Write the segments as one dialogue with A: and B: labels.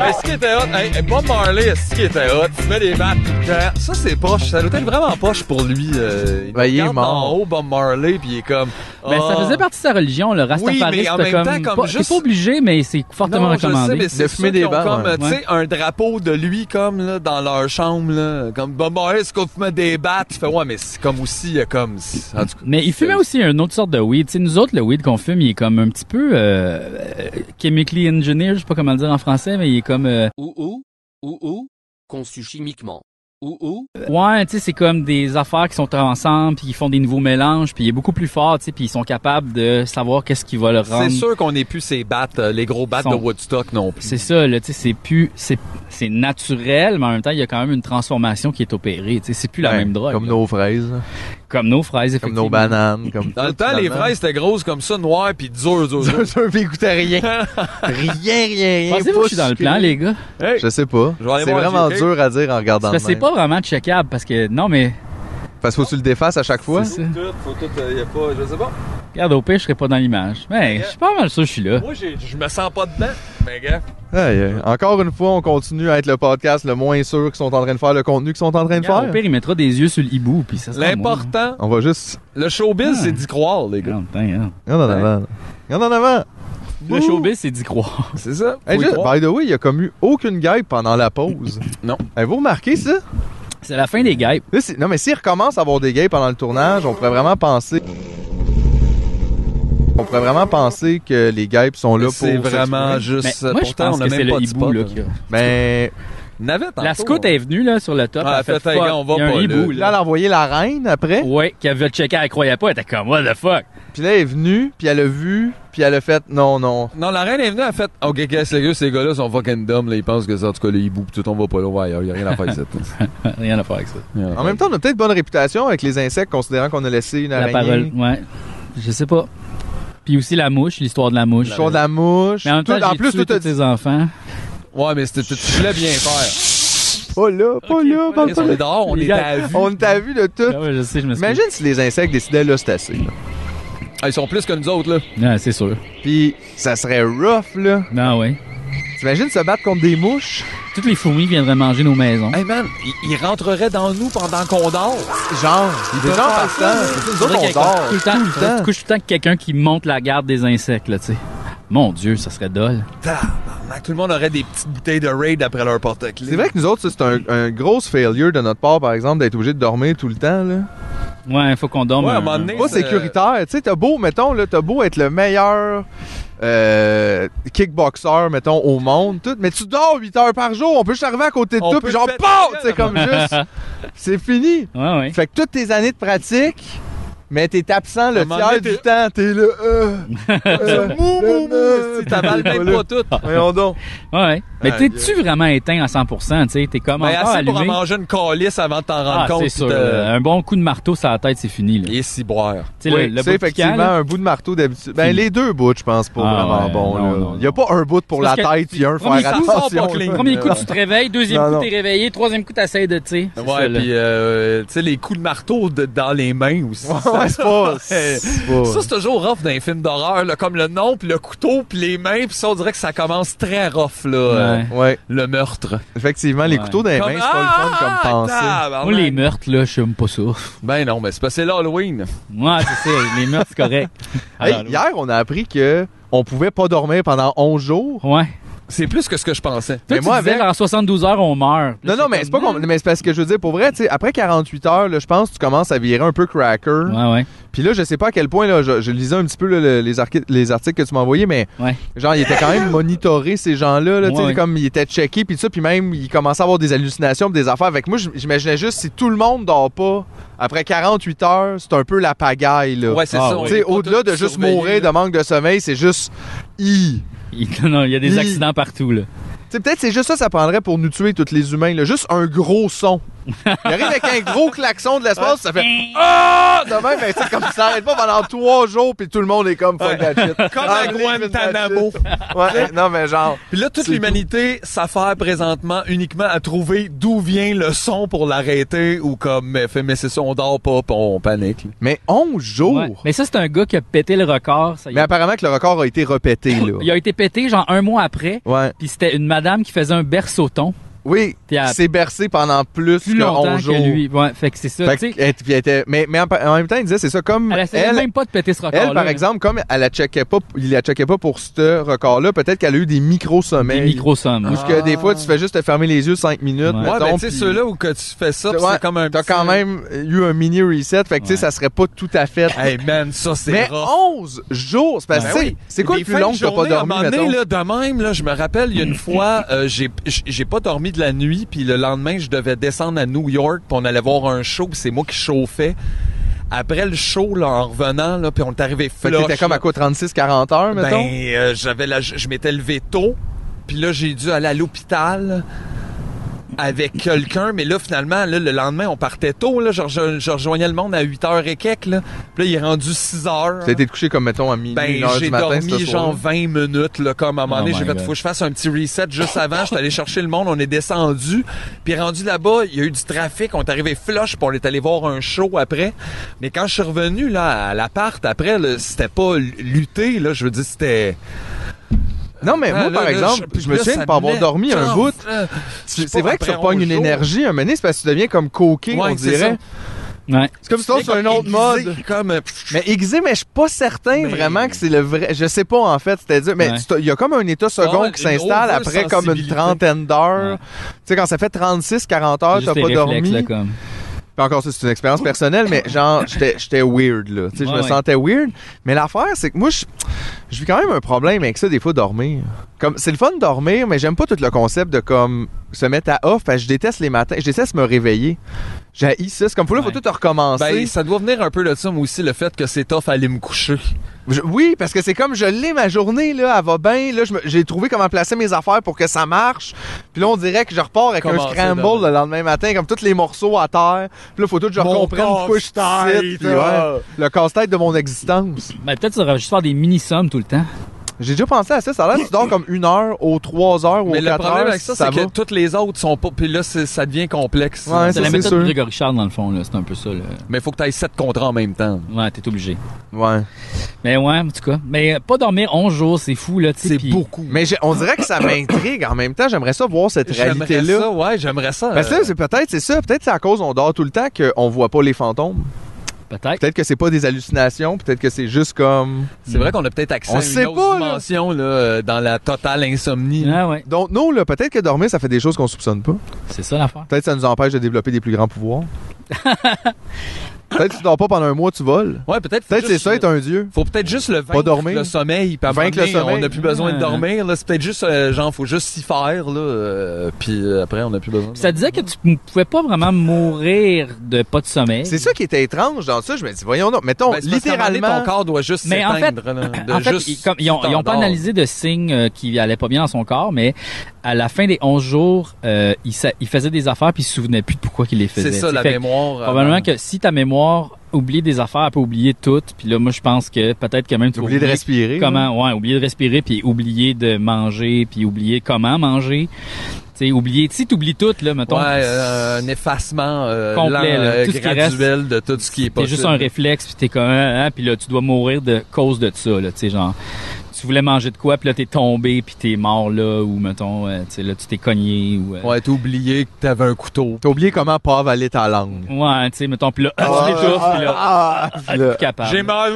A: Hey, ce qui était hot, hey, hey, Bob Marley, ce qui était hot, tu mets des battes tout le temps. Ça, c'est poche. Ça doit être vraiment poche pour lui. euh,
B: Ben, il est
A: regarde
B: mort.
A: en haut, Bob Marley, puis il est comme.
C: Ben, ça
A: Ah.
C: faisait partie de sa religion, le Rastafari.
A: mais en
C: c'était
A: même
C: comme,
A: temps, comme
C: pas,
A: juste-
C: c'est pas obligé, mais c'est fortement
A: Non, je le
C: recommandé.
A: sais, mais c'est
B: De fumer
A: ceux
B: des
A: qui ont
B: balles,
A: comme,
B: ouais.
A: euh, tu sais, un drapeau de lui, comme, là, dans leur chambre, là. Comme, Bob Marley, est-ce qu'on fume des battes? Tu fais, ouais, mais c'est comme aussi, euh, comme, c'est- en tout cas.
C: Mais il fumait aussi une autre sorte de weed. Tu sais, nous autres, le weed qu'on fume, il est comme un petit peu euh, euh, chemically engineered, je sais pas comment le dire en français, mais il est comme... euh,
D: ou ou ou ou conçu chimiquement ou ou
C: ouais, tu sais, c'est comme des affaires qui sont ensemble, puis ils font des nouveaux mélanges, puis il est beaucoup plus fort, tu sais, puis ils sont capables de savoir qu'est-ce qui va le
A: C'est
C: rendre...
A: sûr qu'on n'est plus ces battes, euh, les gros battes
C: Sont-
A: de Woodstock non plus.
C: C'est ça, là, tu sais, c'est plus... C'est, c'est naturel, mais en même temps, il y a quand même une transformation qui est opérée, tu sais, c'est plus la
B: Ouais,
C: même drogue.
B: Comme
C: là.
B: nos fraises, là.
C: comme nos fraises,
B: comme
C: effectivement.
B: nos bananes, comme
A: Dans le
B: tout,
A: temps, les
B: finalement.
A: fraises c'était grosses comme ça, noires puis dures, dures, dures.
B: Ça, ça m'écoutait rien. rien, rien, rien.
C: Pensez-vous
B: pas
C: que je suis dans le
B: sucré.
C: plan, les gars?
A: Hey,
B: Je sais pas.
A: Je vais aller
B: C'est
A: voir
B: vraiment
A: JK.
B: dur à dire en regardant
C: Parce
B: le
C: que c'est
B: même.
C: pas vraiment checkable, parce que... Non, mais...
B: Parce qu'il faut que tu le défasses à chaque fois.
C: c'est ça.
A: tout, faut tout, euh, y a pas, je sais pas.
C: Regarde, au pire, je serais pas dans l'image. Mais je suis pas mal sûr que je suis là.
A: Moi, j'ai- je me sens pas dedans. Mais gars,
B: Aïe, aïe. euh, Encore une fois, on continue à être le podcast le moins sûr qu'ils sont en train de faire, le contenu qu'ils sont en train de
C: Regarde, au
B: faire.
C: pire, il mettra des yeux sur le hibou, puis ça sera moi.
A: l'important,
B: On va juste...
A: le showbiz,
C: Ah.
A: c'est d'y croire, les gars.
C: Regarde, putain, regarde.
B: Regarde en avant. Regarde en avant.
C: Le showbiz, c'est d'y croire.
A: C'est ça. faut
B: Hey,
A: y
B: juste,
A: croire.
B: by the way, il y a comme eu aucune guêpe pendant la pause.
A: Non.
B: Avez-vous remarqué ça?
C: C'est la fin des guêpes.
B: Là, c'est- non, mais s'il recommence à avoir des gays pendant le tournage, on pourrait vraiment penser. On pourrait vraiment penser que les gays sont là pour.
A: ben, C'est vraiment
C: Mais
A: juste.
C: moi, je
A: pourtant,
C: pense
A: on a
C: que c'est
A: même pas
C: le
A: de
C: hibou,
A: spot,
C: là,
A: hein.
C: qui a-
B: Mais.
A: Navette,
C: La
A: tantôt,
C: scout
A: hein.
C: est venue, là, sur le top.
A: Ah,
C: elle
A: elle
C: fait,
A: fait, Hey,
C: fuck,
A: gars, on va
C: il y a un
A: pas, là.
C: hibou,
B: Là, elle a
C: là.
B: envoyé la reine après.
A: Oh.
C: Ouais, qui avait le checker, elle croyait pas. Elle était comme, what the fuck?
B: Puis là, elle est venue, puis elle a vu, puis elle a fait non, non.
A: Non, la reine est venue, elle a fait Ok, guess, les gars, ces gars-là sont fucking dumb, là, ils pensent que ça, en tout cas, le hibou, pis tout, on va pas là, on va ailleurs, y a rien à faire, c'est tout.
C: Rien à faire avec ça.
B: En même temps, on a peut-être bonne réputation avec les insectes, considérant qu'on a laissé une
C: La
B: araignée.
C: parole, ouais. Je sais pas. Puis aussi la mouche, l'histoire de la mouche.
B: Le show de la mouche.
C: Mais en même temps,
B: Tout- en
C: j'ai
B: plus,
C: tué
B: tout a
C: tous
B: dit
C: tes enfants.
A: Ouais, mais c'était, tu voulais bien faire.
B: pas là, pas là, pas
A: Chris, On est
B: là.
A: dehors, on
C: Les
A: est
C: gars,
A: à la vue.
B: On t'a vu de tout.
C: Ah ouais, je sais, je me
B: Imagine si les insectes décidaient là, c'est assez. là.
A: Ah, Ils sont plus que nous autres, là.
C: Non, c'est sûr.
B: Puis ça serait rough, là.
C: Non, ouais.
B: T'imagines se battre contre des mouches?
C: Toutes les fourmis viendraient manger nos maisons.
A: Hey man, ils, ils rentreraient dans nous pendant qu'on dort.
B: Genre, des
A: peuvent faire
B: gens partants. Nous autres, on dort.
C: Tout le temps,
B: le temps.
C: Tu couches tout le temps avec quelqu'un qui monte la garde des insectes, là, tu sais. Mon Dieu, ça serait dole.
A: Tabarnak, tout le monde aurait des petites bouteilles de raid après leur porte-clés.
B: C'est vrai que nous autres, ça, c'est un, un gros failure de notre part, par exemple, d'être obligé de dormir tout le temps. Là.
C: Ouais, faut qu'on dorme.
A: Ouais, à
C: un-
A: un moment donné,
B: Pas
A: c'est-
B: sécuritaire. Tu sais, t'as beau, mettons, là, t'as beau être le meilleur euh, kickboxer, mettons, au monde, tout, mais tu dors 8 heures par jour. On peut juste arriver à côté de
A: On
B: toi,
A: peut
B: puis
A: te
B: genre,
A: péter
B: POW!
A: la
B: Tu sais, comme juste, c'est fini.
C: Ouais, ouais.
B: Fait que toutes tes années de pratique... Mais t'es absent
A: À
B: le
A: un moment donné,
B: tiers du temps, t'es là. Euh, euh,
A: Mou, mou,
B: euh,
A: mou, si t'avales
B: t'es
A: même pas tout.
C: Ah,
B: Voyons donc.
C: Ouais, ouais. Mais
B: Ah,
C: t'es-tu vraiment éteint à 100%, tu sais? T'es comme
A: Mais
C: encore
A: Ben, assez pour en
C: allumé.
A: manger une calice avant de t'en rendre
C: Ah,
A: compte.
C: c'est
A: pis
C: sûr.
A: de-
C: là. Un bon coup de marteau sur la tête, c'est fini, là. Tu
A: Et si boire.
C: sais,
B: Oui,
C: le, le bout
B: c'est
C: de piquant,
B: effectivement
C: là.
B: un bout de marteau d'habitude. Ben,
C: Fini.
B: les deux bouts, je pense, pour
C: Ah
B: vraiment
C: ouais,
B: bon.
C: non,
B: là.
C: non,
B: Il n'y a pas un bout pour la
C: C'est parce que-
B: tête puis un faire
C: Premier coup,
B: attention.
A: sort pas clean.
C: Premier coup, tu te réveilles. Deuxième
B: Non,
C: coup,
B: non.
C: t'es réveillé. Troisième coup, t'essayes de, tu sais. c'est ça,
A: Ouais,
C: là.
A: puis euh, tu sais, les coups de marteau de- dans les mains aussi. Ça,
B: Ouais, c'est pas. c'est pas-
A: Ça, c'est toujours rough dans les films d'horreur, là, comme le nom, puis le couteau, puis les mains, puis ça, on dirait que ça commence très rough, là, euh,
C: Ouais.
B: Ouais,
A: le meurtre.
B: effectivement, les
C: Ouais.
B: couteaux dans les mains, Eh ben, c'est pas le fun
A: Ah,
B: comme pensée.
C: Moi,
A: tabarnak.
C: les meurtres, là, je suis pas sûr.
A: Ben non, mais c'est passé l'Halloween.
C: Ouais, c'est ça. Les meurtres, c'est correct.
B: Hey,
C: Alors,
B: hier, on a appris que on pouvait pas dormir pendant 11 jours.
C: Ouais.
A: C'est plus que ce que je pensais.
C: Toi,
B: Mais
C: tu
B: moi,
C: disais,
B: avec-
C: en 72 heures, on meurt. Là,
B: Non, non, mais c'est pas
C: comme-
B: qu'on- mais c'est parce que je veux dire, pour vrai, tu sais, après 48 heures, là, je pense que tu commences à virer un peu cracker.
C: Ouais, ouais.
B: Puis là, je sais pas à quel point, là, je, je lisais un petit peu là, le- les, archi- les articles que tu m'as envoyés, mais
C: Ouais.
B: genre, ils étaient quand même monitorés, ces gens-là. Là, tu sais,
C: Ouais.
B: Comme ils étaient checkés, puis tout ça, puis même, ils commençaient à avoir des hallucinations, puis des affaires. Avec moi, j- j'imaginais juste si tout le monde dort pas, après 48 heures, c'est un peu la pagaille. Là.
A: Ouais, c'est
C: Ah,
A: ça.
C: oui.
A: on
B: Tu sais,
A: est pas
B: Au-delà
A: tous
B: de juste
A: surveillés,
B: mourir de
A: là.
B: manque de sommeil, c'est juste. I.
C: Il, non, il y a des
B: Il-
C: accidents partout, là.
B: Tu sais, Peut-être c'est juste ça, ça prendrait pour nous tuer tous les humains. là. Juste un gros son. Il arrive avec un gros klaxon de l'espace, ça fait Ah! De même, ben, c'est comme ça s'arrête pas pendant trois jours, puis tout le monde est comme fuck that shit.
A: Comme à
B: Enlever
A: Guantanamo.
B: Ouais, non, mais genre.
A: Puis là, toute
B: C'est
A: l'humanité s'affaire présentement uniquement à trouver d'où vient le son pour l'arrêter ou comme, mais, fait, mais c'est ça, on dort pas, puis on panique. là.
B: Mais 11 jours!
C: Ouais. Mais ça, c'est un gars qui a pété le record. Ça, il,
B: Oh! Mais
C: a,
B: apparemment que le record a été repété, là.
C: il a été pété genre un mois après.
B: Ouais.
C: Puis c'était une madame qui faisait un berceauton.
B: Oui,
C: Puis elle a
B: il s'est bercé pendant plus,
C: plus
B: que
C: longtemps
B: 11 jours.
C: que lui. Ouais, fait que c'est ça.
B: Fait
C: tu sais,
B: que- et- puis elle était- mais, mais en, en même temps, il disait, c'est ça, comme
C: elle
B: elle,
C: essayait même pas de péter ce record-là.
B: elle, par
C: là.
B: exemple, comme elle la checkait pas, il la checkait pas pour ce record-là, peut-être qu'elle a eu des
C: Des
B: micro-sommeils.
C: micro-sommes.
B: Parce que des fois, tu fais juste te fermer les yeux 5 minutes,
C: Ouais.
A: Ah. Ouais,
B: mettons,
A: ben, tu sais,
B: puis-
A: ceux-là où que tu fais ça, puis
B: Ouais,
A: c'est comme un
B: T'as
A: petit-
B: quand même eu un mini reset, fait que tu sais,
C: Ouais.
B: ça serait pas tout à fait.
A: Hey man, ça c'est
B: mais
A: rough.
B: 11 jours, c'est parce que
A: Ben
B: tu sais,
A: oui.
B: c'est quoi
A: Des
B: le
A: fins
B: plus
A: de
B: long que t'as pas
A: journée, à un
B: dormi,
A: moment donné,
B: mettons?
A: là, de même, là, je me rappelle, il y a une fois, euh, j'ai j'- j'ai pas dormi de la nuit, puis le lendemain, je devais descendre à New York, puis on allait voir un show, puis c'est moi qui chauffais. Après le show, là, en revenant, là, puis on est arrivé
B: Fait
A: flush.
B: que t'étais comme à
A: là.
B: quoi, 36-40 heures, mettons?
A: Ben, euh, j'avais la- je je m'étais levé tôt, puis là j'ai dû aller à l'hôpital avec quelqu'un, mais là finalement là, le lendemain on partait tôt là, je, rejo- je rejoignais le monde à 8h et quelques là. Puis là il est rendu 6h.
B: T'as été te coucher comme, mettons, à minuit, une
A: euh, Ben,
B: heure
A: j'ai
B: du matin,
A: dormi
B: ce
A: genre
B: soir-là.
A: 20 minutes, là, comme à un moment
C: Oh
A: donné,
C: my
A: j'ai fait,
C: God.
A: faut que je fasse un petit reset juste avant. J'étais allé chercher le monde, on est descendu. Puis rendu là-bas, il y a eu du trafic, on est arrivé flush, puis on est allé voir un show après. Mais quand je suis revenu, là, à l'appart, après, là, c'était pas l- lutter, là, je veux dire, c'était...
B: Non, mais Eh, moi,
A: Ah, là,
B: par
A: là,
B: exemple, je, me
A: là,
B: souviens
A: ça
B: de pas avoir
A: venait.
B: dormi un
A: Genre,
B: bout.
A: euh, je sais
B: C'est
A: pas,
B: vrai que tu
A: après
B: repognes une
A: 11 jours.
B: énergie à un moment donné, c'est parce que tu deviens comme coqué,
A: Ouais,
B: on
A: c'est ça.
B: dirait.
C: Ouais.
B: C'est comme si tu sur un autre
A: Aiguisé,
B: mode.
A: Comme, euh,
B: Mais aiguisé, mais je suis pas certain
A: Mais-
B: vraiment que c'est le vrai. Je sais pas en fait, c'est-à-dire, mais
C: Ouais.
B: tu t'as- il y a comme un état second
A: Ah Ouais,
B: qui
A: une
B: s'installe après comme une
A: oversensibilité.
B: trentaine d'heures.
C: Ouais.
B: Tu sais, quand ça fait 36-40 heures,
C: Juste
B: Ah, t'as
C: tes
B: pas
C: réflexes,
B: dormi.
C: là, comme.
B: Puis encore ça, c'est une expérience personnelle, mais genre, j'étais j'étais weird, là. Tu sais, je
C: Ouais,
B: me
C: ouais.
B: sentais weird. Mais l'affaire, c'est que moi, je je vis quand même un problème avec ça, des fois, dormir. Comme, c'est le fun de dormir, mais j'aime pas tout le concept de, comme, se mettre à off, parce que je déteste les matins, je déteste me réveiller. J'ai ça. C'est comme, faut là, faut
C: Ouais.
B: tout recommencer.
A: ben, ça doit venir un peu de ça, mais aussi le fait que c'est tough à aller me coucher.
B: Je- oui, parce que c'est comme je l'ai ma journée, là, elle va bien. Là, je me- j'ai trouvé comment placer mes affaires pour que ça marche. Puis là, on dirait que je repars avec
A: Commencer
B: un scramble
A: demain.
B: le lendemain matin, comme tous les morceaux à terre. Puis là, faut tout que je
A: Mon
B: comprenne pourquoi je suis
A: casse-tête,
B: ici, puis
A: là.
B: ouais, le casse-tête de mon existence.
C: Ben, peut-être ça aurait juste faire des mini-sommes tout le temps.
B: J'ai déjà pensé à ça. Ça a l'air que tu dors comme une heure ou trois heures ou
A: Mais
B: aux
A: le
B: quatre
A: problème
B: heures.
A: avec ça, c'est
B: va.
A: que toutes les autres sont pas. Puis là, c'est- ça devient complexe.
B: Ouais,
C: C'est
B: ça,
C: la
B: c'est
C: méthode
B: sûr.
C: de Grégory Charles, dans le fond, là. C'est un peu ça, là.
A: Mais faut que tu ailles 7 contrats en même temps.
C: Ouais, t'es obligé.
B: Ouais.
C: Mais ouais, en tout cas. Mais euh, pas dormir 11 jours, c'est fou, là, tu sais.
A: C'est
C: puis-
A: beaucoup.
B: Mais j'ai- on dirait que ça m'intrigue. En même temps, j'aimerais ça voir cette
A: J'aimerais
B: réalité-là.
A: ça, ouais, j'aimerais ça.
B: Parce que
A: euh,
B: là, c'est peut-être, c'est ça. Peut-être c'est à cause on dort tout le temps qu'on voit pas les fantômes.
C: Peut-être.
B: Peut-être que c'est pas des hallucinations. Peut-être que c'est juste comme.
A: c'est vrai qu'on a peut-être accès
B: On
A: à
B: sait
A: une autre
B: pas, là.
A: dimension là, euh, dans la totale insomnie.
C: Ah ouais,
B: Donc, non, là, peut-être que dormir, ça fait des choses qu'on soupçonne pas.
C: c'est ça l'affaire.
B: Peut-être que ça nous empêche de développer des plus grands pouvoirs. peut-être que tu dors pas pendant un mois, tu voles.
A: Ouais, peut-être. faut
B: Peut-être que c'est
A: juste-
B: ça être un dieu.
A: Faut peut-être juste le
B: Pas
A: vaincre,
B: dormir.
A: le sommeil. Puis à un
B: Vaincre
A: moment
B: le
A: donné,
B: sommeil.
A: On n'a plus besoin de
C: Ouais.
A: dormir. Là, c'est peut-être juste, euh, genre, faut juste s'y faire. Là, euh, puis euh, après, on n'a plus besoin. de
C: Puis ça disait que tu m- pouvais pas vraiment mourir de pas de sommeil.
B: C'est ça qui était étrange dans ça. Je me dis, voyons, non. Mettons,
A: Ben, c'est parce qu'à un moment donné,
B: littéralement.
A: ton corps doit juste
C: Mais en fait-
A: s'éteindre. là, de
C: En fait,
A: juste-
C: ils, comme, ils ont, ils ont pas
A: t'endors.
C: analysé de signes euh, qui allaient pas bien dans son corps, mais à la fin des 11 jours, euh, il, sa- il faisait des affaires puis il se souvenait plus de pourquoi il les faisait.
A: C'est ça,
C: T'sais,
A: la
C: fait que
A: mémoire. euh,
C: Probablement que si ta mémoire oublie des affaires, elle peut oublier tout. Puis là, moi, je pense que peut-être que même tu
B: T'as
C: vas
B: oublié de
C: oublier
B: respirer. là.
C: Comment, ouais, oublier de respirer, puis oublier de manger, puis oublier comment manger. Tu sais, oublier, si t'oublies tout, là, mettons,
A: Ouais, euh, un effacement euh,
C: Complet,
A: lent,
C: là.
A: euh,
C: Tout ce qui
A: graduel de tout ce qui est
C: T'es
A: possible.
C: juste un réflexe, puis t'es comme, hein, hein, puis là, tu dois mourir de cause de ça, là, tu sais, genre, tu voulais manger de quoi, puis là, t'es tombé, puis t'es mort, là, ou, mettons, euh, tu sais, là, tu t'es cogné, ou... euh,
A: Ouais, t'as oublié que t'avais un couteau.
B: T'as oublié comment pas avaler ta langue.
C: ouais, tu sais, mettons, puis là,
B: Ah,
C: tu t'étouffes, puis là,
B: ah, ah,
C: t'es
B: là.
C: plus capable.
A: mal.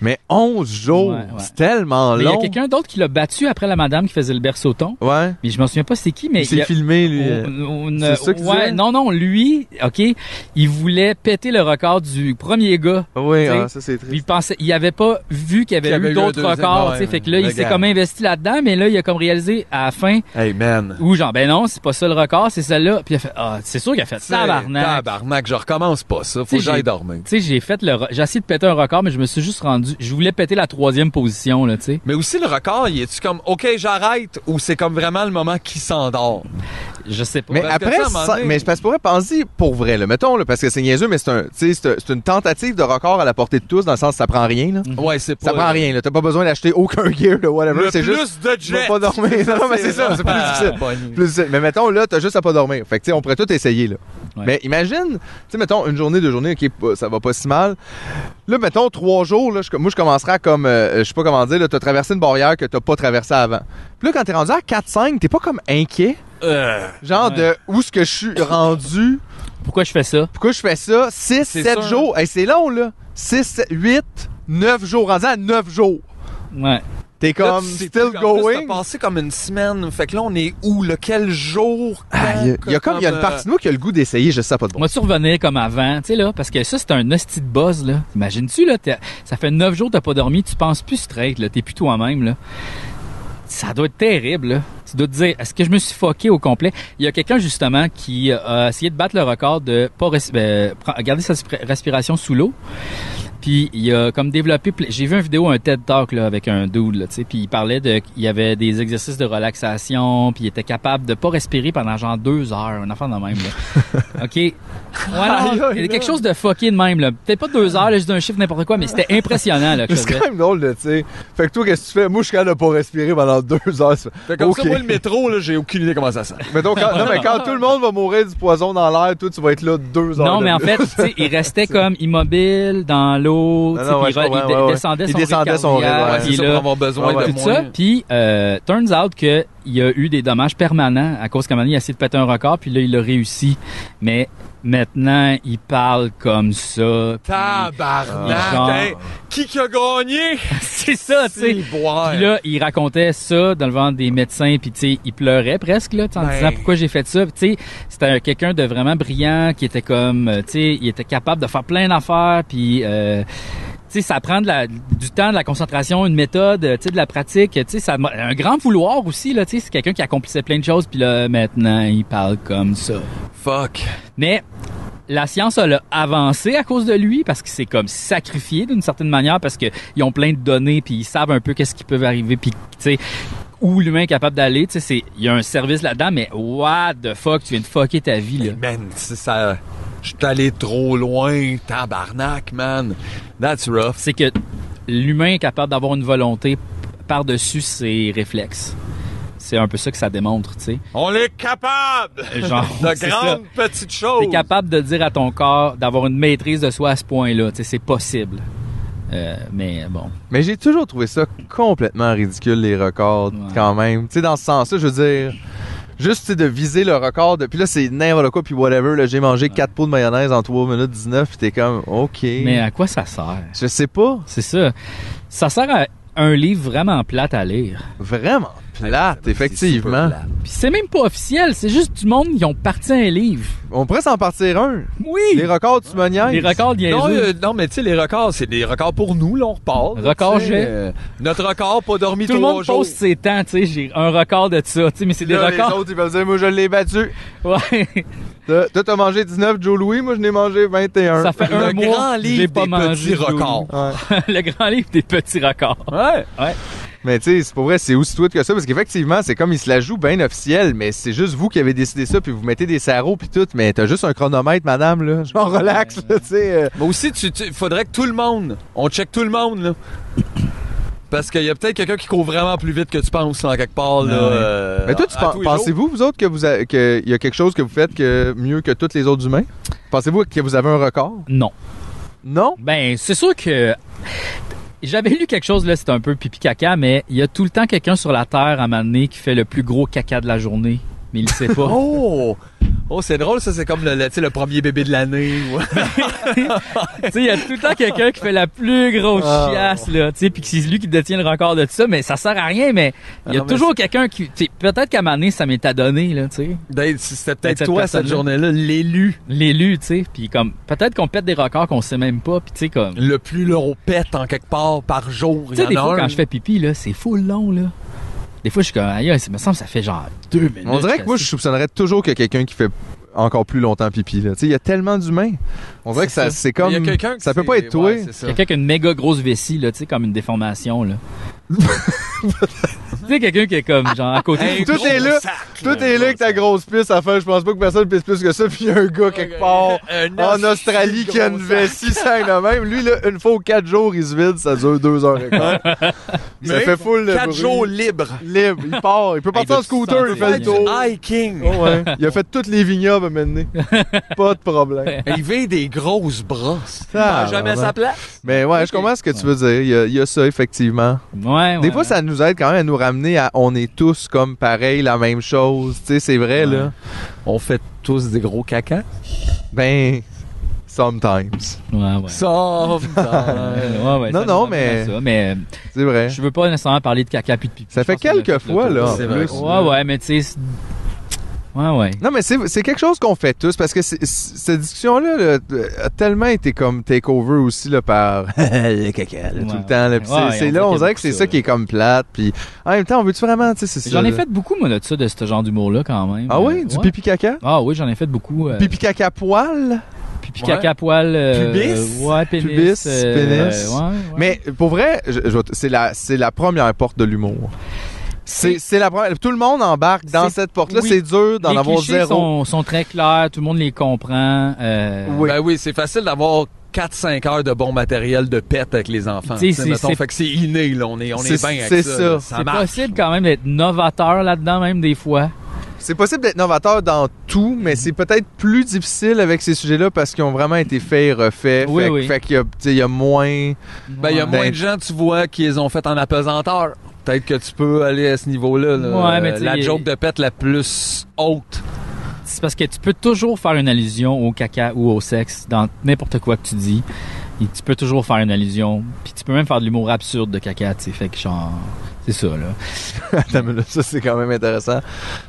B: Mais 11 jours,
C: Ouais, ouais.
B: c'est tellement
C: Mais il y a
B: long.
C: quelqu'un d'autre qui l'a battu après la madame qui faisait le berceauton,
B: Ouais.
C: mais je m'en souviens pas c'est qui, mais...
B: Il
C: il a-
B: s'est filmé, lui.
C: Ou- ou- une-
B: euh, C'est ça que tu
C: ouais,
B: disais?
C: non, non, lui, OK, il voulait péter le record du premier gars.
B: Oui,
C: Oh, Tu sais,
B: ah, ça, c'est
C: Puis il
B: triste.
C: pensait, il avait pas vu qu'il y avait,
A: Qu'il y avait eu
C: eu
A: un
C: d'autres
A: deuxième,
C: records, tu sais,
A: ouais,
C: fait que là, il s'est
A: regarde.
C: comme investi là-dedans, mais là, il a comme réalisé à la fin,
A: Hey, man.
C: ou genre, ben non, c'est pas ça le record, c'est celle-là. Puis il a fait, ah, c'est sûr qu'il a fait tabarnak.
A: Tabarnak, je recommence pas ça. Faut
C: T'sais,
A: que
C: j'ai-
A: j'aille dormir.
C: Tu sais, j'ai fait le, re- j'ai essayé de péter un record, mais je me suis juste rendu, je voulais péter la troisième position, là, tu sais.
A: Mais aussi, le record, il est-tu comme, OK, j'arrête, ou c'est comme vraiment le moment qui s'endort?
C: Je sais pas.
B: Mais
A: parce que
B: après,
A: ça, à un moment
B: ça-
A: donné-
B: mais je pense pour penser pour vrai, là, mettons, là, parce que c'est niaiseux, mais c'est un, tu sais, c'est un- c'est une tentative de record à la portée de tous, dans le sens que ça prend rien. Là.
A: Ouais, c'est pas.
B: Mhm. Ça prend rien, là. T'as pas besoin d'acheter aucun gear, là, whatever.
A: Le
B: C'est
A: plus
B: juste.
A: de
B: tu vas
A: jet.
B: pas dormir. Non, non, mais c'est ça, c'est plus
A: Ah,
B: difficile.
A: bonne.
B: Plus difficile. mais mettons, là, t'as juste à pas dormir. Fait que, tu sais, on pourrait tout essayer, là.
C: Ouais.
B: Mais imagine, tu sais, mettons, une journée, deux journées, OK, p- ça va pas si mal. Là, mettons, trois jours, là, je- moi, je commencerai à comme, euh, je sais pas comment dire, là, t'as traversé une barrière que t'as pas traversée avant. Puis là, quand t'es rendu à 4-5, t'es pas comme inquiet,
A: Euh,
B: genre
C: Ouais.
B: de où est-ce que je suis rendu,
C: Pourquoi je fais ça?
B: pourquoi je fais ça, 6,
A: C'est
B: 7
A: sûr.
B: jours. Hey, c'est long, là. 6, 7, 8, 9 jours, rendu à 9 jours.
C: Ouais.
B: T'es
A: Là,
B: comme
A: tu sais
B: still
A: plus, en plus,
B: going.
A: T'as passé comme une semaine. Fait que là, on est où? Là, quel jour?
B: Ah, Il y a- il y a comme, il y a une
A: euh,
B: partie de moi qui a le goût d'essayer, je sais ça, pas de bon.
C: Moi, tu revenir comme avant, tu sais, là, parce que ça, c'est un hostie de buzz, là. T'imagines-tu, là, t'es- ça fait neuf jours que t'as pas dormi, tu penses plus straight, là, t'es plus toi-même, là. Ça doit être terrible, là. Tu dois te dire, est-ce que je me suis fucké au complet? Il y a quelqu'un, justement, qui euh, a essayé de battre le record de pas res- euh, pre- garder sa spri- respiration sous l'eau. Puis il a comme développé. ple- J'ai vu une vidéo, un TED Talk là, avec un dude, là, tu sais. Puis il parlait de. Il y avait des exercices de relaxation. Puis il était capable de pas respirer pendant genre deux heures. Un enfant de même. Là. ok. Voilà.
B: Aïe, aïe,
C: Il y a
B: là.
C: quelque chose de fucké de même là. Peut-être pas deux heures. Là, je dis un chiffre n'importe quoi, mais c'était impressionnant là. Que je
B: C'est
C: faisais.
B: quand même drôle, là, tu sais. Fait que toi, qu'est-ce que tu fais? Moi, je suis capable de pas respirer pendant deux heures. Tu fais,
A: euh, Fait comme
B: OK.
A: ça, moi, le métro, là, j'ai aucune idée comment ça sent.
B: Mais donc, quand, non, mais quand tout le monde va mourir du poison dans l'air, toi, tu vas être là deux heures.
C: Non,
B: de
C: mais en
B: plus.
C: fait, tu sais, il restait comme immobile dans l'eau.
B: Non,
C: tu sais,
B: non,
C: puis
B: ouais,
C: il re-
B: je
C: il,
B: comprends,
C: de-
B: ouais, ouais.
C: descendait
B: Il
C: son
B: descendait son rythme,
C: cardiaque,
A: Ouais,
B: ouais,
A: c'est
C: puis
A: ça
C: là-
A: pour avoir besoin
B: Ouais,
A: de
B: ouais.
C: tout
A: moins.
C: ça. Puis, euh, turns out que il y a eu des dommages permanents à cause qu'à un moment donné, il a essayé de péter un record, puis là, il a réussi. Mais maintenant, il parle comme ça. puis- Genre.
A: Tabarnak! hey, Qui qui a gagné?
C: c'est
B: Ah,
C: ça, tu sais.
A: Si, boire.
C: Puis là, il racontait ça dans le ventre des médecins, puis tu sais, il pleurait presque là, tu sais, en
A: Ben.
C: disant pourquoi j'ai fait ça. Puis, Tu sais, c'était un- quelqu'un de vraiment brillant qui était comme, euh, tu sais, il était capable de faire plein d'affaires, puis euh, tu sais, ça prend de la- du temps, de la concentration, une méthode, euh, tu sais, de la pratique, tu sais, ça, un grand vouloir aussi là, tu sais, c'est quelqu'un qui accomplissait plein de choses, puis là maintenant il parle comme ça.
A: Fuck.
C: Mais la science elle a avancé à cause de lui parce qu'il s'est comme sacrifié d'une certaine manière parce que ils ont plein de données puis ils savent un peu qu'est-ce qui peut arriver puis tu sais où l'humain est capable d'aller, tu sais c'est il y a un service là-dedans mais what the fuck tu viens de fucker ta vie là.
A: Man, c'est ça. Je suis allé trop loin. Tabarnak, man. That's rough.
C: C'est que l'humain est capable d'avoir une volonté par-dessus ses réflexes. C'est un peu ça que ça démontre, tu sais.
A: On est capable
C: Genre
A: de
C: c'est ça.
A: grandes petites choses.
C: T'es capable de dire à ton corps d'avoir une maîtrise de soi à ce point-là, tu sais c'est possible. Euh, mais bon.
B: Mais j'ai toujours trouvé ça complètement ridicule, les records,
C: Ouais.
B: quand même. Tu sais, dans ce sens-là, je veux dire. Juste, tu sais, de viser le record. de- Puis là, c'est n'importe quoi, puis whatever. Là, j'ai mangé quatre pots de mayonnaise en 3 minutes 19, puis t'es comme, OK.
C: Mais euh, à quoi ça sert
B: Je sais pas.
C: C'est ça. Ça sert à un livre vraiment plate à lire.
B: Vraiment plate, effectivement.
C: Puis c'est même pas officiel, c'est juste du monde qui ont parti un livre.
B: On pourrait s'en partir un.
C: Oui!
B: Les records, tu me niaises.
C: Les records
A: Non,
C: niaiseux.
A: euh, non, mais tu sais, les records, c'est des records pour nous, là, on repart. là,
C: Record
A: tu sais,
C: jet.
A: euh, notre record, pas dormi
C: Tout le
A: trois
C: monde
A: jours.
C: pose ses temps, tu sais, j'ai un record de ça, tu sais, mais c'est des
B: Là, Les
C: records.
B: autres, ils peuvent dire, moi, je l'ai battu.
C: Ouais.
B: Toi, toi, t'as mangé 19, Joe Louis. Moi, je n'ai mangé 21.
C: Ça fait
A: Le
C: un mois
A: grand
C: que j'ai
A: livre
C: pas
A: des
C: mangé.
A: petits
C: de Joe Louis.
A: records.
B: Ouais.
C: le grand livre des petits records.
A: Ouais.
B: Mais tu sais, c'est pour vrai, c'est aussi tweet que ça, parce qu'effectivement, c'est comme il se la joue bien officiel, mais c'est juste vous qui avez décidé ça, puis vous mettez des sarraux puis tout, mais t'as juste un chronomètre, madame, là. Genre, relax, là, tu sais. euh.
A: Mais aussi, tu, tu- faudrait que tout le monde, on check tout le monde, là. Parce qu'il y a peut-être quelqu'un qui court vraiment plus vite que tu penses, là, en quelque part, là.
C: Ah Ouais.
A: euh,
B: Mais toi, tu
A: à
B: pen-
A: tous les jours.
B: pensez-vous, vous autres, que vous a- que il y a quelque chose que vous faites que mieux que tous les autres humains? Pensez-vous que vous avez un record?
C: Non.
B: Non?
C: Ben, c'est sûr que j'avais lu quelque chose là, c'est un peu pipi caca, mais il y a tout le temps quelqu'un sur la terre à un moment donné qui fait le plus gros caca de la journée, mais il le sait pas.
A: Oh! Oh, c'est drôle, ça, c'est comme le, le- tu sais, le premier bébé de l'année. ou-
C: tu sais, il y a tout le temps quelqu'un qui fait la plus grosse
A: Ah.
B: Oh.
C: chiasse, là, tu sais, puis que c'est lui qui détient le record de tout ça, mais ça sert à rien, mais il y
A: Ah
C: a
A: non, mais
C: toujours quelqu'un qui, tu sais, peut-être qu'à un moment donné, ça m'est donné, là, tu sais,
A: D'ailleurs, C'était
C: Peut-être
A: peut-être
C: cette
A: toi, cette
C: personne-là.
A: journée-là, l'élu.
C: l'élu, tu sais, puis comme, peut-être qu'on pète des records qu'on sait même pas, puis tu sais, comme, tu
A: Le plus long pète, en quelque part, par jour. Il y
C: sais,
A: en
C: des
A: a
C: fois,
A: un.
C: quand je fais pipi, là, c'est full long, là. Des fois, je suis comme, aïe, aïe, ça me semble, que ça fait genre deux minutes.
B: On dirait que moi, je soupçonnerais toujours que quelqu'un qui fait encore plus longtemps pipi, là. Tu sais, il y a tellement d'humains. On dirait que
C: C'est
B: ça,
C: ça.
B: c'est comme.
A: Il y a quelqu'un que
B: ça peut
A: c'est-
B: pas être toi.
A: ouais, c'est ça.
C: Quelqu'un qui a une méga grosse vessie, là, tu sais, comme une déformation, là. Tu sais, quelqu'un qui est comme, genre, à côté.
A: Hey,
B: Tout
A: gros
B: est là.
A: sac,
B: Tout est là avec ta grosse pisse à faire. Je pense pas que personne pisse plus que ça. Puis il y a un gars quelque part
A: Un
B: en
A: hostie
B: Australie
A: de
B: qui a une
A: gros
B: vessie saine de même. Lui, là, une fois aux quatre jours, il se vide. Ça dure deux heures et quart. ça
A: Mais
B: fait full le
A: Quatre
B: bruit.
A: jours libres.
B: libre. Il part. Il peut
C: Il
B: partir
C: doit
B: en scooter. Il
C: se sentir
B: fait le
A: Faites
B: tour.
A: du hiking.
B: Oh, ouais. Il a fait tous les vignobles maintenant. Pas de problème.
A: Élever des grosses brosses. Ça
B: Ça,
A: jamais
B: vraiment.
A: sa place.
B: Mais ouais, je comprends ce que tu veux dire. Il y a, il y a ça, effectivement.
C: Ouais, ouais.
B: Des fois, ça nous aide quand même à nous ramener à on est tous comme pareil, la même chose. Tu sais, c'est vrai, là.
A: On fait tous des gros cacas.
B: Ben, sometimes.
C: Ouais, ouais.
A: Sauf
C: Ouais, ouais, ouais,
B: Non,
C: ça,
B: non,
C: ça,
B: mais-
C: ça, mais
B: C'est vrai.
C: je veux pas nécessairement parler de caca puis de pipi.
B: Ça
C: Je
B: fait
C: pense qu'on a
B: quelques
C: fait le
B: fois,
C: tour.
B: là. en
A: C'est vrai.
B: plus.
C: Ouais, ouais, mais tu sais. c'est- Ouais, ouais.
B: Non, mais c'est c'est quelque chose qu'on fait tous parce que c'est- c'est- cette discussion-là là, euh, a tellement été comme takeover aussi là, par le caca là,
C: Ouais,
B: tout le temps. là. Puis
C: ouais,
B: c'est- c'est
C: on dirait qu'il y a
B: là, on dirait que c'est
C: beaucoup
B: ça,
C: ça,
B: qui
C: là.
B: est comme plate. Puis en même temps, on veut-tu vraiment, tu sais, c'est ça.
C: J'en ai
B: là.
C: fait beaucoup, moi, de ça, de ce genre d'humour-là, quand même.
B: Ah oui,
C: Euh,
B: du
C: ouais.
B: pipi caca?
C: Ah oui, j'en ai fait beaucoup. euh,
B: Pipi caca poil?
C: pipi
A: Ouais.
C: caca poil. euh,
A: Pubis?
C: Ouais, pénis.
B: Pubis,
C: euh,
B: pénis.
C: ouais, ouais.
B: Mais pour vrai, je- je vais t- c'est la, c'est la première porte de l'humour. C'est c'est la première. Tout le monde embarque dans
C: C'est-
B: cette porte-là.
C: oui.
B: C'est dur d'en
C: les
B: avoir
C: clichés
B: zéro.
C: Sont, sont très clairs, tout le monde les comprend. euh,
B: Oui.
A: Ben oui, c'est facile d'avoir 4-5 heures de bon matériel de pète avec les enfants.
C: Tu sais,
A: Tu sais,
C: c'est-
A: mettons,
C: c'est-
A: fait que c'est inné, là. On est, on est,
B: C'est-
A: bien avec
B: c'est
A: ça.
B: ça.
A: là. Ça
C: C'est
A: marche.
C: possible quand même d'être novateur là-dedans, même des fois.
B: C'est possible d'être novateur dans tout, mais c'est peut-être plus difficile avec ces sujets-là parce qu'ils ont vraiment été faits et refaits.
C: Oui,
B: fait
C: oui.
B: fait qu'il y a, tu sais, il y a moins.
A: Ben, il y a
C: Ouais.
A: moins de gens, tu vois, qui les ont fait en apesanteur. Peut-être que tu peux aller à ce niveau-là. là.
C: Ouais, mais
A: Euh,
C: tu sais,
A: la
C: il-
A: joke de pète la plus haute.
C: C'est parce que tu peux toujours faire une allusion au caca ou au sexe dans n'importe quoi que tu dis. Et tu peux toujours faire une allusion. Puis tu peux même faire de l'humour absurde de caca, tu sais. Fait que genre, c'est ça, là.
B: Attends, mais là, ça, c'est quand même intéressant.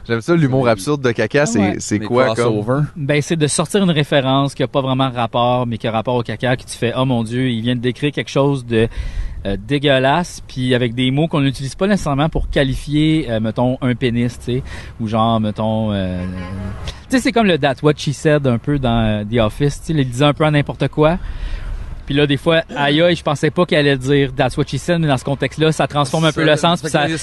B: J'aime ça, l'humour
A: Mais-
B: absurde de caca, c'est,
C: ouais.
B: c'est
A: Des
B: quoi comme.
A: crossovers.
C: Ben, c'est de sortir une référence qui a pas vraiment de rapport, mais qui a rapport au caca, que tu fais, oh mon dieu, il vient de décrire quelque chose de euh, dégueulasse, puis avec des mots qu'on n'utilise pas nécessairement pour qualifier, euh, mettons, un pénis, tu sais, ou genre, mettons, euh, tu sais, c'est comme le That What She Said un peu dans euh, The Office, tu sais, il disait un peu à n'importe quoi. Puis là, des fois, aïe aïe, je pensais pas qu'elle allait dire That's What She Said, mais dans ce contexte-là, ça transforme un peu le sens, puis ça, tu,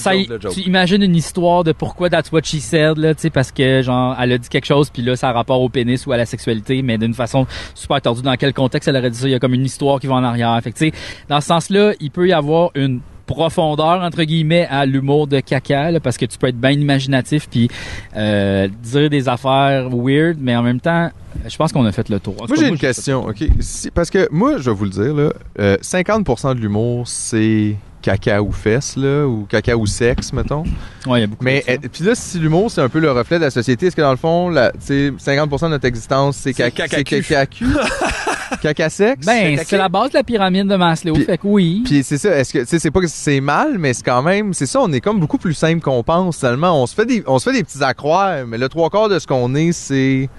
C: ça- tu imagines une histoire de pourquoi That's What She Said, là, tu sais, parce que, genre, elle a dit quelque chose, puis là, ça a rapport au pénis ou à la sexualité, mais d'une façon super tordue. Dans quel contexte elle aurait dit ça? Il y a comme une histoire qui va en arrière. Fait que, tu sais, dans ce sens-là, il peut y avoir une profondeur entre guillemets à l'humour de caca là, parce que tu peux être bien imaginatif puis euh, dire des affaires weird mais en même temps je pense qu'on a fait le tour En tout
B: Moi,
C: cas,
B: j'ai une
C: je-
B: question, OK? Si- parce que moi, je vais vous le dire, là, euh, 50% de l'humour, c'est caca ou fesses, là, ou caca ou sexe, mettons.
C: ouais il y a beaucoup
B: Mais,
C: de ça.
B: euh, puis là, si l'humour, c'est un peu le reflet de la société, est-ce que dans le fond, la, tu sais, 50% de notre existence, c'est
A: C'est
B: caca, c'est
A: caca-cul.
B: caca cul? caca sexe?
C: ben
B: Caca-
C: c'est la base de la pyramide de Maslow
B: Puis-
C: fait que oui
B: Puis c'est ça, est-ce que, tu sais, c'est pas que c'est mal, mais c'est quand même, c'est ça, on est comme beaucoup plus simple qu'on pense seulement. On se fait des, on se fait des petits accroires, mais le trois quarts de ce qu'on est, c'est,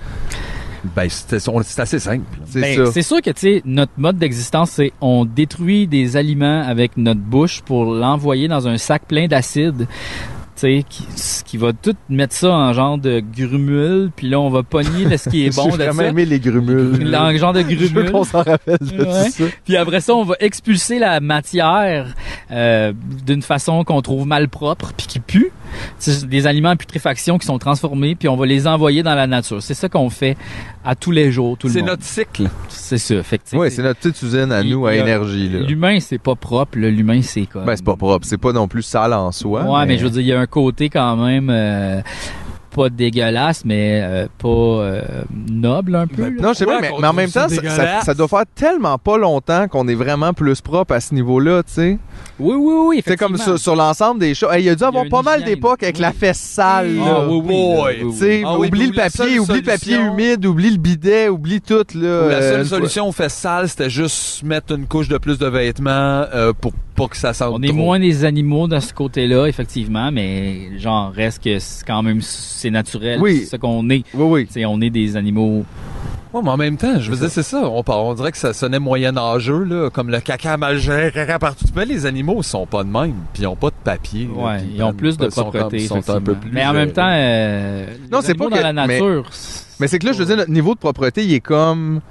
A: Ben, c'est c'est assez simple.
B: c'est
C: Ben,
B: ça.
C: C'est sûr que tu sais, notre mode d'existence, c'est on détruit des aliments avec notre bouche pour l'envoyer dans un sac plein d'acide. Tu sais, qui, ce qui va tout mettre ça en genre de grumule, puis là on va pogner de ce qui est bon
B: J'ai
C: de
B: vraiment
C: ça.
B: aimé les grumules.
C: Dans le genre de
B: Je veux
C: grumule.
B: qu'on s'en rappelle de tout
C: Ouais.
B: ça.
C: Puis après ça, on va expulser la matière euh, d'une façon qu'on trouve malpropre puis qui pue. C'est des aliments à putréfaction qui sont transformés puis on va les envoyer dans la nature. C'est ça qu'on fait à tous les jours, tout le
A: C'est
C: monde.
A: notre cycle.
C: C'est ça, fait que, tu sais,
B: Ouais, c'est notre petite usine à
C: Il-
B: nous, à
C: il y a-
B: énergie, là.
C: L'humain, c'est pas propre. là. L'humain, c'est comme...
B: Ben, c'est pas propre, c'est pas non plus sale en soi.
C: Ouais, mais... je veux dire, il y a un côté quand même euh, pas dégueulasse, mais euh, pas euh, noble un
A: Ben,
C: peu. là.
B: Non, je sais
A: Pourquoi
B: pas, mais,
A: qu'on
B: mais en
A: trouve
B: même
A: ça
B: temps, ça, ça,
A: dégueulasse?
B: ça doit faire tellement pas longtemps qu'on est vraiment plus propre à ce niveau-là, tu sais.
C: Oui, oui, oui,
B: C'est comme
C: effectivement.
B: sur, sur l'ensemble des choses. Hey, il a dû avoir
C: une
B: pas mal
C: hygiène.
B: d'époques avec
C: Oui.
B: la fesse sale,
C: Ah,
B: là.
C: oui,
A: Boy.
C: oui, oui, oui, oui.
B: Tu sais,
A: Ah oui,
B: oublie
A: puis
B: le
A: la
B: papier,
A: seule
B: oublie le papier
A: solution-
B: humide, oublie le bidet, oublie tout, là.
A: la
B: euh,
A: seule
B: une fois-
A: solution, on fait sale, c'était juste mettre une couche de plus de vêtements euh, pour pas que ça sente
C: On est
A: trop.
C: moins des animaux dans ce côté-là, effectivement, mais genre, reste que c'est quand même, c'est naturel.
B: Oui.
C: C'est ce qu'on est.
B: Oui, oui.
C: Tu sais, on est des animaux.
A: Ouais, mais en même temps, je veux dire, c'est ça. On, par- on dirait que ça sonnait moyen-âgeux, là, comme le caca mal géré, caca partout. Mais les animaux sont pas de même, puis ils ont pas de papier. là,
C: Ouais,
A: puis
C: ils ont
A: prennent
C: plus de
A: pas- sont
C: propreté.
A: un- sont un peu
C: effectivement.
A: plus,
C: mais en
A: euh,
C: même temps, euh,
B: Non,
C: les
B: c'est pas
C: animaux dans
B: que-
C: la
B: mais-
C: nature.
B: Mais c'est que là, je veux dire, notre niveau de propreté, il est comme...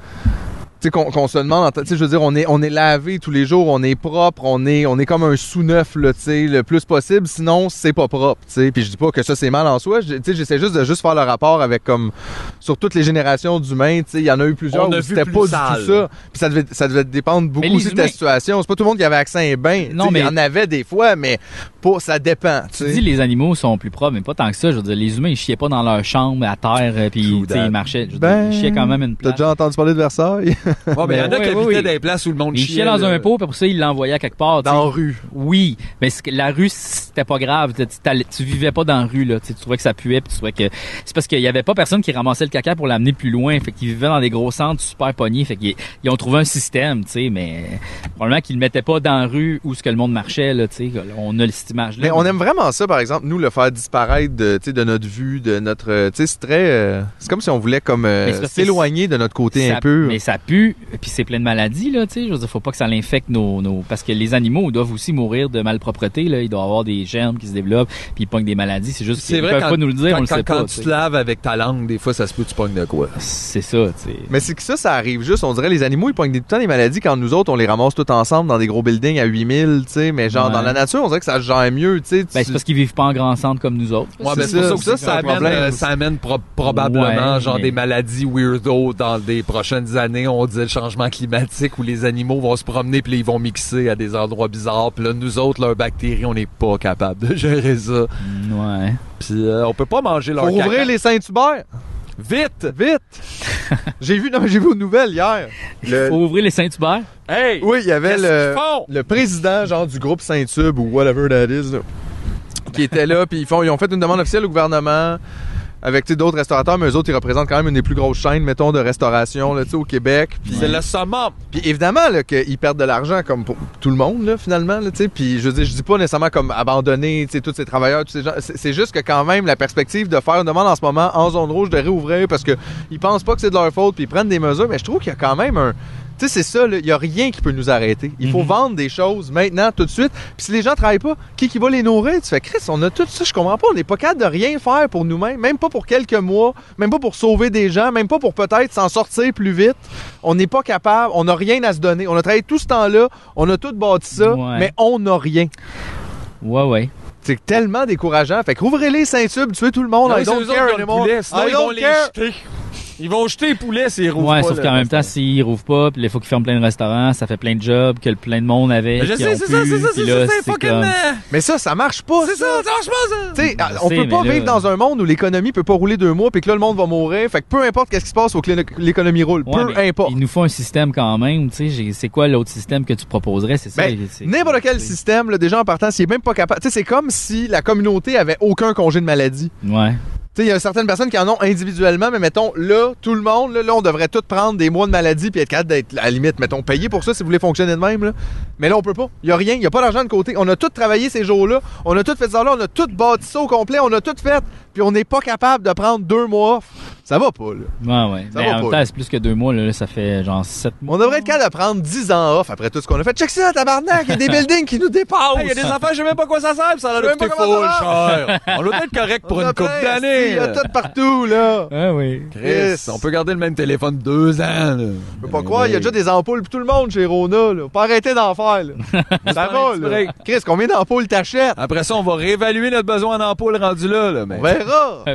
B: Tu sais, qu'on qu'on se demande, en tant- tu sais, je veux dire, on est, on est lavé tous les jours, on est propre, on est, on est comme un sous-neuf, là, tu sais, le plus possible, sinon, c'est pas propre, tu sais. Puis je dis pas que ça, c'est mal en soi, je- tu sais, j'essaie juste de juste faire le rapport avec, comme, sur toutes les générations d'humains, tu sais, il y en a eu plusieurs
A: On a
B: où
A: vu
B: c'était
A: plus
B: pas
A: sale.
B: du tout ça. Puis ça devait, ça devait dépendre beaucoup
C: les
B: aussi de ta
C: humains-
B: situation. C'est pas tout le monde qui avait accès à un bain.
C: Non,
B: Non, mais...
C: mais-
B: Il y en avait des fois, mais pas, ça dépend, tu
C: Tu
B: sais.
C: dis les animaux sont plus propres, mais pas tant que ça. Je veux dire, les humains, ils chiaient pas dans leur chambre à terre, euh, puis
A: True
C: tu sais,
A: that.
C: ils marchaient. Je veux dire,
B: Ben,
C: ils chiaient quand même une
B: T'as
C: place.
B: déjà entendu parler de Versailles?
A: Ouais, mais il y en a
C: Ouais,
A: qui
C: ouais,
A: habitaient
C: ouais.
A: dans des places où le monde
C: Ils chiaient dans
A: là.
C: un pot, puis pour ça, ils l'envoyaient à quelque part. tu sais.
B: euh, Dans la rue.
C: Oui, mais c'est que la rue, c'était pas grave. Tu- Tu t'allais- tu vivais pas dans la rue, là. Tu sais, tu trouvais que ça puait, puis tu trouvais que... C'est parce qu'il y avait pas personne qui ramassait le caca pour l'amener plus loin. Fait qu'ils vivaient dans des gros centres super pognés. Fait qu'ils ils ont trouvé un système, tu sais, mais... Probablement qu'ils le mettaient pas dans la rue où ce que le monde marchait, là, tu sais. On a cette image-là.
B: Mais on aime vraiment ça, par exemple, nous, le faire disparaître de, tu sais, de notre vue, de notre. euh, tu sais, c'est très. euh, c'est comme si on voulait comme euh,
C: Mais c'est parce que
B: s'éloigner de notre côté
C: Ça-
B: un peu. hein.
C: Mais ça pue, puis c'est plein de maladies, là, tu sais. Je veux dire, faut pas que ça l'infecte nos, nos- Parce que les animaux doivent aussi mourir de malpropreté, là. Ils doivent avoir des germes qui se développent, puis ils pognent des maladies. C'est juste
A: C'est
C: qu'ils
A: vrai
C: peuvent
A: quand-
C: pas nous le dire, on
A: Quand,
C: le sait
A: quand-
C: pas.
A: quand
C: tu
A: tu
C: sais.
A: te laves avec ta langue, des fois, ça se peut que tu pognes de quoi.
C: C'est ça, tu sais. Ben,
B: Mais c'est que ça, ça arrive juste. On dirait les animaux, ils pognent des, tout le temps des maladies quand nous autres, on les ramasse tous ensemble dans des gros buildings à 8000, tu sais. Mais genre,
C: Ouais.
B: dans la nature, on dirait que ça se gère mieux, tu sais. tu-
C: Ben, c'est parce qu'ils vivent pas en grand centre comme nous autres.
A: Ouais,
B: C'est
A: ben, c'est pour
B: ça,
A: ça que ça,
B: c'est
A: ça
B: un
A: amène,
B: problème.
A: euh, ça amène pro- probablement
C: Ouais,
A: genre
C: mais-
A: des maladies weirdo dans des prochaines années. On dit le changement climatique où les animaux vont se promener puis là, ils vont mixer à des endroits bizarres. Puis là, nous autres, leurs bactéries, on n'est pas capable de gérer ça.
C: Ouais.
A: Puis euh, on peut pas manger leur
B: Faut
A: caca.
B: ouvrir les Saint-Hubert.
A: Vite!
B: Vite! j'ai vu, non, mais j'ai vu aux nouvelles hier. Le-
C: Faut ouvrir les Saint-Hubert.
A: Hey!
B: Oui, il y avait
A: Qu'est-ce
B: le,
A: qu'ils font?
B: le président genre du groupe Saint-Tube ou whatever that is là, qui était là puis ils font ils ont fait une demande officielle au gouvernement avec tu sais, d'autres restaurateurs mais eux autres ils représentent quand même une des plus grosses chaînes mettons de restauration là, tu sais, au Québec puis
A: C'est le summum!
B: puis évidemment là, qu'ils perdent de l'argent comme pour tout le monde là, finalement là, tu sais. puis je veux dire, je dis pas nécessairement comme abandonner tu sais, tous ces travailleurs tous ces gens c'est c'est juste que quand même la perspective de faire une demande en ce moment en zone rouge de réouvrir parce que ils pensent pas que c'est de leur faute puis ils prennent des mesures mais je trouve qu'il y a quand même un tu sais, c'est ça, là, il y a rien qui peut nous arrêter. Il faut
C: Mhm.
B: vendre des choses maintenant, tout de suite. Puis si les gens travaillent pas, qui qui va les nourrir? Tu fais, Chris, on a tout ça, je comprends pas. On n'est pas capable de rien faire pour nous-mêmes, même pas pour quelques mois, même pas pour sauver des gens, même pas pour peut-être s'en sortir plus vite. On n'est pas capable, on n'a rien à se donner. On a travaillé tout ce temps-là, on a tout bâti ça,
C: Ouais.
B: mais on n'a rien.
C: Ouais, ouais.
B: C'est tellement décourageant. Fait que rouvrez-les, Saint-Tube, tuez tout le monde. I
A: Non,
B: don't
A: c'est eux autres qui
B: care
A: ont le
B: anymore.
A: poulet, sinon
B: I
A: ils vont
B: don't
A: les
B: care.
A: jeter. Ils vont jeter les poulets s'ils rouvrent
C: ouais,
A: pas,
C: sauf
A: là.
C: qu'en même temps, s'ils rouvrent pas, puis il faut qu'ils ferment plein de restaurants, ça fait plein de jobs, que le plein de monde avait.
A: Je
C: qui
A: sais,
C: ont
A: c'est ça,
C: pu,
A: c'est ça,
C: puis
A: c'est
C: là,
A: ça, c'est fucking...
C: comme-
A: euh,
B: Mais ça, ça marche pas.
A: C'est ça, franchement, ça!
B: Tu sais, ah,
C: Je
B: on
C: sais,
B: peut pas
C: mais là-
B: vivre dans un monde où l'économie peut pas rouler deux mois puis que là le monde va mourir. Fait que peu importe qu'est-ce qui se passe, faut que l'é- l'économie roule.
C: Ouais,
B: peu
C: mais
B: importe.
C: Ils nous font un système quand même, tu sais. j'ai- C'est quoi l'autre système que tu proposerais, c'est ça?
B: Ben,
C: c'est-
B: N'importe quel
C: c'est-
B: système, là, déjà en partant, s'il est même pas capable. Tu sais, c'est comme si la communauté avait aucun congé de maladie.
C: Ouais.
B: Tu sais, il y a certaines personnes qui en ont individuellement, mais mettons, là, tout le monde, là, là, on devrait tous prendre des mois de maladie puis être capable d'être, à la limite, mettons, payé pour ça si vous voulez fonctionner de même, là. Mais là, on peut pas. Il y a rien, il y a pas d'argent de côté. On a tous travaillé ces jours-là, on a tous fait ça là, on a tout bâti ça au complet, on a tout fait, puis on n'est pas capable de prendre deux mois off. Ça va pas, là.
C: Ouais, ouais.
B: Ça
C: Mais
B: va
C: en même
B: pas,
C: temps,
B: là.
C: c'est plus que deux mois, là, là, ça fait genre sept mois.
B: On devrait être capable de prendre 10 ans off après tout ce qu'on a fait. Check ça, tabarnak, il y a des buildings qui nous dépassent.
A: Ah, Il y a des affaires, je sais même pas quoi ça sert, puis ça a
B: Je
A: l'air
B: sais
A: de coûter
B: même pas comment
A: full cher. On doit être correct pour
B: On
A: une
B: a
A: couple
B: plein,
A: d'années.
B: Il y a tout partout, là.
C: Ah oui.
A: Chris, on peut garder le même téléphone deux ans, là.
B: Je peux pas croire, il y a déjà des ampoules pour tout le monde chez Rona, là. Faut Pas arrêter d'en faire, là.
A: prendre un
B: Ça va,
A: petit
B: là.
A: break.
B: Chris, combien d'ampoules t'achètes?
A: Après ça, on va réévaluer notre besoin en ampoules rendu là, là, mais...
B: On verra.
C: Puis là,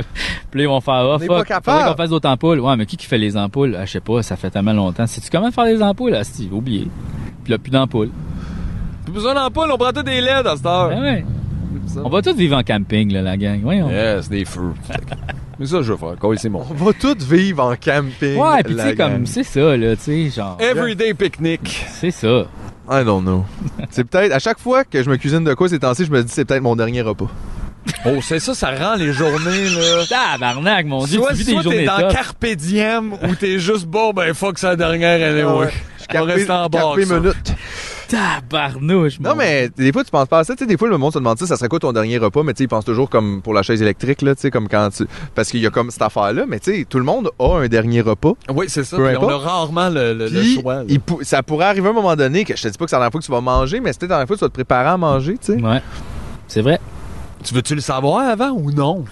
C: ils vont faire
B: On
C: off.
B: est pas capable.
C: Faudrait qu'on fasse d'autres ampoules. Ouais, mais qui qui fait les ampoules? Ah, je sais pas, ça fait tellement longtemps. Sais-tu comment faire les ampoules? Ah, Steve, oublié. Puis là, plus d'ampoules.
A: Plus besoin d'ampoules, on prend tous des LED à cette heure.
C: Ah ouais. On va tous vivre en camping, là, la gang. Voyons.
B: Euh,
A: Yes, des feux. mais ça, je vais faire. Quoi, c'est mon...
B: On va tous vivre en camping.
C: Ouais, puis tu
B: la
C: sais,
B: gang. Euh.
C: comme, c'est ça, là, tu sais, genre.
A: Everyday picnic.
C: C'est ça.
B: I don't know. C'est peut-être. À chaque fois que je me cuisine de quoi ces temps-ci, je me dis c'est peut-être mon dernier repas.
A: Oh, c'est ça, ça rend les journées, là...
C: Tabarnak, mon dieu,
A: Soit,
C: tu vis des
A: soit t'es
C: journées
A: dans
C: top.
A: Carpe Diem ou t'es juste bon, ben fuck sa dernière année,
B: Ah
A: ouais.
B: ouais.
A: On reste en bas.
B: Carpe minute.
C: Tabarnouche, mon
B: Non, mais des fois, tu penses pas à ça. Tu sais, des fois, le monde se demande, tu sais, ça serait quoi ton dernier repas? Mais tu sais, ils pensent toujours comme pour la chaise électrique, là, tu sais, comme quand tu. Parce qu'il y a comme cette affaire-là, mais tu sais, tout le monde a un dernier repas.
A: Oui, c'est ça.
B: Peu
A: puis on a
B: importe.
A: rarement le, le- le
B: Puis,
A: choix. là.
B: il pou- ça pourrait arriver à un moment donné que je te dis pas que c'est la dernière fois que tu vas manger, mais c'est peut-être la dernière fois que tu vas te préparer à manger, tu sais.
C: Ouais. C'est vrai.
A: Tu veux-tu le savoir avant ou non?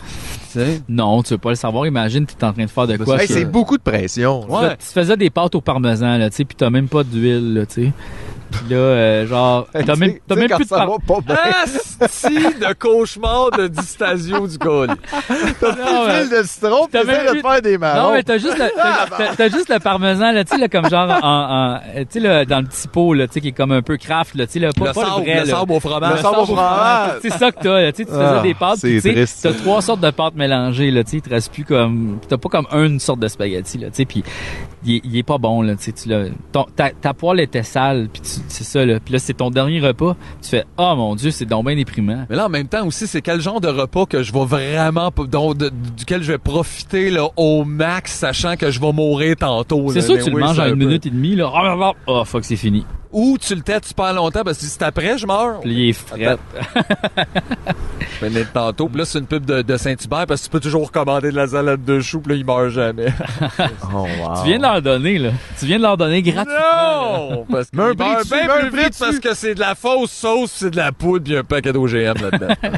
A: tu sais.
C: Non, tu veux pas le savoir. Imagine, t'es en train de faire de quoi.
B: Hey,
C: que-
B: c'est beaucoup de pression.
C: Tu fais- Tu faisais des pâtes au parmesan, là, tu sais, pis t'as même pas d'huile, là, tu sais. Puis Là, euh, genre, t'as même, t'as même plus de par-
A: Asti de cauchemar de distasio du col.
C: Non, mais-
B: de citron,
C: Ah, T'as même
B: t'essaies de
C: plus-
B: faire des
C: Non,
B: marrons.
C: mais t'as juste le, t'as- t'as- t'as juste le parmesan, là, tu sais, là, comme genre, en, en- tu sais, là, dans le petit pot, là, tu sais, qui est comme un peu craft, là, tu sais, là, pas,
A: Le
C: pas
A: sable,
C: le vrai,
A: le
C: là.
A: sable au fromage.
B: Le sable au fromage.
C: C'est ça que t'as, là, tu sais, tu faisais
B: Ah,
C: des pâtes,
B: c'est
C: pis tu sais,
B: triste.
C: t'as trois sortes de pâtes mélangées, là, tu sais, il te reste plus comme, t'as pas comme une sorte de spaghetti, là, tu sais, pis il est- il est pas bon, là, tu sais, tu l'as- ton- ta, ta poêle était sale, pis tu- c'est ça, là, pis là, c'est ton dernier repas, tu fais, oh mon dieu, c'est donc bien déprimant.
A: Mais là, en même temps aussi, c'est quel genre de repas que je vais vraiment, pas- dont, de- duquel je vais profiter là, au max, sachant que je vais mourir tantôt.
C: C'est
A: là.
C: sûr que
A: Oh, Mais
C: tu
A: oui,
C: le manges
A: c'est
C: en
A: un
C: une
A: peu-
C: minute et demie, là, oh fuck, c'est fini.
A: Ou tu le têtes super longtemps parce que si c'est après, je meurs.
C: Pis là, il est frais.
A: Je venais de tantôt. Puis là, c'est une pub de, de Saint-Hubert parce que tu peux toujours commander de la salade de choux, puis là, il meurt jamais.
B: Oh, wow.
C: Tu viens de leur donner, là. Tu viens de leur donner gratuit.
A: non! Parce qu'il
B: Mets un
A: meurt
B: prix dessus,
A: bien
B: mets un
A: plus
B: prix
A: vite parce
B: dessus.
A: que c'est de la fausse sauce, c'est de la poudre, puis un paquet d'OGM là-dedans.
B: Ben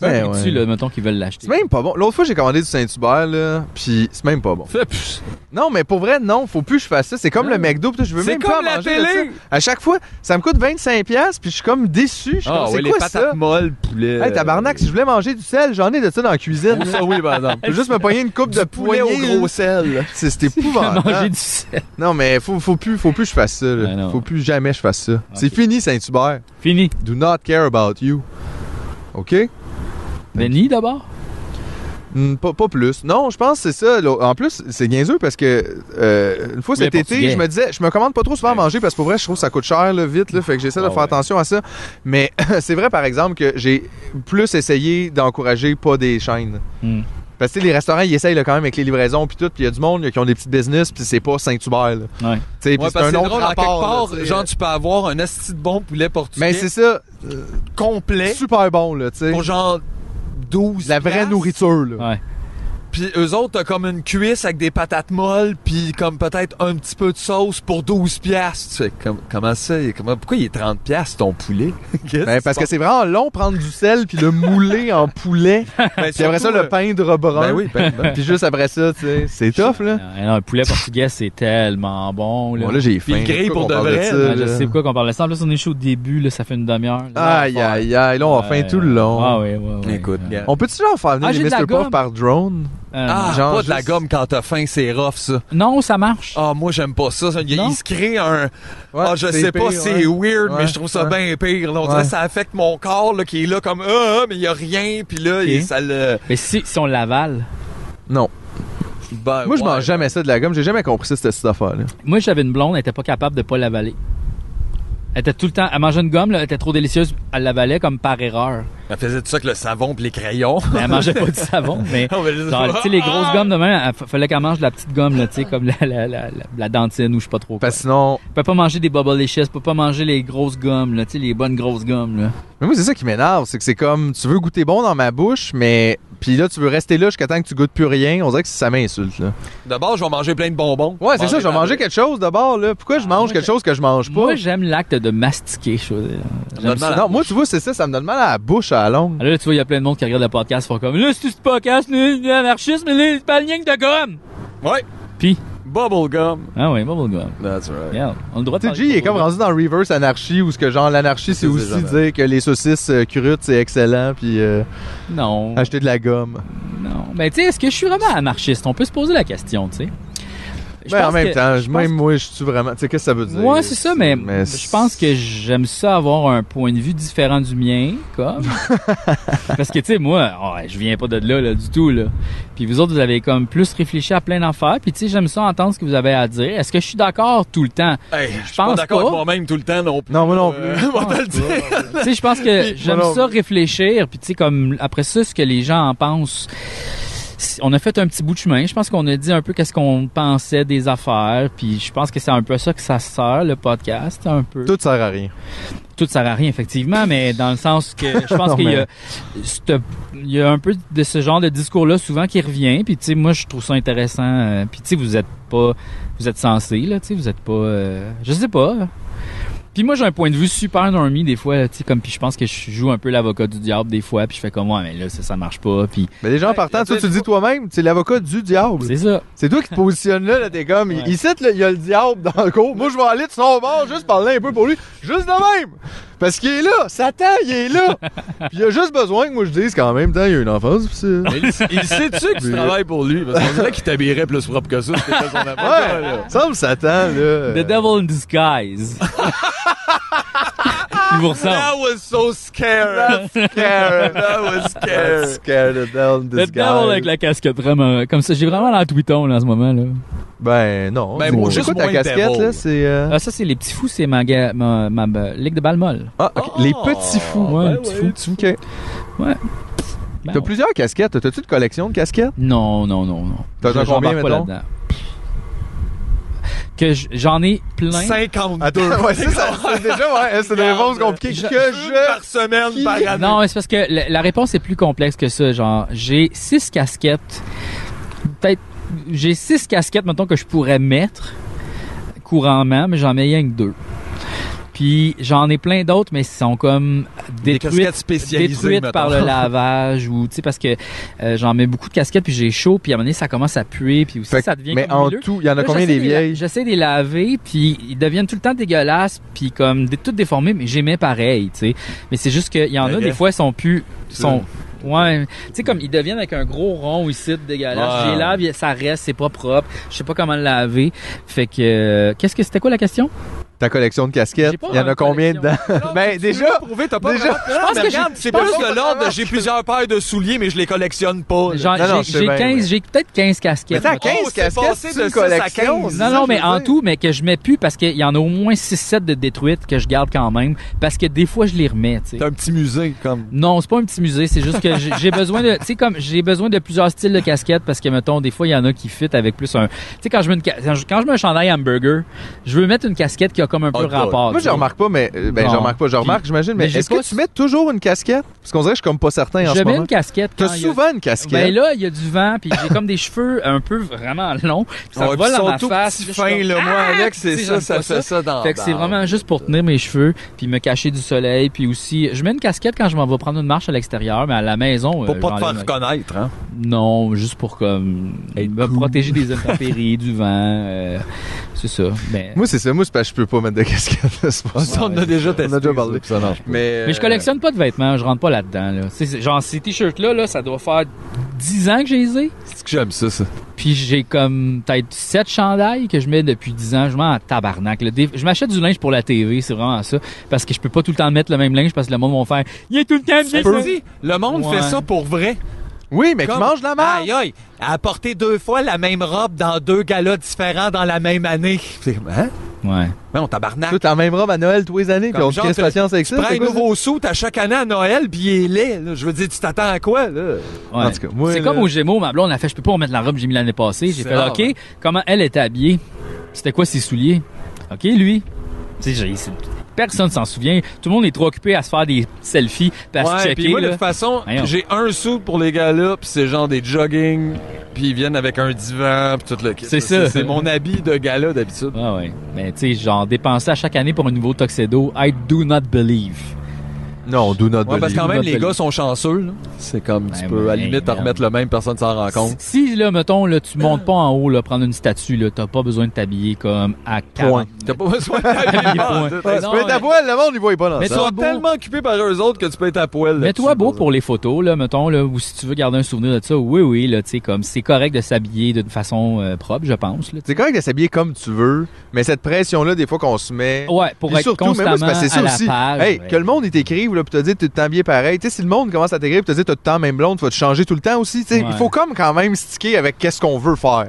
C: Ben,
B: ouais.
C: tu, là, mettons qu'ils veulent l'acheter.
B: C'est même pas bon. L'autre fois, j'ai commandé du Saint-Hubert, là, puis c'est même pas bon.
A: Fais plus.
B: Non, mais pour vrai, non, faut plus que je fasse ça. C'est comme le McDo, puis je veux
A: C'est
B: même
A: comme
B: pas en
A: la
B: manger de
A: télé.
B: ça. À chaque fois, ça me coûte 25$, piastres, puis je suis comme déçu. Je suis
A: Ah
B: comme,
A: oui,
B: c'est
A: les
B: quoi
A: patates
B: ça?
A: molles, poulet.
B: Hey, tabarnak, si je voulais manger du sel, j'en ai de ça dans la cuisine.
A: ça, euh, oui, ben par exemple.
B: Je peux juste me pogner une coupe de
A: poulet au
B: poignée,
A: gros
B: là.
A: sel.
B: C'est c'est
C: manger
B: épouvantable.
C: du sel.
B: Non, mais faut, faut, plus, faut plus que je fasse ça. là.
C: Ben non.
B: faut plus jamais que je fasse ça. C'est
C: Ok.
B: fini, Saint-Hubert.
C: Fini.
B: Do not care about you. OK?
C: Denis, d'abord.
B: Hmm, pas, pas plus. Non, je pense que c'est ça. L'au- En plus, c'est niaiseux parce que euh, une fois
C: Oui,
B: cet été,
C: portugais.
B: je me disais, je me commande pas trop souvent à manger parce que pour vrai, je trouve que ça coûte cher là, vite. Là, fait que j'essaie de
C: Ah
B: faire
C: ouais.
B: attention à ça. Mais c'est vrai, par exemple, que j'ai plus essayé d'encourager pas des chaînes.
C: Hmm.
B: Parce que tu sais, les restaurants, ils essayent là, quand même avec les livraisons puis tout, puis il y a du monde là, qui ont des petits business, puis c'est pas Saint-Hubert. là. Tu
C: Ouais.
B: sais, puis
A: Ouais,
B: c'est
A: parce que
B: un
A: c'est
B: autre
A: drôle, en quelque
B: rapport,
A: part,
B: là, tu sais.
A: genre, tu peux avoir un asti de bon poulet portugais
B: Mais c'est ça,
A: complet
B: super bon là, tu sais.
A: Eh? pour genre 12
B: La vraie
A: piastres.
B: nourriture
A: Ah,
B: là.
C: Ouais.
A: Puis eux autres, t'as comme une cuisse avec des patates molles, puis comme peut-être un petit peu de sauce pour 12 piastres. Tu fais, comme- comment ça? il est- comment- pourquoi il est 30 piastres, ton poulet? Qu'est-ce
B: Ben, parce que c'est vraiment long prendre du sel puis le mouler en poulet.
A: Ben,
B: Puis après ça,
A: surtout,
B: le peindre brun.
A: Ben oui, ben, ben.
B: Puis juste après ça, tu sais, c'est tough, là.
C: Ah, non, le poulet portugais, c'est tellement bon, là.
B: Bon, là, j'ai faim.
A: le grille
B: Pourquoi
A: pour
B: qu'on
A: de
B: parle
A: vrai,
B: ça,
C: Ah, je
B: là?
C: sais pourquoi qu'on parle de ça. En plus, on est chaud au début, là, ça fait une demi-heure. là.
B: Aïe, aïe, aïe. Là, on a faim
C: Ouais.
B: tout le long.
C: Ah, ouais, ouais, ouais.
A: Écoute,
C: Ouais.
A: gars.
B: On peut-tu genre faire venir
C: Ah,
B: les
C: j'ai de la
B: Mr. Puff
C: gomme.
B: par drone?
A: Ah,
C: Ah,
B: Genre
A: pas de la
B: juste-
A: gomme quand t'as faim, c'est rough, ça.
C: non. Non, ça marche.
A: Ah, moi, j'aime pas ça. ça. Il,
C: Non?
A: il se crée un...
B: Ouais,
A: ah, je
B: c'est
A: sais pas,
B: pire,
A: c'est
B: ouais.
A: weird,
B: Ouais,
A: mais je trouve ça bien
B: ouais.
A: pire. là. On
B: Ouais.
A: dirait que ça affecte mon corps, là, qui est là comme... Ah, ah, mais il y a rien, puis là, il-
C: Ok.
A: ça le...
C: Mais si, si on l'avale.
B: Non.
A: Ben,
B: Moi, je
A: ouais.
B: mange jamais ça de la gomme. J'ai jamais compris ça, cette cette affaire-là.
C: Moi, j'avais une blonde, elle était pas capable de pas l'avaler. Elle était tout le temps, elle mangeait une gomme, là, elle était trop délicieuse, elle l'avalait comme par erreur.
A: Elle faisait tout ça avec le savon puis les crayons.
C: Mais elle mangeait pas du savon, mais
A: On va juste-
C: Genre, tu sais, les grosses gommes de même, elle- fa- fallait qu'elle mange de la petite gomme, là, tu sais, comme la, la, la, la- la dentine ou je sais pas trop quoi.
B: Parce que sinon.
C: Elle peut pas manger des bubble liches, elle peut pas manger les grosses gommes, là, tu sais, les bonnes grosses gommes, là.
B: Mais moi, c'est ça qui m'énerve. C'est que c'est comme, tu veux goûter bon dans ma bouche, mais. Puis là, tu veux rester là jusqu'à temps que tu goûtes plus rien. On dirait que ça m'insulte, là.
A: D'abord, je vais manger plein Ah! de bonbons.
B: Ouais, c'est ça. Je vais manger quelque chose d'abord, là. Pourquoi je mange
C: Ah, moi,
B: quelque
C: j'ai-
B: chose que je mange pas?
C: Moi, j'aime l'acte de mastiquer, je veux dire.
A: J'aime
B: Non, moi, tu vois, c'est ça. Ça me donne mal à la bouche à la longue.
C: Ah, Là, tu vois, il y a plein de monde qui regarde le podcast, font comme, là, c'est tout ce podcast, là, il y a un anarchiste, mais là, c'est pas le lien que de gomme!
A: Ouais.
C: Puis?
A: Bubblegum.
C: Ah ouais, bubble gomme.
A: That's right.
C: Regarde, on a le droit de
B: Tu sais,
C: parler
B: G, il est
C: pour
B: comme
C: eux.
B: rendu dans Reverse Anarchy où ce que genre l'anarchie c'est
A: Je sais
B: aussi
A: jamais.
B: dire que les saucisses euh, crues, c'est excellent puis euh,
C: Non.
B: acheter de la gomme.
C: Non. Mais tu sais, est-ce que je suis vraiment anarchiste? On peut se poser la question, tu sais. Je
B: Mais Ben, en
C: pense
B: même
C: que-
B: temps,
C: je
B: je-
C: pense
B: même moi je suis vraiment, tu sais qu'est-ce que ça veut dire
C: Moi, c'est ça, mais, je
B: c'est-
C: pense que j'aime ça avoir un point de vue différent du mien, comme. Parce que, tu sais, moi, oh, je viens pas de là, là, du tout, là. Puis vous autres, vous avez comme plus réfléchi à plein d'affaires. Puis, tu sais, j'aime ça entendre ce que vous avez à dire. Est-ce que je suis d'accord tout le temps?
A: Hey, je suis
C: pense
A: pas d'accord
C: pas.
A: avec moi-même tout le temps non plus.
B: Non, moi non
A: Euh,
B: plus.
A: on va te le dire.
C: tu sais, je pense que j'aime
B: Voilà.
C: ça réfléchir. Puis, tu sais, comme, après ça, ce que les gens en pensent. Si- On a fait un petit bout de chemin. Je pense qu'on a dit un peu qu'est-ce qu'on pensait des affaires. Puis, je pense que c'est un peu ça que ça sert, le podcast, un peu.
B: Tout sert à rien.
C: tout sert à rien effectivement, mais dans le sens que je pense
B: Non,
C: qu'il y a
B: mais-
C: c'te- il y a un peu de ce genre de discours là souvent qui revient puis tu sais moi je trouve ça intéressant euh, puis tu sais vous êtes pas vous êtes censé là, tu sais vous êtes pas euh, je sais pas. Puis moi, j'ai un point de vue super normie des fois, là, tu sais, comme puis je pense que je joue un peu l'avocat du diable des fois, puis je fais comme ouais, mais là ça, ça marche pas, puis
B: Mais déjà, en
A: Ouais,
B: partant, toi,
A: tu sais,
B: tu le dis toi-même, c'est l'avocat du diable.
C: c'est ça.
B: C'est toi qui te positionnes là, là, t'es comme,
C: Ouais.
B: ici, là, il y a le diable dans le cours. Moi, je vais aller de son bord, juste parler un peu pour lui, juste de même. Parce qu'il est là, Satan, il est là. Puis il a juste besoin que moi je dise qu'en même temps, il y a une enfance difficile.
A: Mais il, il sait-tu que tu travailles pour lui? Parce qu'on dirait qu'il t'habillerait plus propre que ça si t'étais son avocat, ah, ben, là.
B: Ouais, semble Satan, là.
C: The devil in disguise. Il vous ressemble.
A: That was so scary.
B: That's scary.
A: That was
B: That's
A: scary.
B: scared of hell in
C: Le
B: disguise.
C: devil avec la casquette vraiment comme ça, j'ai vraiment l'air twiton là, en ce moment là.
B: Ben, non.
A: Ben,
B: c'est-
A: moi,
B: c'est
A: juste
B: quoi ta
A: moins
B: casquette,
A: devil.
B: là? C'est. euh,
C: Ah ça c'est les petits fous, c'est ma, ga- ma, ma- ma- ligue de balle molle.
B: Ah, ok,
A: Oh.
B: les petits fous.
C: Ouais, les petits fous.
B: Ok.
C: Ben,
B: Ah, T'as
C: on-
B: plusieurs casquettes. T'as-tu une collection de casquettes?
C: Non, non, non, non.
B: T'as
C: Je-
B: un combien,
C: j'embarque pas
B: mettons?
C: là-dedans. Que j- j'en ai plein.
A: 52
B: ouais, c'est ça. C'est déjà, ouais, c'est une réponse compliquée.
A: Je-
B: Que
A: une
B: je.
A: par semaine,
B: Qui-
A: par année.
C: Non, mais c'est parce que la, la réponse est plus complexe que ça. Genre, j'ai six casquettes. Peut-être, j'ai six casquettes, maintenant que je pourrais mettre couramment, mais j'en mets rien que deux. Puis j'en ai plein d'autres, mais ils sont comme
A: Des
C: détruites,
A: casquettes spécialisées,
C: détruites par le
A: mettons.
C: lavage ou tu sais parce que euh, j'en mets beaucoup de casquettes puis j'ai chaud puis à un moment donné ça commence à puer puis aussi
B: Fait que-
C: ça devient
B: mais
C: comme
B: en
C: moelleux.
B: tout, il y en a
C: Là,
B: combien
C: j'essaie
B: des
C: de les la-
B: vieilles?
C: J'essaie de les laver, puis ils deviennent tout le temps dégueulasses, puis comme des, toutes déformées, mais j'aimais pareil, tu sais. Mais c'est juste qu'il y en a,
A: Ok.
C: des fois, ils sont plus... ils sont
A: Mm.
C: Ouais, tu sais, comme ils deviennent avec un gros rond ici, de dégueulasse.
A: Ouais.
C: Je les lave, y- ça reste, c'est pas propre. Je sais pas comment le laver. Fait que... euh, Qu'est-ce que c'était quoi la question?
B: Ah, Ta collection de
C: J'ai
B: casquettes,
C: pas
B: il y en a
C: une
B: combien
C: collection.
B: dedans? Ben, déjà-
A: t'as
B: pas vraiment-
A: je
C: pense que j'ai-
A: c'est
C: je pense
A: plus
C: que-
A: de l'ordre, j'ai plusieurs paires de souliers, mais je les collectionne pas. là.
C: Genre,
B: non, non,
C: j'ai-
B: je sais
C: j'ai
B: bien,
C: 15,
B: mais-
C: j'ai peut-être 15
B: Mais
C: casquettes.
B: t'as
C: mettons.
B: 15
A: c'est
B: casquettes,
A: passé
B: c'est
A: de
B: une
A: six à
B: collection.
A: 15.
C: Non, non, mais en
B: tout
C: tout, mais que je mets plus parce qu'il y en a au moins 6-7 de détruites que je garde quand même, parce que des fois, je les remets, tu sais.
A: T'as un petit musée, comme.
C: Non, c'est pas un petit musée, c'est juste que j'ai j'ai besoin de, tu sais comme j'ai besoin de plusieurs styles de casquettes parce que mettons des fois il y en a qui fit avec plus un, tu sais quand je mets une ca- quand je- quand je mets un chandail hamburger, je veux mettre une casquette qui a comme un peu
A: Hot dog.
C: rapport.
B: Moi,
C: tu
B: je
C: sais.
B: remarque pas, mais euh, ben,
C: Non.
B: je remarque pas, je remarque, j'imagine, mais,
C: mais j'ai
B: est-ce
C: pas-
B: que tu mets toujours une casquette? Parce qu'on dirait que je suis comme pas certain en
C: Je
B: ce
C: mets
B: moment.
C: une casquette.
B: T'as
C: quand il y a-
B: souvent une casquette.
C: Ben là, il y a du vent, puis j'ai comme des cheveux un peu vraiment longs, puis ça
A: Ouais, puis
C: vole
A: ils
C: dans
A: sont
C: ma
A: tout
C: face.
A: petits
C: puis je suis
A: fins,
C: comme,
A: là. Moi,
C: Ah!
A: Alex, c'est
C: Tu sais,
A: ça,
C: j'aime
A: ça
C: pas
A: fait ça dans.
C: Fait que c'est
A: dans-
C: vraiment juste pour tenir mes cheveux puis me cacher du soleil puis aussi je mets une casquette quand je m'en vais prendre une marche à l'extérieur mais à la maison
A: Pour pas
C: euh,
A: te
C: j'enlève
A: faire
C: ma-
A: reconnaître, hein.
C: Non, juste pour comme me protéger des intempéries, du vent. euh, c'est ça. Ben,
B: Moi, c'est ça. Moi, c'est parce que je peux pas mettre de casquette. là, c'est pas ça.
A: Ça, on a déjà
B: On a déjà parlé.
A: Mais,
C: mais je collectionne pas de vêtements, je rentre pas là-dedans. Là. C'est- c'est- genre ces t-shirts là, là, ça doit faire 10 ans que j'ai les ai.
A: C'est que j'aime ça, ça.
C: Puis j'ai comme peut-être 7 chandails que je mets depuis 10 ans. Je m'en en tabarnak. là. Des- Je m'achète du linge pour la TV, c'est vraiment ça. Parce que je peux pas tout le temps mettre le même linge parce que le monde va faire Il est tout le temps bien ça.
A: Petit, le monde
C: Ouais.
A: fait ça pour vrai.
B: Oui, mais
A: Comme-
B: qui mange de la merde.
C: hein.
A: Aïe, aïe, elle a porté deux fois la même robe dans deux galas différents dans la même année. C'est comme, hein?
C: Ouais.
A: Mais on tabarnak.
B: Tout en même robe à Noël tous les années, puis
A: Comme
B: on se
A: genre,
B: crée
A: tu-
B: patience avec
A: tu
B: ça.
A: prends
B: c'est
A: un
B: quoi,
A: nouveau soute à chaque année à Noël, puis il est laid. là. Je veux dire, tu t'attends à quoi, là?
C: Ouais.
B: En tout cas, moi, euh,
C: c'est
B: là-
C: comme aux Gémeaux, ma blonde a fait, je peux pas remettre la robe que j'ai mis l'année passée. J'ai
A: C'est
C: fait,
A: rare,
C: ok,
B: hein.
A: ouais.
C: comment elle était habillée C'était quoi ses souliers Ok, lui. Tu sais, j'ai- c'est- personne s'en souvient. Tout le monde est trop occupé à se faire des selfies, puis à se
A: Ouais, puis
C: checker.
A: moi, de
C: là.
A: toute façon,
C: Voyons.
A: j'ai un sou pour les gars là, puis c'est genre des jogging, puis ils viennent avec un divan, puis tout le kit.
C: C'est ça.
A: C'est mon habit de gala d'habitude.
C: Ah ouais. Mais tu sais, genre dépenser à chaque année pour un nouveau Tuxedo, I do not believe.
B: Non, do not
A: Ouais, parce que quand
B: believe.
A: même, les
C: Believe.
A: gars sont chanceux. là. C'est comme, tu
C: Ben Ouais,
A: peux
C: mais
A: à la
C: hey,
A: limite
C: merde.
A: remettre le même, personne s'en rend
C: Si,
A: compte.
C: si, là, mettons, là, tu montes pas en haut, là, prendre une statue, là, t'as pas besoin de t'habiller comme à 40.
A: T'as pas besoin d'habiller.
C: Point.
A: en tout.
B: Ouais,
C: Non,
B: tu peux être à
C: mais-
B: poil, le monde, il voit pas dans
C: Mais
A: Ils
B: ça.
C: Toi
A: sont
C: beau.
A: tellement occupés par eux autres que tu peux être à poil.
C: Mets-toi beau pour les photos, là, mettons, là, ou si tu veux garder un souvenir de ça, oui, oui, là, tu sais, comme, c'est correct de s'habiller d'une façon euh, propre, je pense, là.
B: C'est correct de s'habiller comme tu veux, mais cette pression-là, des fois, qu'on se met.
C: Ouais, pour
B: Puis
C: être
B: surtout, mais
C: constamment
B: moi, c'est parce que c'est
C: à
B: ça
C: la
B: aussi.
C: page.
B: Hey,
C: Ouais.
B: que le monde il t'écrive là, puis te dit t'es tout le temps bien pareil. Tu sais, si le monde commence à t'écrire, puis te dit t'as tout le temps même blonde, tu vas te changer tout le temps aussi. Tu sais,
C: Ouais. Ah,
B: il faut comme quand même sticker avec qu'est-ce qu'on veut faire.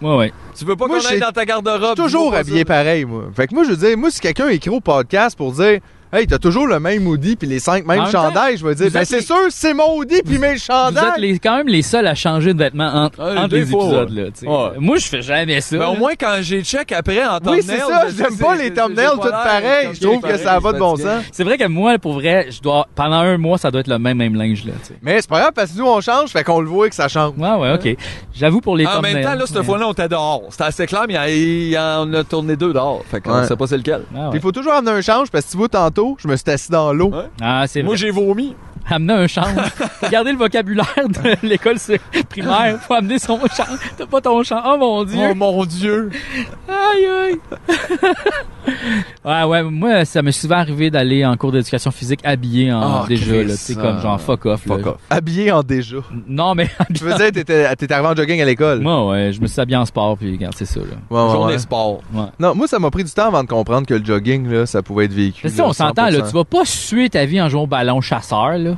C: Ouais, ouais.
A: Tu veux pas
B: Moi,
A: qu'on aille
B: j'ai
A: dans ta
B: Je
A: garde-robe.
B: suis toujours
A: dis-moi pas
B: habillé
A: ça.
B: pareil, moi. Fait que moi, je veux dire, moi, si quelqu'un écrit au podcast pour dire Hey, t'as toujours le même hoodie puis les cinq mêmes
C: En même
B: chandails, je veux dire.
C: vous
B: Ben,
C: êtes
B: c'est
C: les-
B: sûr, c'est mon hoodie puis mes
C: Vous êtes
B: chandails.
C: les, quand même les seuls à changer de vêtements entre,
A: Ouais,
C: entre
A: des
C: les
A: fois,
C: épisodes.
A: ouais.
C: Là, tu sais.
A: Ouais.
C: Moi, je fais jamais ça.
A: Ben, au
C: là.
A: moins, quand j'ai check après en thumbnail...
B: Oui, c'est ça,
A: je
B: j'aime
A: sais,
B: pas
A: c'est-
B: les
A: c'est- j'ai
B: thumbnails
A: pas
B: toutes
A: l'air
B: pareil. Je trouve que
A: pareil,
B: ça va de bon
A: fatigué.
B: sens.
C: C'est vrai que moi, pour vrai, je dois pendant un mois, ça doit être le même même linge là. tu sais.
B: Mais c'est pas grave parce que nous, on change, fait qu'on le voit que ça change.
C: Ouais, ouais, ok. J'avoue pour les
A: En même
C: thumbnails.
A: temps, là, cette
C: Ouais.
A: fois-là, on était dehors. C'était assez clair, mais il y en a tourné deux dehors. Fait qu'on
B: Ouais.
A: sait pas c'est lequel.
C: Ah,
B: Puis
C: ouais.
B: Il faut toujours amener un change parce que tu vois, tantôt, je me suis assis dans l'eau.
A: Ouais.
C: Ah, c'est
A: Moi,
C: vrai.
A: j'ai vomi.
C: Amener un change. Regardez le vocabulaire de l'école sec- primaire. Faut amener son change. T'as pas ton change. Oh mon dieu.
A: Oh mon Dieu!
C: Aïe, aïe. ouais, ouais, moi, ça m'est souvent arrivé d'aller en cours d'éducation physique habillé en
A: Ah,
C: déjà,
A: Christ,
C: là. Tu sais,
A: ça.
C: comme genre fuck off, là.
A: Fuck off.
B: Habillé en déjà.
C: Non, mais
B: Je veux dire, t'étais t'étais arrivé en jogging à l'école.
C: moi, ouais, je me suis habillé en sport, puis regarde, c'est ça, là.
B: Ouais, ouais,
A: Journée
B: ouais.
A: sport.
B: Non, moi, ça m'a pris du temps avant de comprendre que le jogging, là, ça pouvait être vécu.
C: Mais si
B: là,
C: on s'entend, là,
B: 100%.
C: tu vas pas suer ta vie en jouant au ballon chasseur, là.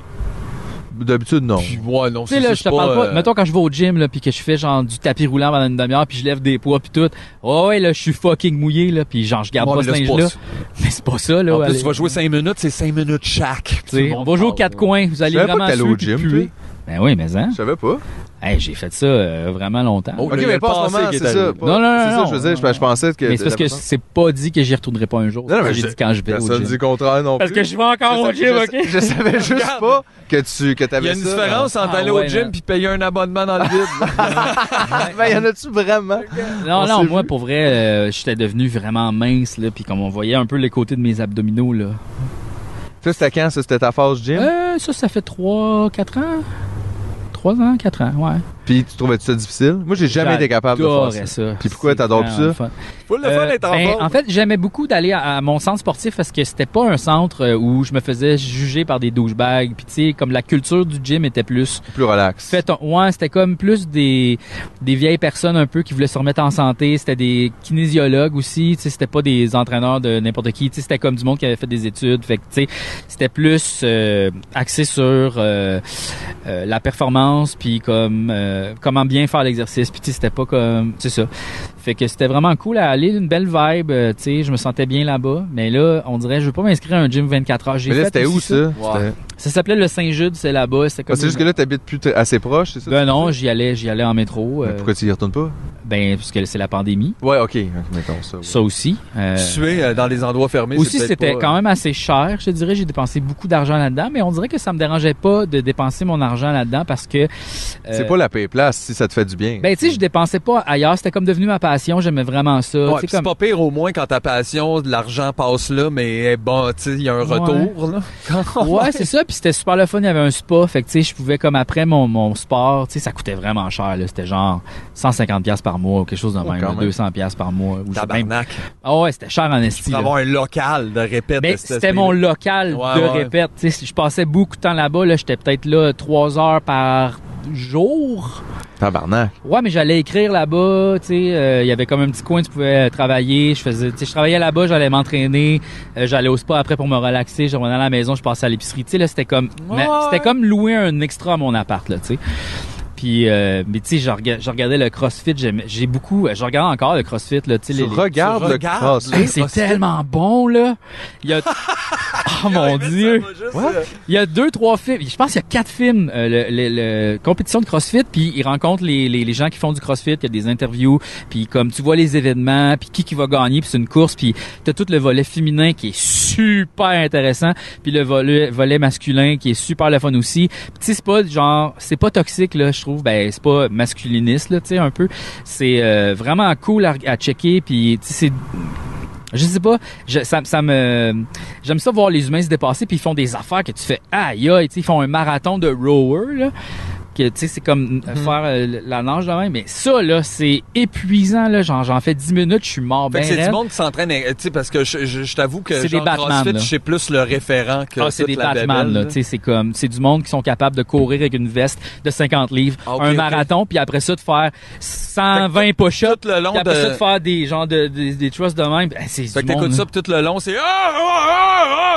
B: D'habitude, non.
A: Puis, ouais, non,
C: Tu
A: c'est-
C: sais, là,
A: c'est
C: je te parle pas.
A: euh,
C: Mettons, quand je vais au gym, là, puis que je fais, genre, du tapis roulant pendant une demi-heure, puis je lève des poids, puis tout. Oh, ouais, là, je suis fucking mouillé, là, puis genre, je garde
A: ouais,
C: pas
A: mais
C: ce
A: là, c'est
C: linge-là.
A: ça.
C: Mais c'est pas ça, là.
A: en plus,
C: allez.
A: tu vas jouer 5 minutes, c'est 5 minutes chaque.
C: Tu sais, on va jouer aux quatre coins. Vous allez
B: savais pas
C: vraiment
B: que t'allais
C: suer
B: au
C: puis
B: gym,
C: puer.
B: toi.
C: Ben oui, mais hein.
B: Je savais pas.
C: Hey, j'ai fait ça euh, vraiment longtemps.
A: Oh,
B: Ok,
A: le-
B: mais
A: le
B: pas en ce
A: passé
B: moment,
A: qui est
B: c'est ça.
A: arrivé.
B: pas-
C: Non, non, non,
B: C'est ça,
C: non,
B: je veux dire,
C: non,
B: je, je pensais que.
C: mais c'est parce que c'est pas dit que j'y retournerai pas un jour.
B: Non, non, mais
C: j'ai
B: je-
C: dit quand je vais au
B: Personne
C: gym.
B: ne dit le contraire non
C: Parce
B: plus.
C: que je vais encore au
B: Je-
C: gym,
B: je-
C: ok?
B: Je savais juste
A: Regarde.
B: pas que tu que
A: Il y
B: t'avais
A: a
B: ça.
A: une différence entre
C: Ah,
A: aller
C: ouais,
A: au gym
C: mais-
A: puis payer un abonnement dans le vide.
B: Ben, y en a-tu vraiment?
C: Non,
B: On
C: non,
B: s'est
C: moi,
B: vu.
C: pour vrai, euh, j'étais devenu vraiment mince, là, puis comme on voyait un peu les côtés de mes abdominaux, là.
B: Ça, c'était quand? Ça, c'était ta phase gym?
C: Euh, ça, ça fait 3, 4 ans? 3 ans, 4 ans, ouais.
B: Puis, tu trouvais ça difficile? Moi, j'ai jamais été capable de faire
C: J'adorais
B: ça.
C: ça.
B: Puis pourquoi
C: C'est
B: t'adores
C: vraiment
B: plus ça?
C: le fun.
A: Faut le
C: Euh,
A: fun d'être en
C: ben,
A: forme.
C: en fait, j'aimais beaucoup d'aller à, à mon centre sportif parce que c'était pas un centre euh, où je me faisais juger par des douchebags. Puis tu sais, comme la culture du gym était plus
B: Plus relax.
C: fait, on- ouais, c'était comme plus des, des vieilles personnes un peu qui voulaient se remettre en santé. C'était des kinésiologues aussi. Tu sais, c'était pas des entraîneurs de n'importe qui. Tu sais, c'était comme du monde qui avait fait des études. Fait que, tu sais, c'était plus euh, axé sur euh, euh, la performance, puis comme euh, comment bien faire l'exercice. Puis, tu sais, c'était pas comme, c'est ça. Fait que c'était vraiment cool à aller, une belle vibe. euh, tu sais, je me sentais bien là-bas. Mais là, on dirait, je veux pas m'inscrire à un gym 24 heures. J'ai
B: Mais là,
C: fait
B: c'était
C: aussi
B: où ça?
A: Ouais.
B: C'était-
C: Ça s'appelait le Saint-Jude. C'est là-bas. C'était comme
B: Ah, C'est juste que là, t'habites plus t- assez proche, c'est ça?
C: ben non, j'y allais, j'y allais en métro. euh,
B: Mais pourquoi tu y retournes pas?
C: ben parce que c'est la pandémie,
B: Ouais, ok. Ok, Mettons ça. ouais.
C: ça aussi. euh,
A: Suer euh, dans les endroits fermés.
C: aussi,
A: c'est peut-être
C: c'était
A: pas, euh,
C: quand même assez cher, je te dirais. J'ai dépensé beaucoup d'argent là-dedans, mais on dirait que ça me dérangeait pas de dépenser mon argent là-dedans parce que. euh,
B: C'est pas la paix place si ça te fait du bien.
C: Ben tu sais, je dépensais pas ailleurs. C'était comme devenu ma passion. J'aimais vraiment ça.
A: Ouais,
C: Tu sais,
A: puis c'est
C: comme-
A: pas pire au moins quand ta passion, de l'argent passe là, mais eh, bon, tu sais, il y a un
C: Ouais.
A: retour là.
C: Ouais, c'est ça. Puis c'était super le fun. Il y avait un spa. Fait que, tu sais, je pouvais, comme après mon, mon sport, tu sais, ça coûtait vraiment cher. là. C'était genre 150$ par mois ou quelque chose de même.
B: quand
C: là,
B: même.
C: 200$ par mois. ou même-
A: Tabarnak.
C: Ah ouais, c'était cher en esti.
A: Faut
C: là.
A: avoir un local de répète.
C: Ben,
A: de cette
C: c'était mon local
A: Ouais,
C: de
A: ouais.
C: répète. Tu sais, Je passais beaucoup de temps là-bas. Là, J'étais peut-être là trois heures par jour.
B: Tabarnak.
C: Ouais, mais j'allais écrire là-bas. tu sais, euh, Il y avait comme un petit coin, tu pouvais euh, travailler. Je faisais, tu sais, je travaillais là-bas, j'allais m'entraîner. euh, j'allais au spa après pour me relaxer. Je revenais à la maison, je passais à l'épicerie. Tu sais, là, C'était comme,
A: Ouais,
C: mais
A: ouais.
C: c'était comme louer un extra à mon appart. Là, tu sais. puis, euh, mais tu sais, je, rega- je regardais le CrossFit. j'aimais- J'ai beaucoup... Je regarde encore le CrossFit. Là, tu sais,
B: Tu
C: les- les-
B: regardes
A: tu
B: le
A: regardes,
B: cross.
A: là. Ah,
C: Hey, Ah, c'est tellement bon, là. Il y a... Oh mon Dieu!
A: euh,
C: Il y a deux, trois films. Je pense qu'il y a quatre films. euh, le, le- le- compétition de CrossFit, puis ils rencontrent les, les, les gens qui font du CrossFit. Il y a des interviews, puis comme tu vois les événements, puis qui qui va gagner, puis c'est une course, puis t'as tout le volet féminin qui est super intéressant, puis le volet, volet masculin qui est super le fun aussi. Puis tu sais, c'est pas genre, c'est pas toxique là, je trouve. Ben c'est pas masculiniste là, tu sais un peu. C'est euh, vraiment cool à, à checker, puis tu sais c'est je sais pas, je- ça, ça me j'aime ça voir les humains se dépasser puis ils font des affaires que tu fais aïe aïe, tu sais, ils font un marathon de rower là que tu sais c'est comme euh,
A: Mm-hmm.
C: faire euh, la nage de même mais ça là c'est épuisant là, genre j'en fais 10 minutes, je suis mort
A: Fait
C: ben
A: que c'est du
C: raide.
A: monde qui s'entraîne, euh, tu sais, parce que je, je- je t'avoue que
C: C'est des
A: genre
C: Batman,
A: CrossFit,
C: là.
A: je sais plus le référent que
C: Ah, c'est
A: toute
C: des
A: la
C: Batman,
A: bébelle,
C: là. Tu sais, c'est comme, c'est du monde qui sont capables de courir avec une veste de 50 livres,
A: Ah, ok,
C: un
A: ok.
C: marathon, puis après ça, de faire 120 push-ups,
A: Tout le long
C: puis après
A: de-
C: ça, de faire des, genre, de, des, des thrusts de même. Ben, c'est
A: Fait
C: du
A: que
C: monde,
A: t'écoutes
C: là.
A: ça pis tout le long, c'est ah, ah, ah,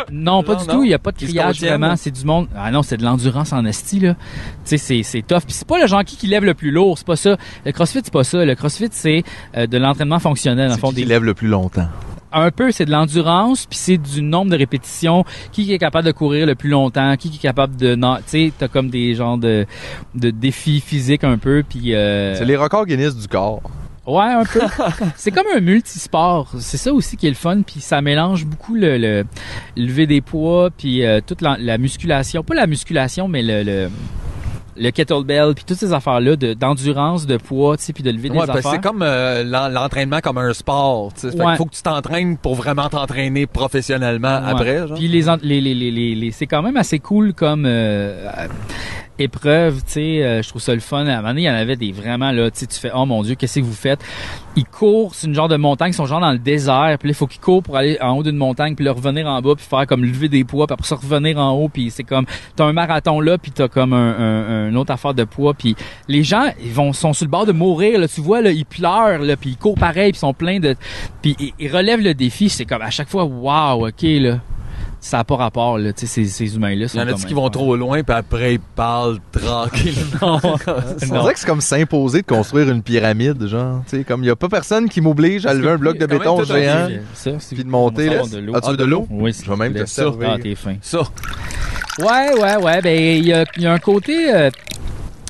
A: ah.
C: Non, pas
A: Non,
C: du
A: non.
C: tout. Il n'y a pas de
A: Ils se
C: criage
A: contiennent.
C: vraiment. C'est du monde. Ah non, c'est de l'endurance en esti là. Tu sais, c'est c'est tough. Puis c'est pas le genre qui qui lève le plus lourd. C'est pas ça. Le CrossFit, c'est pas ça. Le CrossFit, c'est euh, de l'entraînement fonctionnel. En
B: C'est
C: fond,
B: qui qui
C: des...
B: lève le plus longtemps.
C: un peu, c'est de l'endurance, puis c'est du nombre de répétitions. Qui qui est capable de courir le plus longtemps, qui qui est capable de... na- Tu sais, t'as comme des genres de, de défis physiques un peu, puis... euh,
B: C'est les records Guinness du corps.
C: Ouais, un peu. c'est comme un multisport. C'est ça aussi qui est le fun, puis ça mélange beaucoup le, le lever des poids, puis euh, toute la, la musculation. Pas la musculation, mais le... le le kettlebell puis toutes ces affaires là de d'endurance de poids tu sais puis de lever
A: Ouais,
C: des
A: parce que c'est
C: affaires
A: comme euh, l'en- l'entraînement comme un sport. Il
C: Ouais.
A: faut que tu t'entraînes pour vraiment t'entraîner professionnellement
C: Ouais.
A: après. Genre.
C: Puis les, en- les, les, les, les- les- c'est quand même assez cool comme euh, euh, épreuve, tu sais, euh, je trouve ça le fun. À un moment donné, il y en avait des vraiment là, tu sais, tu fais oh mon dieu, qu'est-ce que vous faites Ils courent, c'est une genre de montagne, ils sont genre dans le désert, puis là, il faut qu'ils courent pour aller en haut d'une montagne, puis là, revenir en bas, puis faire comme lever des poids, puis après ça revenir en haut, puis c'est comme t'as un marathon là, puis t'as comme un, un, un autre affaire de poids, puis les gens ils vont sont sur le bord de mourir là, tu vois là, ils pleurent là, puis ils courent pareil, puis ils sont pleins de puis ils, ils relèvent le défi, c'est comme à chaque fois wow, OK là. Ça n'a pas rapport, là, tu sais, ces, ces humains-là.
A: Il y en a qui vont trop loin, puis après, ils parlent tranquillement.
B: On dirait que c'est comme s'imposer de construire une pyramide, genre. Tu sais, comme il y a pas personne qui m'oblige à
A: Parce
B: lever
A: que
B: un bloc de
A: quand même,
B: béton
A: tout un
B: géant
A: sujet.
B: hein? puis de monter. là.
C: de l'eau.
B: Ah, tu veux de l'eau?
C: Oui, s'il
B: Je vais
C: vous
B: même
C: plaît.
B: te
C: Ça,
B: servir.
C: ah, t'es fin.
A: Ça,
C: Ouais, ouais, ouais. Ben, il y a, il y a un côté euh,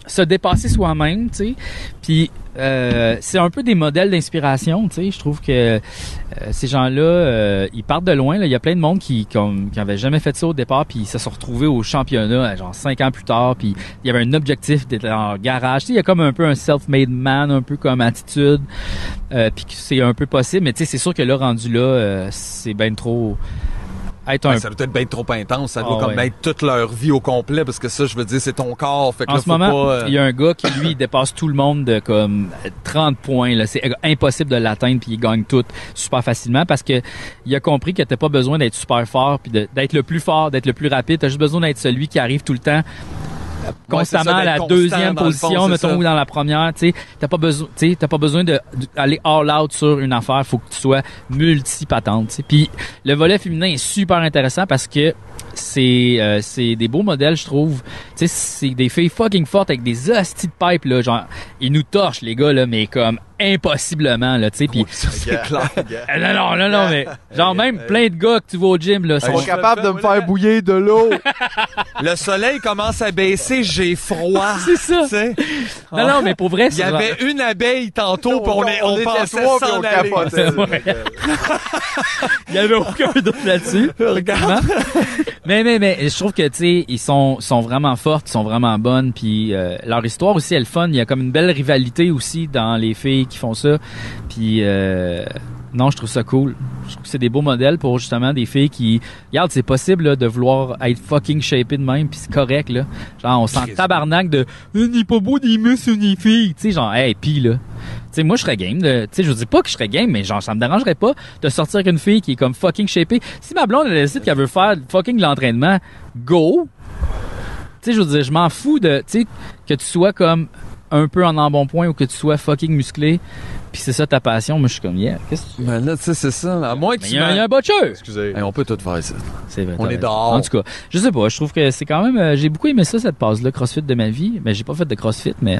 C: se dépasser soi-même, tu sais. Puis euh, c'est un peu des modèles d'inspiration, tu sais. Je trouve que euh, ces gens-là, euh, ils partent de loin. là. Il y a plein de monde qui comme qui avait jamais fait ça au départ, puis ils se sont retrouvés au championnat euh, genre cinq ans plus tard. Puis il y avait un objectif d'être en garage. Tu sais, il y a comme un peu un self-made man, un peu comme attitude. Euh, puis que c'est un peu possible, mais tu sais, c'est sûr que là rendu là, euh, c'est ben trop être un
A: ben, ça doit peut-être être trop intense. Ça doit
C: Ah,
A: comme
C: ouais.
A: être toute leur vie au complet, parce que ça, je veux dire, c'est ton corps. Fait que
C: En
A: là,
C: ce
A: faut
C: moment,
A: pas, euh,
C: il y a un gars qui, lui, dépasse tout le monde de comme 30 points. là. C'est impossible de l'atteindre, puis il gagne tout super facilement parce que il a compris qu'il n'était pas besoin d'être super fort, puis de- d'être le plus fort, d'être le plus rapide. Tu as juste besoin d'être celui qui arrive tout le temps, constamment
A: euh, c'est ça,
C: à la
A: d'être constant
C: deuxième
A: dans le fond,
C: position,
A: c'est
C: mettons,
A: ça.
C: ou dans la première. Tu n'as pas besoin, tu sais, t'as pas besoin de- d'aller all out sur une affaire. faut que tu sois multipatente. tu sais. Puis le volet féminin est super intéressant parce que c'est euh, c'est des beaux modèles, je trouve. Tu sais, c'est des filles fucking fortes avec des hosties de pipe, là. Genre, ils nous torchent, les gars, là, mais comme impossiblement, là, tu sais. Puis,
A: ça, c'est clair.
C: Euh, non, non, non, non, mais genre, même plein de gars que Ah, tu vois au gym, là,
B: Ils
C: sont
B: sont
A: je-
B: capables de me faire bouillir de l'eau.
A: Le soleil commence à baisser, j'ai froid.
C: C'est ça.
A: tu sais.
C: Non, non, mais pour vrai,
A: Il y
C: c'est genre-
A: avait une abeille tantôt, puis on, est- on
B: était
A: pensait
B: trois, puis
A: s'en
B: on
A: aller.
B: capotait.
C: Il y avait aucun doute là-dessus. Regarde. mais, mais, mais, je trouve que, tu sais, ils sont, sont vraiment fortes, ils sont vraiment bonnes, puis euh, leur histoire aussi, elle est fun. Il y a comme une belle rivalité aussi dans les filles qui font ça. Puis, euh, non, je trouve ça cool. Je trouve que c'est des beaux modèles pour, justement, des filles qui... Regarde, c'est possible, là, de vouloir être fucking shapé de même, puis c'est correct, là. Genre, on s'en
A: Christ.
C: tabarnak de « Euh, Ni pas beau, ni muscle, ni fille! » Tu sais, genre, « Hey, pis, là... » Tu sais, moi, je serais game. de- Tu sais, je dis pas que je serais game, mais genre, ça me dérangerait pas de sortir avec une fille qui est comme fucking shapée. Si ma blonde, elle décide qu'elle veut faire fucking de l'entraînement, go! Tu sais, je veux dire, je m'en fous de, tu sais, que tu sois comme un peu en embonpoint ou que tu sois fucking musclé, puis c'est ça ta passion. Moi, je suis comme, yeah, qu'est-ce que tu
A: Mais là, tu sais, c'est ça. À moins que
C: Mais
A: tu
C: il y a un- il y a
A: m'en-
C: un botcheur!
B: Excusez.
A: Hey, on peut tout faire ça.
C: C'est vrai.
A: On
C: t'as
A: est
C: raison.
A: dehors.
C: En tout cas, je sais pas. Je trouve que c'est quand même. euh, j'ai beaucoup aimé ça, cette passe-là, CrossFit de ma vie. Mais j'ai pas fait de CrossFit, mais.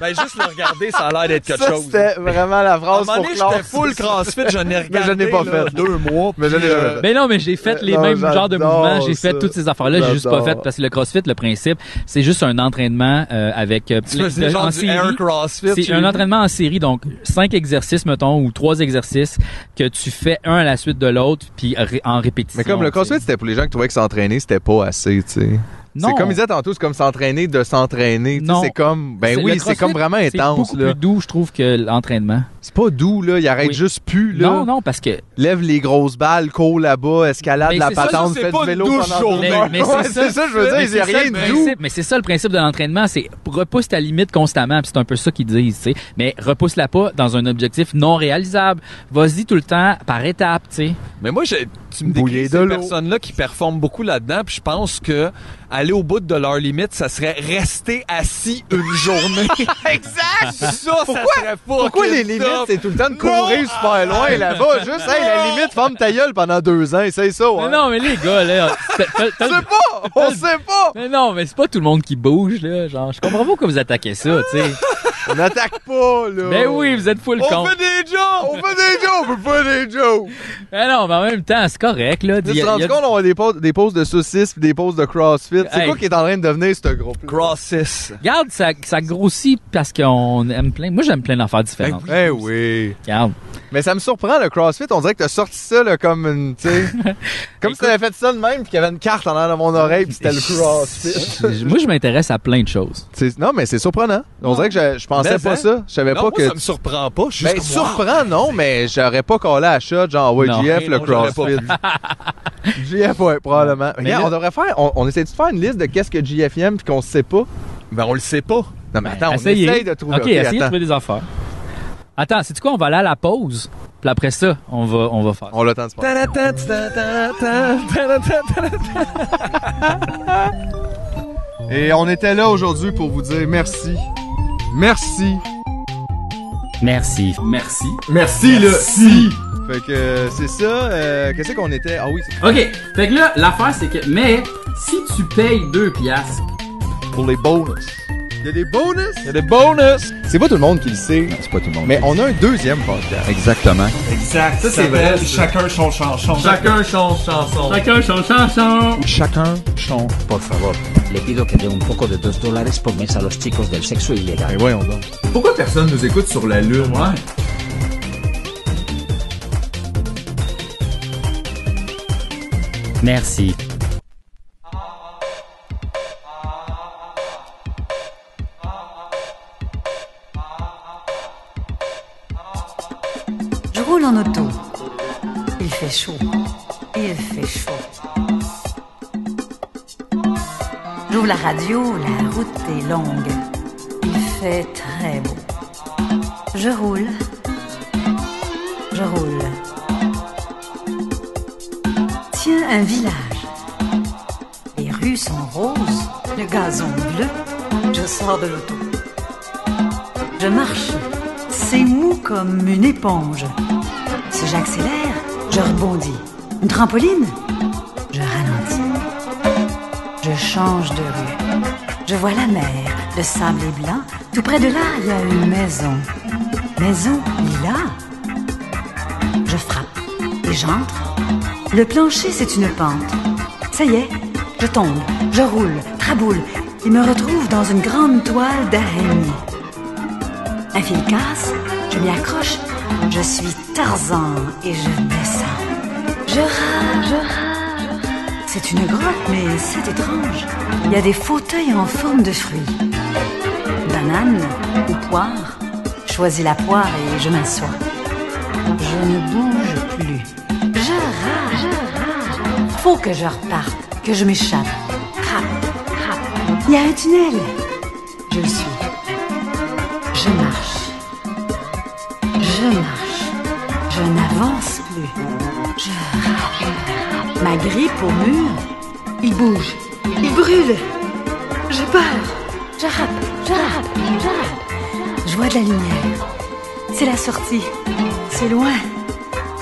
A: Ben, juste le regarder, ça a l'air d'être quelque
B: Ça,
A: chose. hein.
B: c'était vraiment la
A: À un
B: phrase
A: moment
B: pour
A: donné,
B: clore.
A: j'étais full crossfit, je n'ai regardé.
B: je n'ai pas
A: là,
B: fait.
A: Deux mois.
B: Mais je
A: puis,
B: l'ai
A: euh,
B: jamais fait.
C: Ben non, mais j'ai fait les
B: Non,
C: mêmes genres de
B: j'adore
C: mouvements. J'ai
B: ça.
C: fait toutes ces affaires-là. J'ai juste pas
B: J'adore.
C: fait parce que le CrossFit, le principe, c'est juste un entraînement euh, avec. euh,
A: Tu faisais
C: de-
A: genre
C: en
A: du air
C: série.
A: crossfit.
C: C'est
A: tu-
C: un entraînement en série, donc cinq exercices, mettons, ou trois exercices que tu fais un à la suite de l'autre, puis ré- en répétition.
B: Mais comme le
C: tu sais.
B: crossfit, c'était pour les gens qui trouvaient que s'entraîner, c'était pas assez, tu sais.
C: Non.
B: C'est comme ils disaient tantôt, c'est comme s'entraîner de s'entraîner. tu sais,
C: Non.
B: C'est comme, ben
C: C'est- le
B: oui, c'est
C: CrossFit,
B: comme vraiment
C: c'est
B: intense,
C: beaucoup
B: là.
C: plus doux, je trouve, que l'entraînement.
B: C'est pas doux, là. Il arrête
C: Oui.
B: juste plus, là.
C: Non, non, parce que
B: Lève les grosses balles, cours là-bas, escalade
C: Mais
B: la
C: c'est ça,
B: patente,
A: ça, c'est
B: fait
A: pas
B: du
A: une
B: vélo
A: douche
B: pendant
A: journée.
B: deux heures.
C: Mais- mais
B: Ouais,
C: c'est
B: c'est
C: ça.
B: ça, je veux dire,
C: Mais
B: il y a
C: c'est ça le
B: rien de doux.
C: principe. Mais c'est ça le principe de l'entraînement, c'est repousse ta limite constamment, puis c'est un peu ça qu'ils disent, tu sais. Mais repousse-la pas dans un objectif non réalisable. Vas-y tout le temps par étapes, tu sais.
A: Mais moi, j'ai- tu me décris
B: Bouillé de
A: ces
B: l'eau.
A: personnes-là qui performent beaucoup là-dedans, puis je pense que aller au bout de leur limite, ça serait rester assis une journée. exact! Ça, ça serait pas
B: Pourquoi
A: que
B: les
A: ça.
B: limites, c'est tout le temps de
A: Non!
B: courir super loin là-bas? Juste, hey, la limite, ferme ta gueule pendant deux ans, c'est ça,
C: Mais
B: hein?
C: non, mais les gars, là, t'as- t'as-
B: On
C: t'as-
B: sait pas! On sait pas!
C: mais non, mais c'est pas tout le monde qui bouge, là. Genre, je comprends pas pourquoi vous attaquez ça, tu sais.
B: On n'attaque pas, là.
C: Ben oui, vous êtes full
B: On
C: con.
B: fait des jokes! On fait des jokes! On fait pas des jokes!
C: Mais Eh non, mais en même temps, c'est correct, là.
B: Tu
C: Il y
B: te
C: a-
B: rends
C: il y a-
B: compte, on a des pauses, des pauses de saucisses pis des pauses de crossfit. C'est
C: Hey.
B: quoi qui est en train de devenir, ce groupe-là?
A: Cross 6.
C: Regarde, ça, ça grossit parce qu'on aime plein. Moi, j'aime plein d'affaires différentes.
B: Eh oui.
C: Regarde.
B: Mais ça me surprend, le CrossFit. On dirait que t'as sorti ça, là, comme une, tu sais. comme si t'avais fait ça de même pis qu'il y avait une carte en l'air de mon oreille pis c'était le CrossFit.
C: Moi, je m'intéresse à plein de choses.
B: C'est- non, mais c'est surprenant. On dirait que je, je pensais
A: Mais,
B: pas
A: hein?
B: ça. Je savais
A: Non,
B: pas
A: moi,
B: que.
A: ça me surprend pas. Je suis
B: Ben,
A: juste comme, wow.
B: surprend, non, mais j'aurais pas collé à shot, genre, ouais,
C: Non.
B: GF,
A: Eh
B: le
A: non, j'aurais pas
B: CrossFit. GF, ouais, probablement. Mais
C: Mais
B: regarde,
C: là-
B: on devrait faire, on, on essaie de faire une liste de qu'est-ce que GF aime pis qu'on sait pas.
A: Ben, on le sait pas.
B: Non, mais attends, on
C: Essayez.
B: essaye de trouver.
C: OK,
B: Ok,
C: essayez de
B: attends.
C: trouver des affaires. Attends, c'est quoi? On va aller à la pause. Puis après ça, on va, on va faire.
B: On l'attend, c'est pas. Et on était là aujourd'hui pour vous dire merci. Merci.
C: Merci. Merci.
B: Merci, le si. Fait que euh, c'est ça. euh, Qu'est-ce qu'on était? Ah oui, c'est
E: OK. Fait que là, l'affaire, c'est que... Mais, si tu payes 2 piastres...
B: pour les bonus. Il y a des bonus?
A: Il y a des bonus.
B: C'est pas tout le monde qui le sait,
F: C'est pas tout le monde.
B: mais on a un deuxième podcast.
F: Exactement.
G: Exact.
B: c'est
G: Ça, s'appelle
B: vrai, ça.
G: Chacun son chanson.
B: Chacun son chanson.
E: Chacun son chanson!
A: Chacun son.
H: Por favor, le pido que dé un poco de dos dólares por mes a los chicos del sexo ilegal.
B: Mais Ben voyons donc.
G: Pourquoi personne nous écoute sur la lune? Ouais.
C: Merci.
I: Je roule en auto. Il fait chaud. Il fait chaud. J'ouvre la radio, la route est longue. Il fait très beau. Je roule. Je roule. Tiens, un village. Les rues sont roses, le gazon bleu. Je sors de l'auto. Je marche. C'est mou comme une éponge. Si j'accélère, je rebondis. Une trampoline Je ralentis. Je change de rue. Je vois la mer. Le sable est blanc. Tout près de là, il y a une maison. Maison lilas. Je frappe et j'entre. Le plancher, c'est une pente. Ça y est, je tombe, je roule, traboule et me retrouve dans une grande toile d'araignée. Un fil casse, je m'y accroche, je suis Tarzan et je descends. Je rage, je rage. C'est une grotte, mais c'est étrange. Il y a des fauteuils en forme de fruits. Banane ou poire. Je Choisis la poire et je m'assois. Je ne bouge plus. Je rage, je rage. Faut que je reparte, que je m'échappe. Crap, crap. Il y a un tunnel. Je le suis. Je marche. Je marche. Je n'avance plus. Je rappe. Ma grippe au mur, il bouge. Il brûle. Je pars. Je rappe. Je rappe. Je rappe. Je vois de la lumière. C'est la sortie. C'est loin.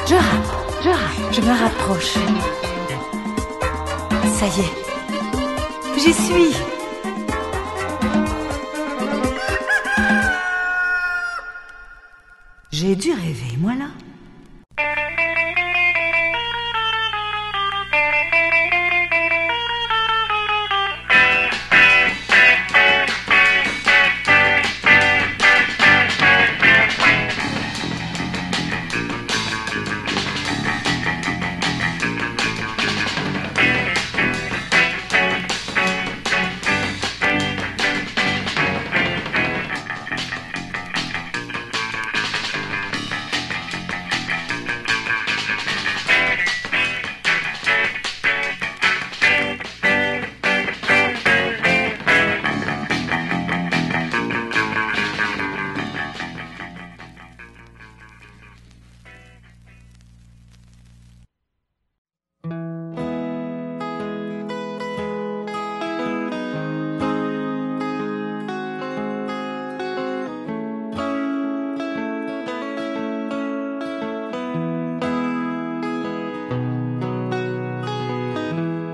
I: Je rappe. Je rappe. Je me rapproche. Ça y est. J'y suis. J'ai dû rêver, moi là.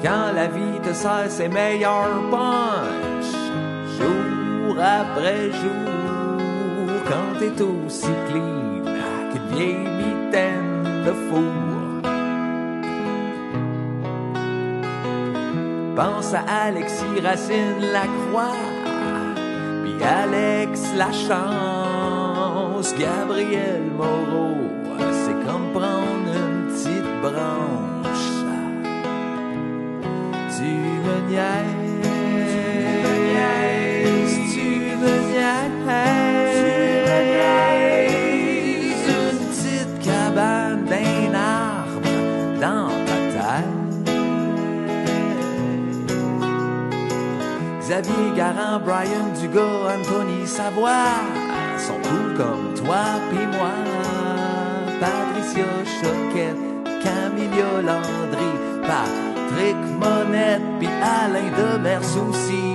J: Quand la vie te sert ses meilleurs punch, jour après jour. quand t'es aussi clean qu'une vieille mitaine de four. Pense à Alexis Racine Lacroix, puis Alex Lachance, Gabriel Moreau, c'est comme prendre une petite branche. Tu me niaises, tu me niaises, une petite cabane d'un arbre dans ta tête. Xavier Garand, Brian Dugas, Anthony Savoie sont cool comme toi pis moi. Patricia Choquette, Camilla Landry, Patrick Monette pis Alain Demers aussi.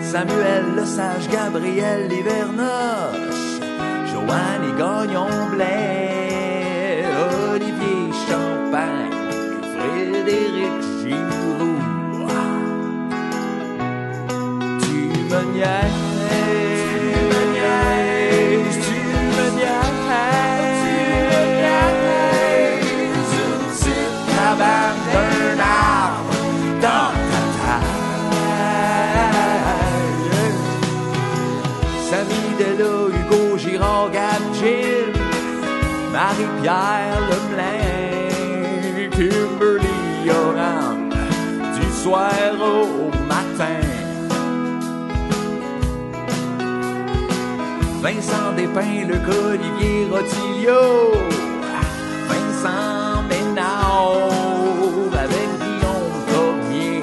J: Samuel Lesage, Gabriel Livernoche, Joanne Gagnon-Blais, Olivier Champagne, Frédéric Giroux. Tu me niaises, tu me niaises, une petite cabane d'un arbre dans ta taille. Samy Della, Hugo Girard, Gab Jim, Marie-Pierre Lemelin, Kimberly Oran, du soir au matin. Vincent Despins, le Olivier Rotilio, Vincent Ménard, avec Guillaume Cormier,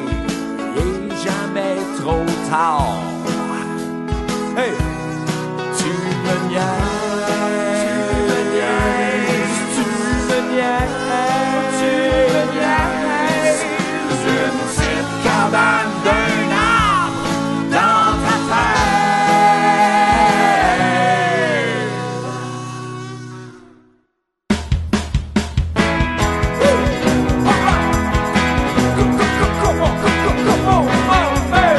J: il est jamais trop tard. Hey! Tu me niaises, tu me niaises, tu me niaises, une petite cabane d'un arbre dans ta tête.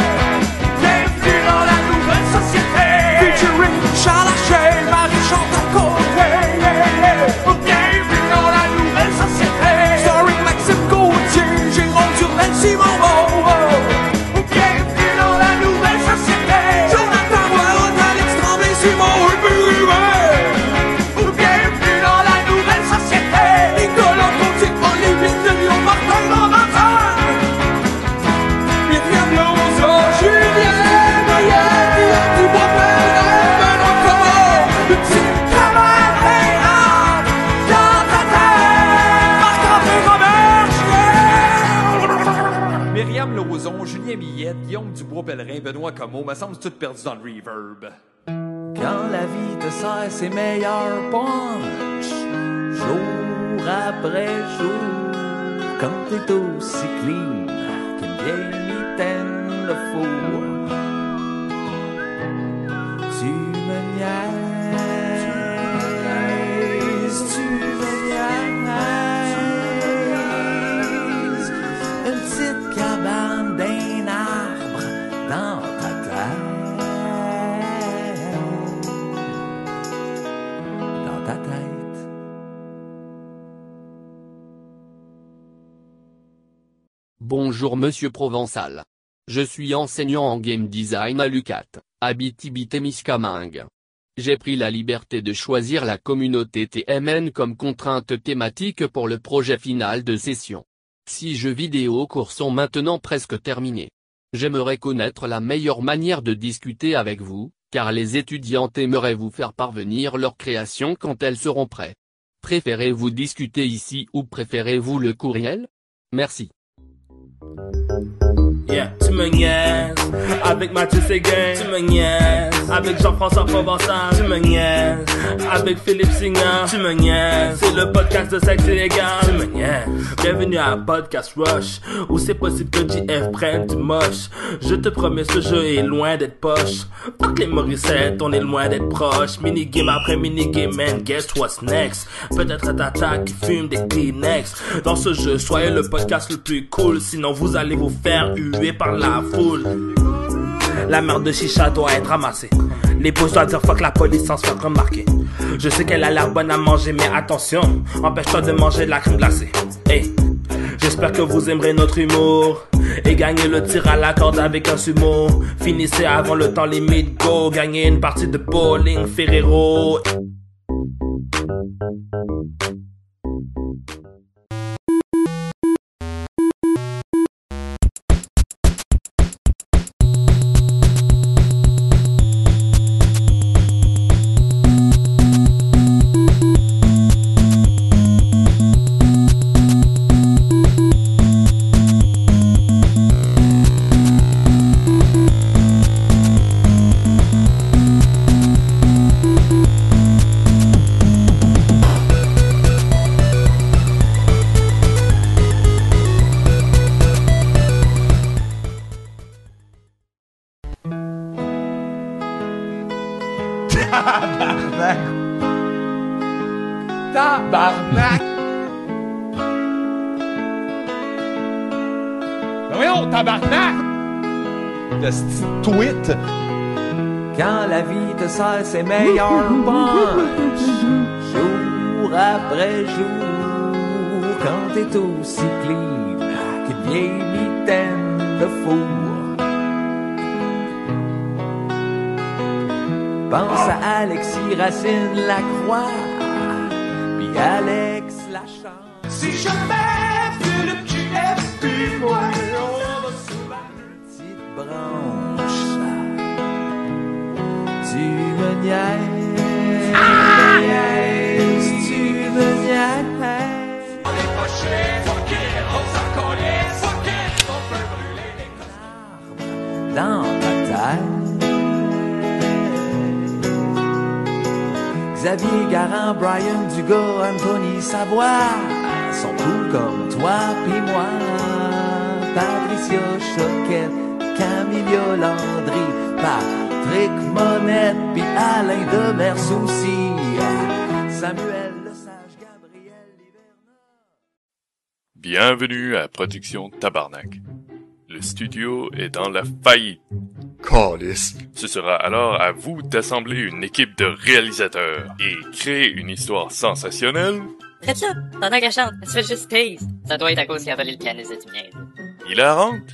J: Bienvenue dans la nouvelle société Featuring Charles Haché, Marie-Chantal Côté Bienvenue dans la nouvelle société Starring Maxime Gauthier, Jérôme Turel, Simon Beau Bienvenue dans la nouvelle société Jonathan Roy, Alex Tremblay, Simon Hulburuet Bienvenue dans la nouvelle société Nicolas Gauthier, Olivier de Lyon, Martin Laurent Myriam Laurent, Julien Moyen, Pierre Dubois, Bernard, Bernard Comeau, une petite cabane et un dans ta tête. Marc-André Robert, Julien.
G: Myriam Lozon, Julien Millette, Guillaume Dubois-Pellerin, Benoît Comeau, me semble tout perdu dans le reverb.
J: Quand la vie te sert ses meilleurs punch, jour après jour, quand t'es aussi clean qu'une vieille mitaine de four, tu me niaises, tu me niaises, une petite cabane d'un arbre dans ta tête, dans ta tête.
D: Bonjour Monsieur Provençal. Je suis enseignant en game design à Lucat, Abitibi-Témiscamingue. J'ai pris la liberté de choisir la communauté TMN comme contrainte thématique pour le projet final de session. Si jeux vidéo cours sont maintenant presque terminés. J'aimerais connaître la meilleure manière de discuter avec vous, car les étudiants aimeraient vous faire parvenir leurs créations quand elles seront prêtes. Préférez-vous discuter ici ou préférez-vous le courriel Merci.
F: Yeah, tu me niaises avec Mathieu Séguin, tu me niaises avec Jean-François Provençal, tu me niaises avec Philippe Signan, tu me niaises. C'est le podcast de sexe illégal, tu me niaises. Bienvenue à Podcast Rush où c'est possible que JF prenne du moche. Je te promets, ce jeu est loin d'être poche. Fuck les Morissette, on est loin d'être proche. Minigame après minigame, man, guess what's next? Peut-être Tata qui fume des Kleenex. Dans ce jeu, soyez le podcast le plus cool, sinon vous allez vous faire huer par la foule. La merde de chicha doit être ramassée.
J: Les bourgeois dire fuck la police sans se faire remarquer. Je sais qu'elle a l'air bonne à manger, mais attention, empêche-toi de manger de la crème glacée. Hey, j'espère que vous aimerez notre humour. Et gagnez le tir à la corde avec un sumo. Finissez avant le temps limite, go. Gagnez une partie de bowling, Ferrero.
K: Tabarnak! Tabarnak!
G: Mais voyons, tabarnak! Le sti- tweet. Quand la vie te sert ses meilleurs punch, jour après jour, quand t'es aussi clean qu'une vieille mitaine de four. Pense à Alexis Racine Lacroix, puis Alex Lachance.
K: Si jamais plus le cul est plus moi, on va se
G: branche. Tu me niaises, tu me niaises. Dans ma tête, Xavier Garand, Brian Dugas, Anthony Savoie sont cool comme toi puis moi. Patricia Choquette, Camille Landry, Patrick Monette puis Alain Demers aussi. Samuel Le Sage, Gabriel
L: Bienvenue à Production Tabarnak. Le studio est dans la faillite. Calice. Ce sera alors à vous d'assembler une équipe de réalisateurs et créer une histoire sensationnelle.
M: Faites-le, pendant que je chante, tu fais juste peace. Ça doit être à cause qu'il a volé le pianiste du mien.
L: Hilarante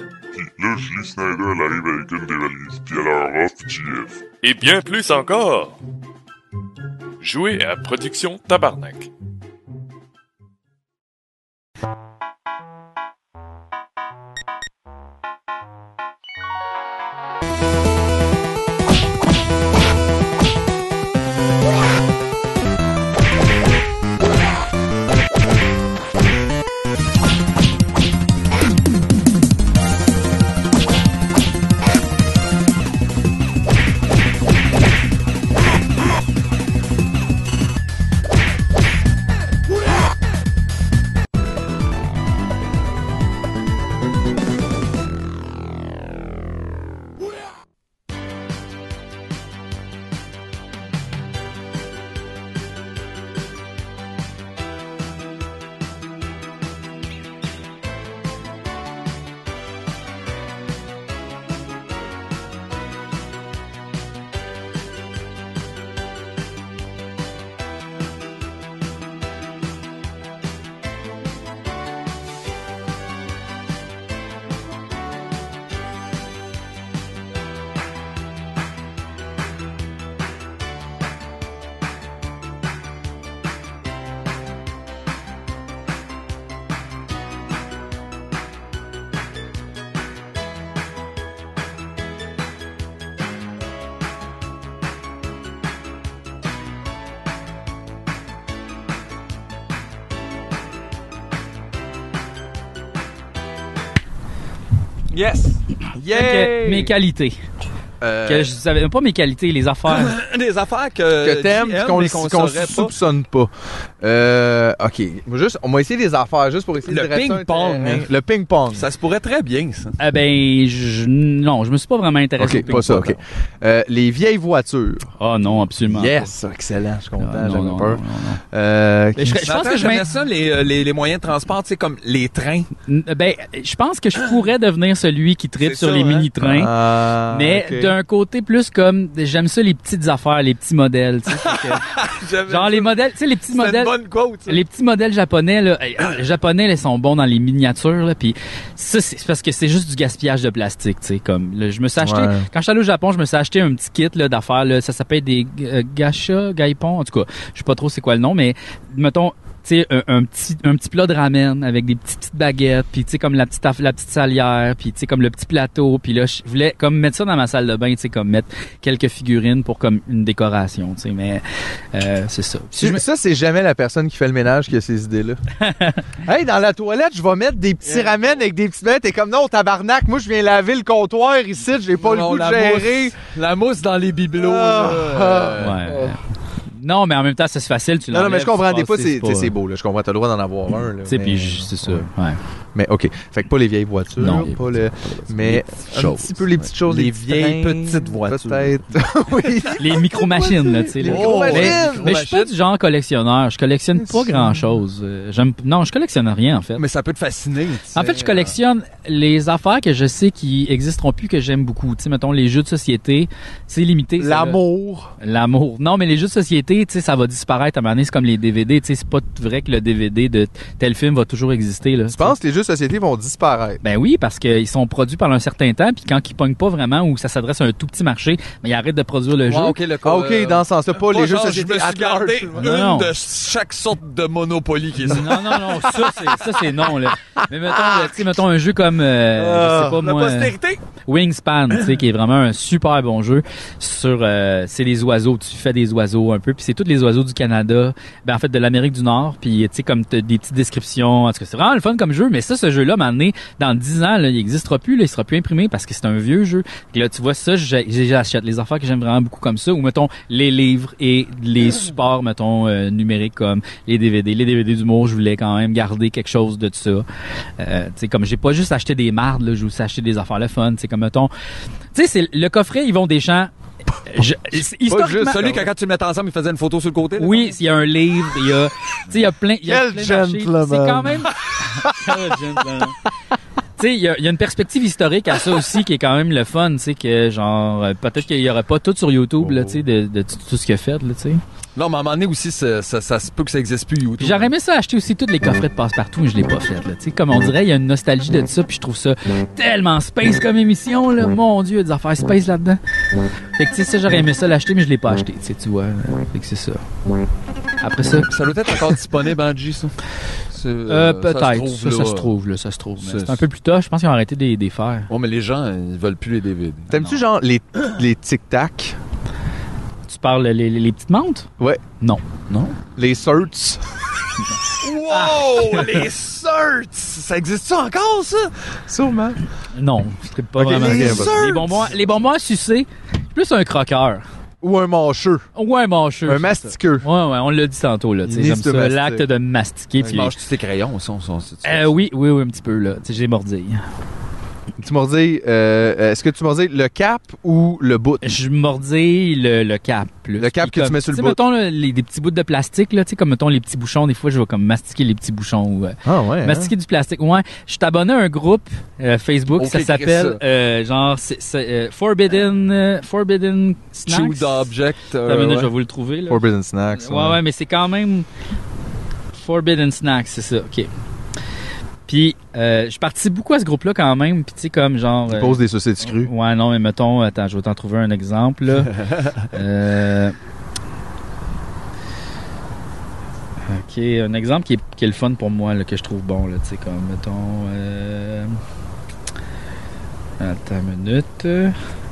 N: Là, Julie Snyder elle arrive avec une des valises, puis elle a off GF.
L: et bien plus encore. Jouez à Production Tabarnak.
A: Yes!
C: Fait que mes qualités.
B: Euh.
C: Que je savais pas mes qualités, les affaires.
A: Des affaires que,
B: que t'aimes,
A: JM,
B: qu'on
A: Euh, mais
B: qu'on
A: saurait pas.
B: soupçonne pas. Euh, ok. Moi, Juste, on va essayer des affaires juste pour essayer
A: Le
B: de dresser un
A: ping-pong.
B: terrain. Le ping-pong.
A: Ça se pourrait très bien, ça.
C: Ah ben, je- non, je me suis pas vraiment intéressé.
B: Ok, pas ça, ok. Euh, les vieilles voitures.
C: Ah non, absolument.
B: Yes, excellent, je suis content,
C: Ah, non,
B: j'avais
C: non,
B: peur.
C: non,
B: Euh,
C: Mais je serais-
A: Je pense que j'aimais ça, les, euh, les, les moyens de transport, tu sais, comme les trains.
C: Ben, je pense que je pourrais devenir celui qui tripe
A: C'est
C: sur
A: ça,
C: les
A: hein?
C: mini-trains.
B: Ah,
C: mais
A: ok.
C: d'un un côté plus comme j'aime ça les petites affaires, les petits modèles. tu sais, fait que- genre les modèles, tu sais les petits
A: C'est une
C: modèles.
A: bonne quote. ça.
C: Les petits modèles japonais, là, hey, ah, les japonais, là, ils sont bons dans les miniatures, là, puis ça, c'est parce que c'est juste du gaspillage de plastique, tu sais, comme, là, je me suis acheté,
B: Ouais.
C: quand je suis allé au Japon, je me suis acheté un petit kit, là, d'affaires, là, ça s'appelle des euh, gacha, gaipon, en tout cas, je sais pas trop c'est quoi le nom, mais, mettons, tu sais, un, un petit, un petit plat de ramen avec des petites, petites baguettes, puis tu sais, comme la petite, aff- la petite salière, puis tu sais, comme le petit plateau, puis là, je voulais comme mettre ça dans ma salle de bain, tu sais, comme mettre quelques figurines pour comme une décoration, tu sais, mais euh, c'est ça. Si je me-
B: Ça, c'est jamais la personne qui fait le ménage qui a ces idées-là. hey, dans la toilette, je vais mettre des petits ramen avec des petits bêtes. T'es comme, non, tabarnak, moi, je viens laver le comptoir ici, j'ai pas le
A: Non,
B: goût de
A: la
B: gérer.
A: mousse, la mousse dans les bibelots.
B: Ah,
A: là.
C: Ouais. Non, mais en même temps, ça c'est facile, tu
B: oh. Non, non, mais je comprends des
C: pas,
B: fois, ah, c'est tu sais, c'est beau. Là. Je comprends, t'as le droit d'en avoir un. là,
C: Tu sais,
B: mais-
C: puis je- c'est ça,
B: Mais OK. Fait que pas les vieilles voitures,
C: Non.
B: pas le... mais un
C: choses.
B: petit peu les petites choses.
A: Les
B: petits
A: vieilles
B: trains,
A: petites voitures.
B: Peut-être. oui.
C: Les micro-machines, là, tu sais.
A: Oh,
B: Les
C: là. Mais-
B: micro-machines!
C: Mais je suis pas du genre collectionneur. Je collectionne pas grand-chose. Euh, j'aime- Non, je collectionne rien, en fait.
A: Mais ça peut te fasciner. tu sais.
C: En fait, je collectionne les affaires que je sais qui existeront plus que j'aime beaucoup. Tu sais, mettons, les jeux de société, c'est limité. ça, là.
B: L'amour.
C: L'amour. Non, mais les jeux de société, tu sais, ça va disparaître à un moment donné. C'est comme les DVD, tu sais, c'est pas vrai que le DVD de tel film va toujours exister, là.
B: Tu penses que les jeux de société vont disparaître?
C: Ben oui, parce qu'ils sont produits pendant un certain temps, puis quand ils pognent pas vraiment ou ça s'adresse à un tout petit marché, mais ils arrêtent de produire le
A: Ouais,
C: jeu.
A: ok, le
B: Ah, OK,
A: euh,
B: dans ce sens-là, pas, les jeux de
A: genre,
B: société.
A: Je me suis
B: at large.
A: gardé
C: large.
A: une
C: Non, non.
A: de chaque sorte de Monopoly qui est
C: Non, non, non, ça, c'est, ça, c'est non, là. Mais mettons, là, tu sais, mettons un jeu comme, euh, je sais pas,
A: Ah, la
C: moi,
A: postérité.
C: Wingspan, tu sais, qui est vraiment un super bon jeu sur, euh, c'est les oiseaux, tu fais des oiseaux un peu, puis c'est tous les oiseaux du Canada, ben en fait de l'Amérique du Nord, puis tu sais comme t'as des petites descriptions, en tout cas c'est vraiment le fun comme jeu, mais ça, ce jeu-là, m'a donné, dans 10 ans, là, il n'existera plus, là, il sera plus imprimé parce que c'est un vieux jeu. Et là, tu vois ça, j'ai- j'ai- j'achète les affaires que j'aime vraiment beaucoup comme ça, ou mettons les livres et
A: Mm.
C: les supports, mettons euh, numériques comme les DVD, les DVD d'humour, je voulais quand même garder quelque chose de ça. Euh, tu sais, comme j'ai pas juste acheté des mardes, là, j'ai aussi acheté des affaires le fun, c'est comme mettons, tu sais, c'est le coffret Yvon Deschamps. Je,
A: Pas
C: historiquement-
A: juste celui que quand tu le mettais ensemble, il faisait une photo sur le côté. là.
C: ah oui, il y a un livre, il y a, tu sais, il y a plein, il y a
A: Quel
C: plein de marchés.
A: gentleman.
C: C'est quand même. Quel gentleman. Tu sais, il y, a- il y a une perspective historique à ça aussi qui est quand même le fun, tu sais, que genre, euh, peut-être qu'il y aurait pas tout sur YouTube, là,
A: Oh.
C: tu sais, de, de tout tout ce qu'il a fait, là, tu sais.
A: Non, mais à un moment donné aussi, ça, ça- ça se peut que ça existe plus, YouTube.
C: Puis J'aurais aimé ça acheter aussi tous les coffrets de passe-partout, mais je l'ai pas fait, là, tu sais. Comme on dirait, il y a une nostalgie de ça, puis je trouve ça tellement space comme émission, là. Mon Dieu, il y a des affaires space là-dedans. Fait que, tu sais, ça, j'aurais aimé ça l'acheter, mais je l'ai pas acheté, tu sais, tu vois. Fait que c'est ça. Après ça.
A: Ça doit être encore disponible, Angie, ça. C'est,
C: Euh,
A: euh,
C: peut-être.
A: ça se trouve,
C: Ça, ça,
A: là.
C: se trouve, là, ça se trouve. mais
A: C'est-
C: C'est un peu plus tard. Je pense qu'ils ont arrêté des, des faire.
A: Ouais, mais les gens, ils veulent plus les DVD.
B: T'aimes-tu, genre, les, les tic-tac?
C: Tu parles les, les- les petites mantes?
B: Ouais.
C: Non. Non?
B: Les certs?
A: Ah Wow! les certs! Ça existe-tu encore, ça?
B: Sûrement.
C: Non, je tripe pas
B: Ok,
C: vraiment.
B: les certs!
C: les, bonbons, les bonbons à sucer, c'est plus un croqueur.
B: Ou un mancheux.
C: Ou un mancheux. c'est
B: Un
C: ça.
B: mastiqueux.
C: Ouais, ouais, on l'a dit tantôt, là. tu sais,
B: Ni
C: J'aime
B: se
C: ça,
B: mastiquer.
C: l'acte de mastiquer.
A: Tu
C: Puis...
A: manges tous tes crayons, ça, on s'en
C: Euh, oui, oui, oui, un petit peu, là. Tu sais, J'ai mordi.
B: Tu mordis, euh, est-ce que tu mordis le cap ou le bout?
C: Je mordis le, le cap. Plus.
B: Le
C: Puis
B: cap que tu
C: comme-
B: mets sur le
C: sais,
B: bout.
C: mettons, là, les, des petits bouts de plastique, là, tu sais, comme mettons les petits bouchons, des fois, je vais comme mastiquer les petits bouchons. Ou, euh,
B: Ah ouais, hein?
C: Mastiquer du plastique, ouais. Je suis abonné à un groupe euh, Facebook,
A: Ok,
C: ça
A: Chris,
C: s'appelle,
A: ça.
C: euh, genre, c'est- c'est, euh, Forbidden, euh, Forbidden Snacks.
A: Chewed Object. euh,
C: Attends une minute,
A: ouais.
C: je vais vous le trouver, là.
B: Forbidden snacks.
C: Ouais, ouais, mais c'est quand même Forbidden Snacks, c'est ça, ok. Puis, euh, je participe beaucoup à ce groupe-là quand même, puis tu sais, comme genre...
B: Ils
C: euh,
B: posent des saucisses crues.
C: Ouais, non, mais mettons, attends, je vais t'en trouver un exemple. Là. Euh, Ok, un exemple qui est, qui est le fun pour moi, là, que je trouve bon, là, tu sais, comme, mettons... euh, Attends une minute.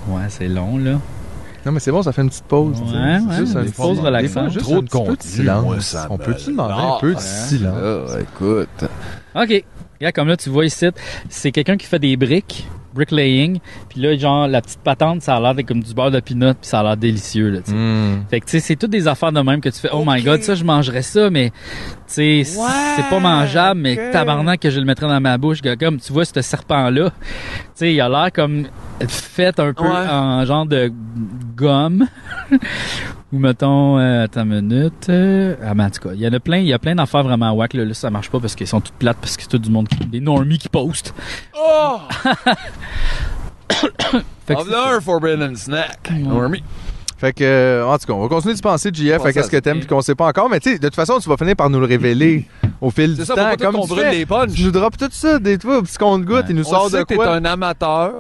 C: Ouais, c'est long, là.
B: Non, mais c'est bon, ça fait une petite pause.
C: Ouais,
B: tu sais.
C: ouais,
B: juste
C: une
B: une
C: petite pause relaxante.
B: Juste
A: Trop
B: un
A: de
B: petit peu
A: contenu,
B: silence.
A: moi, ça
B: On
A: me
B: peut-tu demander un peu de
A: lasse.
B: silence?
A: Ah, écoute.
C: OK. Regarde, comme là, tu vois ici, c'est quelqu'un qui fait des briques, bricklaying, puis là, genre, la petite patente, ça a l'air d'être comme du beurre de peanut, puis ça a l'air délicieux, là, tu sais. Fait que, tu sais, c'est toutes des affaires de même que tu fais, oh my god, ça, je mangerais ça, mais, tu sais, c'est pas mangeable, mais tabarnak que je le mettrais dans ma bouche, gars. comme, tu vois, ce serpent-là, tu sais, il a l'air comme fait un peu
A: Ouais.
C: en genre de gomme. Ou mettons, euh, attends une minute. euh, ah, mais en tout cas, il y en a plein, il y a plein d'affaires vraiment whack. Là, là, ça marche pas parce qu'ils sont toutes plates, parce
A: Ah,
C: que c'est tout du monde, qui- des normies qui postent.
A: Oh!
C: Fait que
A: En voilà un Forbidden Snack. Normie.
B: Fait que, euh, en tout cas, on va continuer de penser, JF,
A: Pense
B: à qu'est-ce
A: à
B: que
A: ça.
B: t'aimes puis qu'on sait pas encore. Mais tu sais, de toute façon, tu vas finir par nous le révéler au fil du
A: C'est ça, faut
B: temps.
A: pas tout
B: comme
A: qu'on
B: tu
A: brûle
B: fais.
A: les punchs.
B: Tu nous drops tout ça, des fois, petit qu'on goûte, il nous
A: On
B: sort
A: sait
B: de
A: que
B: quoi.
A: t'es un amateur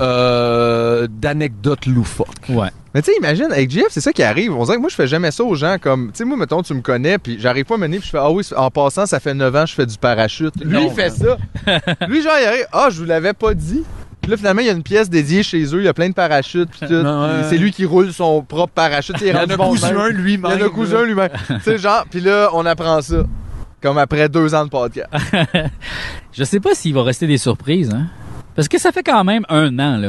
A: euh, d'anecdotes loufoques.
C: Ouais.
B: Mais tu sais, imagine, avec JF, c'est ça qui arrive. On dirait que moi, je fais jamais ça aux gens. Comme, tu sais, moi, mettons, tu me connais, puis j'arrive pas à mener, puis je fais, ah oui, en passant, ça fait 9 ans, je fais du parachute. Lui,
A: Non,
B: il fait ça. Lui, genre, il arrive, ah, je vous l'avais pas dit. Puis là, finalement, il y a une pièce dédiée chez eux, il y a plein de parachutes, puis tout.
A: ouais.
B: Puis C'est lui qui roule son propre parachute.
A: Il y en a cousu un lui-même.
B: Il y en a cousu un lui-même. tu sais, genre, puis là, on apprend ça. Comme après deux ans de podcast.
A: Ah.
C: Je sais pas s'il va rester des surprises, hein. Parce que ça fait quand même un an, là.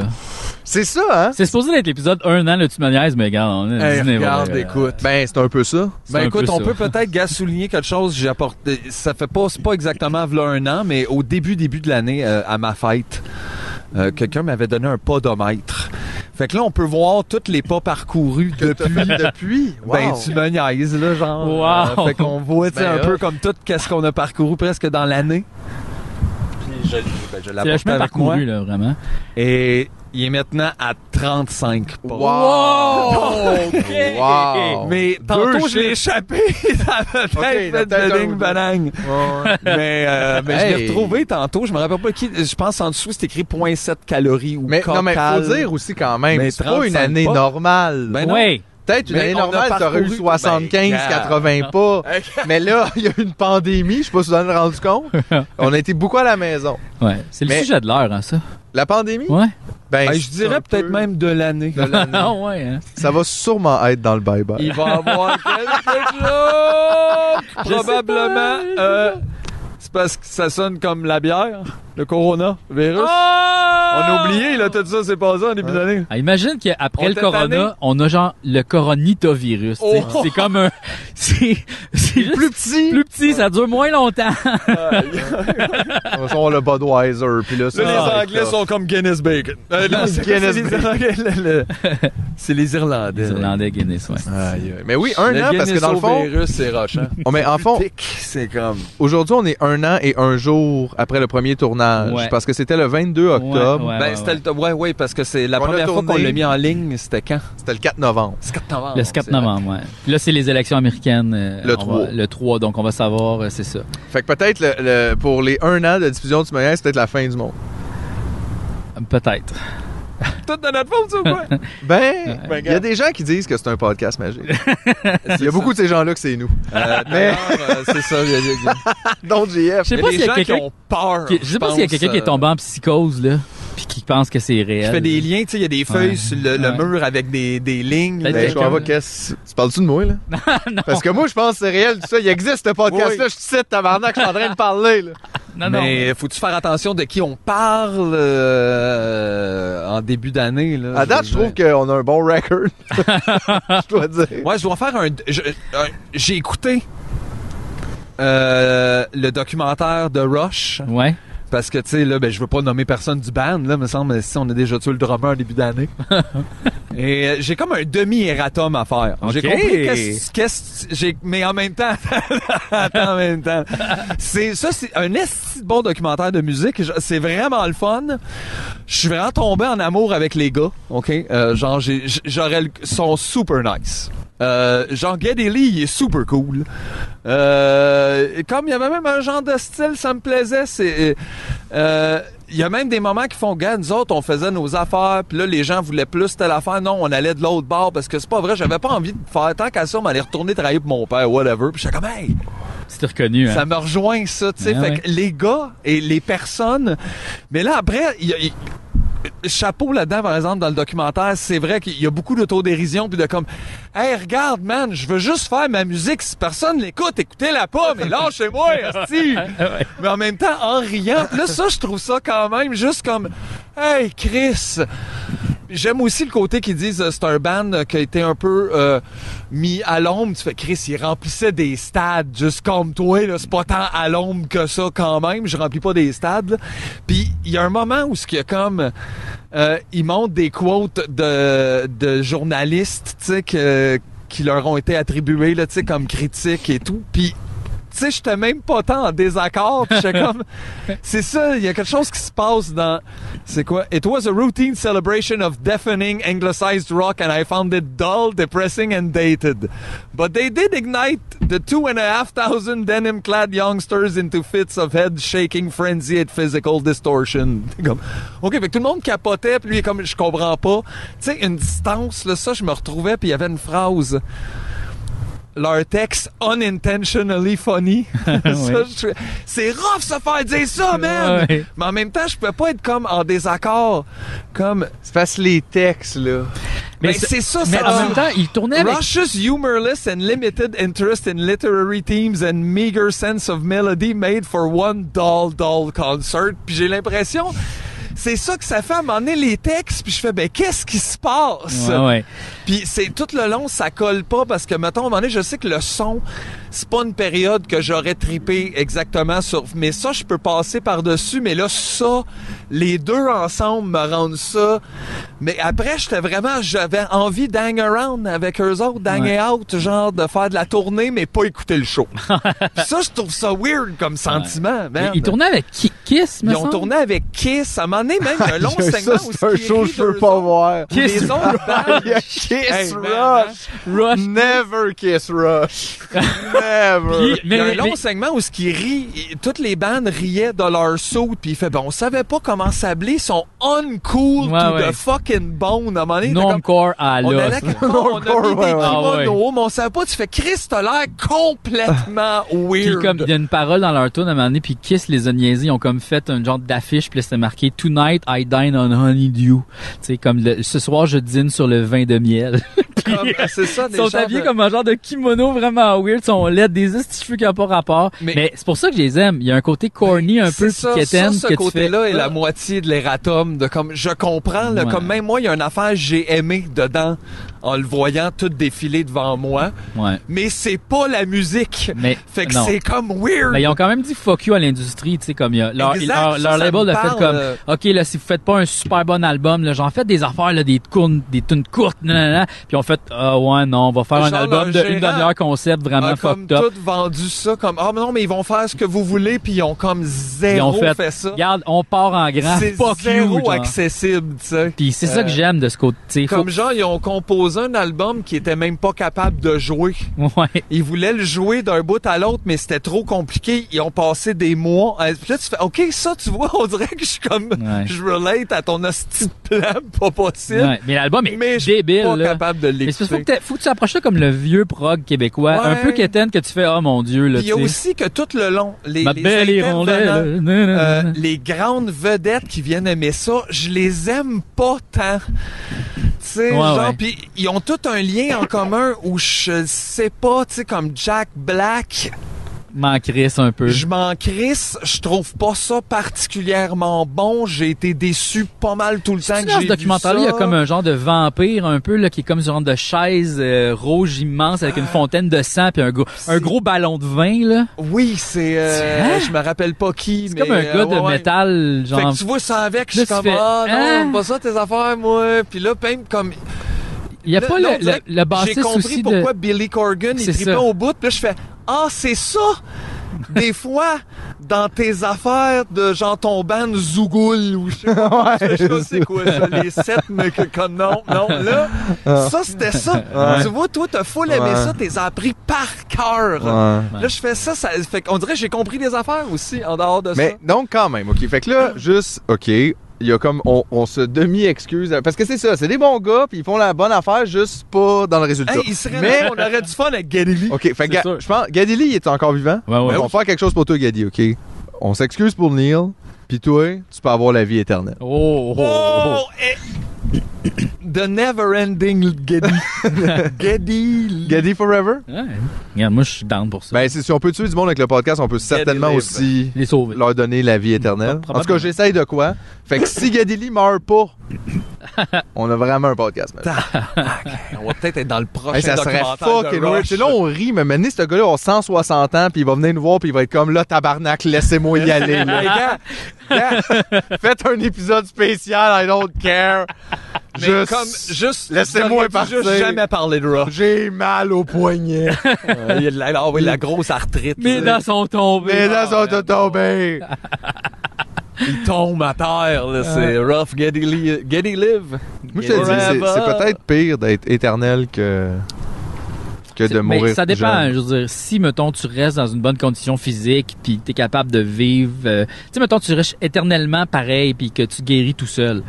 B: C'est ça, hein?
C: C'est supposé être l'épisode un an, là, tu me niaises, mais regarde, on est
A: Hey,
C: Disney,
A: regarde,
C: voilà.
A: écoute.
B: Ben, c'est un peu ça.
A: Ben
C: C'est un
A: écoute,
C: peu
A: on
C: ça.
A: peut peut-être gars, souligner quelque chose. J'ai apporté, ça fait pas, c'est pas exactement v'là un an, mais au début début de l'année euh, à ma fête, euh, quelqu'un m'avait donné un podomètre. Fait que là, on peut voir tous les pas parcourus depuis.
B: depuis? Wow.
A: Ben tu me niaises là, genre. Euh,
B: Wow.
A: fait qu'on voit, tu sais,
B: Ben,
A: un
B: là.
A: peu comme tout qu'est-ce qu'on a parcouru presque dans l'année. Puis je, ben, je
C: C'est le
A: l'apporte
C: chemin
A: avec moi.
C: parcouru, là, vraiment.
A: Et il est maintenant à 35 pas.
B: Wow! Wow!
A: Mais
B: Deux
A: tantôt, je l'ai
B: chiffres.
A: échappé dans la tête
B: la
A: de
B: tête d'un
A: ding banang. Mais, euh, mais je l'ai retrouvé tantôt. Je me rappelle pas qui. Je pense en dessous, c'est écrit 0.7 calories ou
B: Mais non, mais faut
A: cocal.
B: dire aussi quand même,
A: Mais
B: c'est pas une
A: 35
B: année
A: pas.
B: normale.
A: Ben non. Ouais.
B: Peut-être une
A: Mais
B: année
A: on a
B: normale, t'aurais eu
A: parcouru-
B: 75,
A: Ben, gars.
B: 80 pas. mais là, il y a eu une pandémie, je sais pas si vous en avez rendu compte. On a été beaucoup à la maison.
C: Ouais. C'est le
B: Mais-
C: sujet de l'heure, hein, ça.
B: La pandémie?
C: Ouais.
B: Ben,
A: Ben, je
B: c'est
A: dirais
B: un
A: peut-être
B: peu
A: même de l'année.
B: de l'année.
C: Ah, ouais, hein.
B: Ça va sûrement être dans le bye-bye.
A: Il va avoir quelque chose. Probablement. euh, c'est parce que ça sonne comme la bière, le coronavirus.
B: Oh!
A: On a oublié, là, tout ça, c'est passé en
B: Hein?
A: début d'année.
C: Ah, imagine qu'après
A: On
C: le
A: t'a
C: corona,
A: tanné?
C: on a genre le coronitovirus. tu sais.
A: Oh!
C: C'est comme un. C'est c'est juste
B: plus petit.
C: Plus petit, ça dure moins longtemps.
B: On va avoir le Budweiser, puis là, ça,
C: Ah,
B: ça va
A: Là,
B: être
A: les Anglais
B: là.
A: sont comme Guinness Bacon. Euh, non, c'est
B: Guinness
A: c'est les
B: Bacon.
A: Anglais, le- le- C'est les Irlandais.
C: Les Irlandais Guinness, ouais.
B: Aïe, aïe. Mais oui, un an, parce que dans le fond...
A: virus, c'est roche, hein.
B: Oh, mais en fond,
A: C'est comme.
B: Aujourd'hui, on est un an et un jour après le premier tournage.
A: Ouais.
B: Parce que c'était le 22 octobre.
C: Ouais,
A: ben,
C: ouais,
A: c'était le. Ouais, ouais, parce que c'est la
B: On a
A: première fois qu'on
B: tourné.
A: l'a mis en ligne, c'était quand?
B: C'était le 4 novembre.
A: C'est 4 novembre.
C: Le 4
A: Ah, c'est
C: novembre, ouais. Puis Là, c'est les élections américaines. euh,
B: Le
C: on va-
B: 3.
C: le 3, donc on va savoir, euh, c'est ça.
B: Fait que peut-être le- le- pour les un an de diffusion du Meilleur, c'est peut-être la fin du monde.
C: Peut-être.
A: Tout de notre faute, ou quoi?
B: Ben, il y a des gens qui disent que c'est un podcast magique. Il y a beaucoup de ces gens-là que c'est nous.
A: Euh,
B: Mais-
A: d'ailleurs, euh, c'est ça. il y a- il y a-
B: Donc, JF.
C: Je sais
A: Il y a
C: pas
A: des
C: s'il y
A: gens
C: a
A: qui
C: quelqu'un
A: ont peur,
C: qui- Je sais pas
A: je
C: s'il y a quelqu'un
A: pense, euh,
C: qui est tombé en psychose, là, puis qui pense que c'est réel.
A: Je fais des liens, tu sais, il y a des feuilles
C: Ouais.
A: sur le, le
C: Ouais.
A: mur avec des, des lignes.
C: Peut-être
A: là.
B: Ben, je comprends pas qu'est-ce. Tu parles-tu de moi, là? Parce que moi, je pense que c'est réel, tout ça. Il existe ce podcast-là.
A: Oui.
B: Je suis ici, tabarnak, je suis en train de parler, là.
C: Ah Non, non.
A: Mais faut-tu faire attention de qui on parle euh, en début d'année? là,
B: À date, je
A: veux
B: trouve qu'on a un bon record. je dois
A: dire.
B: dire.
A: Ouais, je dois faire un... je- un- J'ai écouté euh, le documentaire de Rush.
C: Ouais.
A: Parce que, tu sais, là, ben, je veux pas nommer personne du band, là, me semble, si on a déjà tué le drummer en début d'année. Et euh, j'ai comme un demi-erratum à faire. J'ai
C: Ok.
A: compris qu'est-ce, qu'est-ce, j'ai, mais en même temps, attends, en même temps. C'est, ça, c'est un esti de bon documentaire de musique. Je- C'est vraiment le fun. Je suis vraiment tombé en amour avec les gars, ok? Euh, genre, j'ai, j- j'aurais le, sont super nice. Euh, genre, Geddy Lee, il est super cool. Euh, comme il y avait même un genre de style, ça me plaisait. C'est, euh, il y a même des moments qui font, gars, nous autres, on faisait nos affaires, puis là, les gens voulaient plus telle affaire. Non, on allait de l'autre bord, parce que c'est pas vrai, j'avais pas envie de faire tant qu'à ça, on allait retourner travailler pour mon père, whatever. Puis j'étais comme, hey,
C: C'était reconnu, hein.
A: ça me rejoint ça, tu sais.
C: Ben
A: fait
C: ouais.
A: que les gars et les personnes. Mais là, après, il y a- il- Chapeau là-dedans, par exemple, dans le documentaire, c'est vrai qu'il y a beaucoup d'autodérision puis de comme, hey, regarde, man, je veux juste faire ma musique. Si personne l'écoute, écoutez-la pas, mais lâchez-moi, esti.
C: Ah
A: Mais en même temps, en riant, Puis là, ça, je trouve ça quand même juste comme, hey, Chris, J'aime aussi le côté qu'ils disent euh, c'est un band euh, qui a été un peu euh, mis à l'ombre. Tu fais Chris, il remplissait des stades juste comme toi. là. C'est pas tant à l'ombre que ça quand même. Je remplis pas des stades. là. Puis il y a un moment où ce qu'il y a comme euh, ils montent des quotes de, de journalistes, tu sais que qui leur ont été attribuées là, tu sais comme critiques et tout. Puis tu tu sais, j'étais même pas tant en désaccord. Puis j'étais comme, c'est ça, il y a quelque chose qui se passe dans, c'est quoi? It was a routine celebration of deafening anglicized rock and I found it dull, depressing and dated. But they did ignite the two and a half thousand denim-clad youngsters into fits of head-shaking frenzy at physical distortion. Comme, OK, fait que tout le monde capotait, puis lui, il est comme, je comprends pas. Tu sais, une distance, là, ça, je me retrouvais, puis il y avait une phrase leur texte unintentionally funny. Ça,
J: Ouais.
A: je- c'est rough se faire dire ça, man!
J: Ouais.
A: Mais en même temps, je peux pas être comme en désaccord. Comme.
B: C'est parce que les textes, là.
A: Mais
B: Mais
A: c'est ça,
B: mais
A: ça.
B: en même temps,
C: il tournait avec-
A: Russia's humorless and limited interest in literary themes and meager sense of melody made for one doll doll concert. Puis j'ai l'impression. C'est ça que ça fait à m'emmener les textes, puis je fais, ben, qu'est-ce qui se passe?
C: Ouais, ouais.
A: Puis c'est tout le long, ça colle pas parce que, mettons, à un moment donné, je sais que le son, c'est pas une période que j'aurais tripé exactement sur. Mais ça, je peux passer par-dessus. Mais là, ça, les deux ensemble me rendent ça. Mais après, j'étais vraiment, j'avais envie d'hang around avec eux autres, d'hang out, genre de faire de la tournée, mais pas écouter le show. Puis ça, je trouve ça weird comme sentiment, man.
C: Mais Ils tournaient avec Ki- Kiss, me
A: Ils ont
C: semble.
A: tourné avec Kiss. À un moment donné, même, il y a un long
B: Ça,
A: segment où
B: c'est un show que je peux pas voir.
A: Kiss les autres bandes-
B: Il y a Kiss
A: Hey, man, hein?
B: Rush.
C: Rush.
B: Never Kiss Rush. Never.
A: Euh, il y a un long segment où ce qui rit, il- toutes les bandes riaient de leur saut, puis il fait bon, on savait pas comment sabler, ils sont uncool
C: Ouais,
A: to
C: ouais.
A: the fucking bone. À un moment donné, t'es comme,
C: Non-core à
A: on
C: l'os.
A: allait quelque part, on a mis des
C: ouais, ouais.
A: kimonos,
C: Ah ouais.
A: mais on savait pas, tu fais Chris, t'as l'air complètement
C: Puis
A: weird.
C: comme il y a une parole dans leur tune à un moment donné, puis Kiss les a niaisés, ils ont comme fait une genre d'affiche, puis là, c'était marqué Tonight I dine on honeydew. Tu sais comme le- ce soir je dîne sur le vin de miel.
A: Comme- c'est ça,
C: Ils
A: des
C: sont
A: genres
C: habillés
A: de-
C: comme un genre de kimono vraiment weird, ils sont laides, des petits cheveux qui n'ont pas rapport. Mais, c'est pour ça que je les aime. Il y a un côté corny un peu
A: C'est ça,
C: piquetaine
A: ça, ce
C: que tu fais.
A: côté-là est la moitié de l'erratum. De comme, je comprends, là,
C: Ouais.
A: comme même moi, il y a une affaire que j'ai aimé dedans en le voyant tout défiler devant moi.
C: Ouais.
A: Mais c'est pas la musique.
C: Mais
A: fait que
C: non.
A: c'est comme weird.
C: Mais ils ont quand même dit fuck you à l'industrie, tu sais, comme il y a, leur,
A: Exact,
C: leur,
A: ça,
C: leur
A: ça
C: label
A: me
C: a fait
A: parle,
C: comme,
A: euh.
C: ok là, si vous faites pas un super bon album, là, j'en fais des affaires là, des tunes, des tunes courtes, nan, nan, nan. puis on fait, ah ouais non, on va faire un
A: Genre,
C: album
A: le
C: de une
A: gérant
C: demi-heure concept vraiment
A: a comme
C: fucked up.
A: tout vendu ça comme ah mais non mais ils vont faire ce que vous voulez puis ils ont comme
C: Ils
A: zéro
C: ont fait,
A: fait, ça.
C: regarde, on part en grand,
A: C'est
C: fuck
A: zéro
C: you, genre.
A: accessible, tu sais.
C: Puis c'est ça que
A: Euh,
C: j'aime de ce côté. tu sais, faut-
A: Comme genre ils ont composé un album qui était même pas capable de jouer.
C: Ouais.
A: Ils voulaient le jouer d'un bout à l'autre mais c'était trop compliqué. Ils ont passé des mois. à- Puis là tu fais ok ça tu vois on dirait que je suis comme je relate à ton hostie de plan pas possible.
C: Ouais, mais l'album est
A: mais je suis
C: débile.
A: pas
C: là.
A: capable de
C: Mais c'est parce que faut
A: l'écouter.
C: que t'a- faut que tu approches ça comme le vieux prog québécois, un
A: Ouais.
C: peu quétaine que tu fais, oh mon dieu, là.
A: Puis il y a
C: tu sais.
A: aussi que tout le long, les,
C: Ma
A: les
C: belle hirondelle.
A: intervenants,
C: Nanana.
A: euh, les grandes vedettes qui viennent aimer ça, je les aime pas tant. Tu sais,
C: Ouais,
A: genre,
C: ouais.
A: puis ils ont tout un lien en commun où je sais pas, tu sais, comme Jack Black,
C: M'en crisse un peu.
A: je m'en crisse, je trouve pas ça particulièrement bon, j'ai été déçu pas mal tout le temps que
C: Dans
A: j'ai
C: ce
A: vu
C: documentaire-là, il y a
A: ça.
C: comme un genre de vampire un peu là qui est comme une genre de chaise euh, rouge immense avec une
A: Ah.
C: fontaine de sang puis un gros un gros ballon de vin là.
A: Oui, c'est euh,
C: Hein?
A: je me rappelle pas qui,
C: C'est
A: mais
C: comme un
A: euh,
C: gars de
A: ouais, ouais.
C: métal genre.
A: Fait que tu vois ça avec, je suis
C: Là, tu
A: comme,
C: fais,
A: ah non,
C: hein?
A: pas ça tes affaires, moi. Puis là, même comme.
C: Il y a
A: Là,
C: pas
A: là,
C: le-
A: on dirait
C: le-
A: que
C: le bassiste
A: J'ai compris
C: aussi de-
A: pourquoi Billy Corgan, il
C: C'est
A: tripait
C: ça.
A: au bout. Puis là, je fais, ah, c'est ça! Des fois, dans tes affaires de genre ton band Zougoul ou je sais pas, je sais pas c'est quoi ça, les sept, mais que, comme non, non, là,
B: Ah.
A: ça c'était ça.
B: Ouais.
A: Tu vois, toi, t'as full aimé
B: Ouais.
A: ça, t'es appris par cœur.
B: Ouais.
A: Là, je fais ça, ça fait qu'on dirait que j'ai compris des affaires aussi en dehors de ça.
B: Mais donc quand même, ok. Fait que là, juste, ok, il y a comme on, on se demi excuse parce que c'est ça, c'est des bons gars puis ils font la bonne affaire juste pas dans le résultat.
A: Hey, il serait
B: Mais
A: là, on aurait du fun avec Galili.
B: ok, fait que Ga- je pense Gadili il est encore vivant.
A: ouais.
B: On va faire quelque chose pour toi, Gadi. Ok, on s'excuse pour Neil. Puis toi, tu peux avoir la vie éternelle.
C: Oh,
A: Oh, eh. The never ending Geddy. Geddy.
B: Gaddy forever.
A: Hein?
C: Regarde, moi je suis down pour ça.
B: Ben, c'est- si on peut tuer du monde avec le podcast, on peut
C: libre.
B: certainement
A: ben.
B: aussi
C: Les sauver.
B: leur donner la vie éternelle. En tout cas,
C: probablement.
B: j'essaye de quoi. Fait que si Gadili meurt pas, on a vraiment un podcast. man.
A: On va peut-être être dans le prochain
B: Hey, ça serait
A: documentaire
B: fucking
A: de
B: weird.
A: Rush.
B: C'est là, on rit, mais maintenant, ce gars-là a 160 ans, puis il va venir nous voir, puis il va être comme là, tabarnak, laissez-moi y aller.
A: Ah,
B: là.
A: Hey, gars,
B: Gars, Faites un épisode spécial, I don't care.
A: ah. Mais comme, juste,
B: Laissez-moi
A: t'aurais dû
B: partir.
A: juste jamais parler de Raw.
B: J'ai mal au poignet.
A: Euh, il y a de la, ah oui, la grosse arthrite.
C: Mes
A: là.
C: dents sont tombées.
B: Mes dents sont toutes tombées.
A: Il tombe à terre, là. C'est rough, Geddy, Lee- Geddy Live.
B: Moi, je te dis, c'est- c'est peut-être pire d'être éternel que, que de
C: Mais
B: mourir.
C: ça dépend.
B: jeune.
C: Je veux dire, si, mettons, tu restes dans une bonne condition physique, puis t'es capable de vivre. euh, tu sais, mettons, tu restes éternellement pareil, puis que tu guéris tout seul.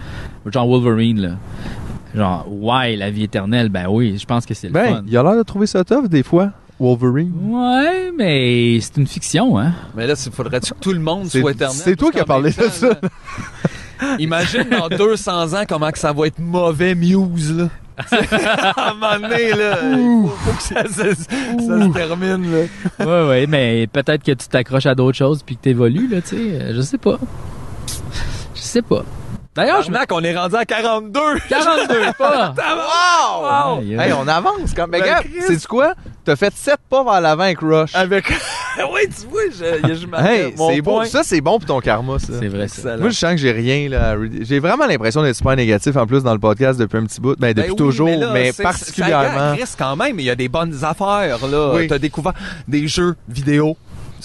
C: Genre Wolverine, là. Genre, ouais, la vie éternelle, ben oui, je pense que c'est le
B: Ben,
C: fun.
B: il a l'air de trouver ça tough des fois, Wolverine.
C: Ouais, mais c'est une fiction, hein.
A: Mais là, il faudrait que tout le monde
B: C'est
A: soit éternel.
B: c'est toi qui as parlé de ça.
A: Imagine dans 200 ans comment que ça va être mauvais Muse, là. à un moment donné, là, il faut, faut que ça, se- ça se termine, là.
C: ouais, ouais, mais peut-être que tu t'accroches à d'autres choses puis que t'évolues, là, tu sais. euh, Je sais pas. Je sais pas. D'ailleurs, je
A: me qu'on est rendu à 42.
C: 42 pas. Ah!
B: Wow!
A: Aïe, aïe.
B: Hey, on avance quand même. Mais
A: Ben,
B: regarde,
A: Christ.
B: c'est quoi? T'as fait 7 pas vers l'avant avec Rush.
A: Avec. oui, tu vois, je, je m'appelle.
B: Hey,
A: mon
B: c'est bon.
A: point.
B: Ça, c'est bon pour ton karma, ça.
C: C'est vrai, ça.
A: Excellent.
B: Moi, je sens que j'ai rien, là. à Rudy. J'ai vraiment l'impression d'être super négatif, en plus, dans le podcast depuis un petit bout. Ben,
A: Ben
B: depuis
A: oui,
B: toujours, mais,
A: là, c'est- Ça
B: particulièrement.
A: agresse quand même, il y a des bonnes affaires, là.
B: Oui.
A: T'as découvert des jeux vidéo.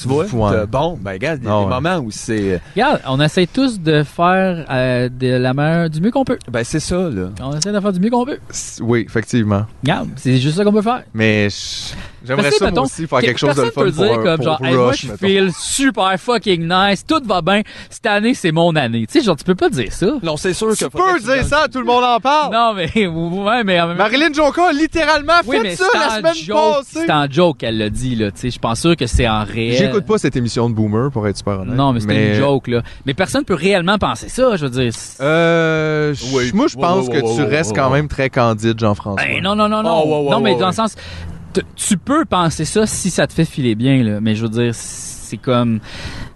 A: Tu vois?
B: Ouais.
A: T'as- Bon, ben, regarde, il y a
B: Ah
A: des
B: ouais.
A: moments où c'est.
C: Regarde, on essaie tous de faire euh, de la meilleure, du mieux qu'on peut.
A: Ben, c'est ça, là.
C: On essaie de faire du mieux qu'on peut.
B: Oui, effectivement.
C: Regarde, c'est juste ça qu'on peut faire.
B: Mais je- j'aimerais
C: Parce que,
B: ça,
C: mettons,
B: moi aussi, faire quelque chose de
C: personne peut
B: le fun pour,
C: dire comme
B: pour
C: genre, Hey, moi,
B: Rush,
C: je
B: mettons.
C: feel super fucking nice, tout va bien, cette année, c'est mon année. Tu sais, genre, tu peux pas dire ça.
A: Non, c'est sûr que.
B: Tu peux dire ça, tout le monde en parle.
C: Non, mais, ouais, mais en même temps-
B: Marilyn Jonca, a littéralement,
C: Oui, mais
B: fait ça
C: c'est
B: la
C: en
B: semaine
C: joke,
B: passée.
C: C'est en joke qu'elle l'a dit, là. Tu sais, je pense sûr que c'est en réel.
B: J'écoute pas cette émission de Boomer, pour être super honnête.
C: Non, mais c'était une joke, là. Mais personne peut réellement penser ça, je veux dire. C'est-
B: Euh, je-
A: Oui.
B: Moi, je
A: Ouais,
B: pense
A: ouais,
B: que
A: ouais,
B: tu
A: ouais,
B: restes
A: ouais,
B: quand
A: ouais.
B: même très candide, Jean-François.
C: Ben, non, non, non, non.
A: Oh, ouais, ouais,
C: non, mais
A: ouais,
C: dans
A: ouais.
C: le sens, t- tu peux penser ça si ça te fait filer bien, là. Mais je veux dire, c'est comme,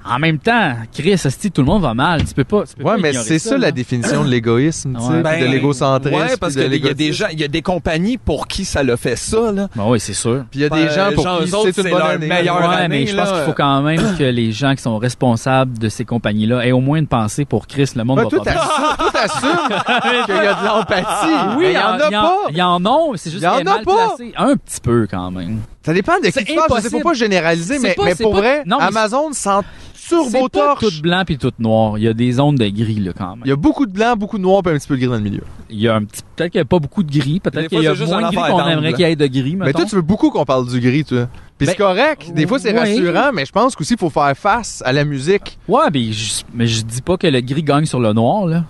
C: en même temps, Chris, si tout le monde va mal, tu peux pas. tu peux
B: ouais,
C: pas
B: mais
C: ignorer
B: c'est ça,
C: ça
B: la
C: là.
B: définition de l'égoïsme, tu sais,
C: Ouais.
B: puis
A: Ben,
B: de l'égocentrisme.
A: Ouais, parce
B: puis de
A: qu'il y a des
B: l'égotisme.
A: gens, il y a des compagnies pour qui ça le fait ça, là.
C: Ben oui, c'est sûr.
B: Puis il y a des
A: Ben,
B: gens pour
A: genre,
B: qui
A: eux autres,
B: c'est une
A: c'est
B: bonne
A: leur
B: année.
A: meilleure
C: Ouais,
A: année,
C: mais je pense
A: là.
C: qu'il faut quand même que les gens qui sont responsables de ces compagnies-là aient au moins une pensée pour Chris, le monde
B: Ben,
C: va
B: toi,
C: pas bien.
B: t'assumes- toi, t'assumes qu'il y a de l'empathie.
C: Oui,
B: Mais il Ah, ben, y en a pas.
C: Il y en a, c'est juste
B: Il y en
C: qu'elle est
B: a
C: mal
B: pas.
C: placée. Un petit peu quand même.
B: Ça dépend de qui
C: C'est
B: tu parles. Je sais
C: impossible.
B: pas pourquoi généraliser,
C: C'est
B: mais,
C: pas-
B: mais
C: c'est
B: pour
C: pas-
B: vrai,
C: non, mais
B: Amazon sent
C: C'est pas
B: turbo-torche.
C: tout blanc puis tout noir. Il y a des zones de gris là quand même.
B: Il y a beaucoup de blanc, beaucoup de noir, puis un petit peu de gris dans le milieu.
C: Il y a un petit peut-être qu'il n'y a pas beaucoup de gris,
A: Des
C: peut-être
A: fois,
C: qu'il y a
A: c'est juste
C: moins
A: une
C: de gris
A: affaire
C: qu'on
A: d'angle.
C: aimerait qu'il y ait de gris
B: Mais
C: mettons.
B: toi, tu veux beaucoup qu'on parle du gris, toi. Puis
C: Ben,
B: c'est correct. Des fois, c'est
C: ouais.
B: rassurant, mais je pense qu'aussi, il faut faire face à la musique.
C: Ouais, mais je, mais je dis pas que le gris gagne sur le noir là.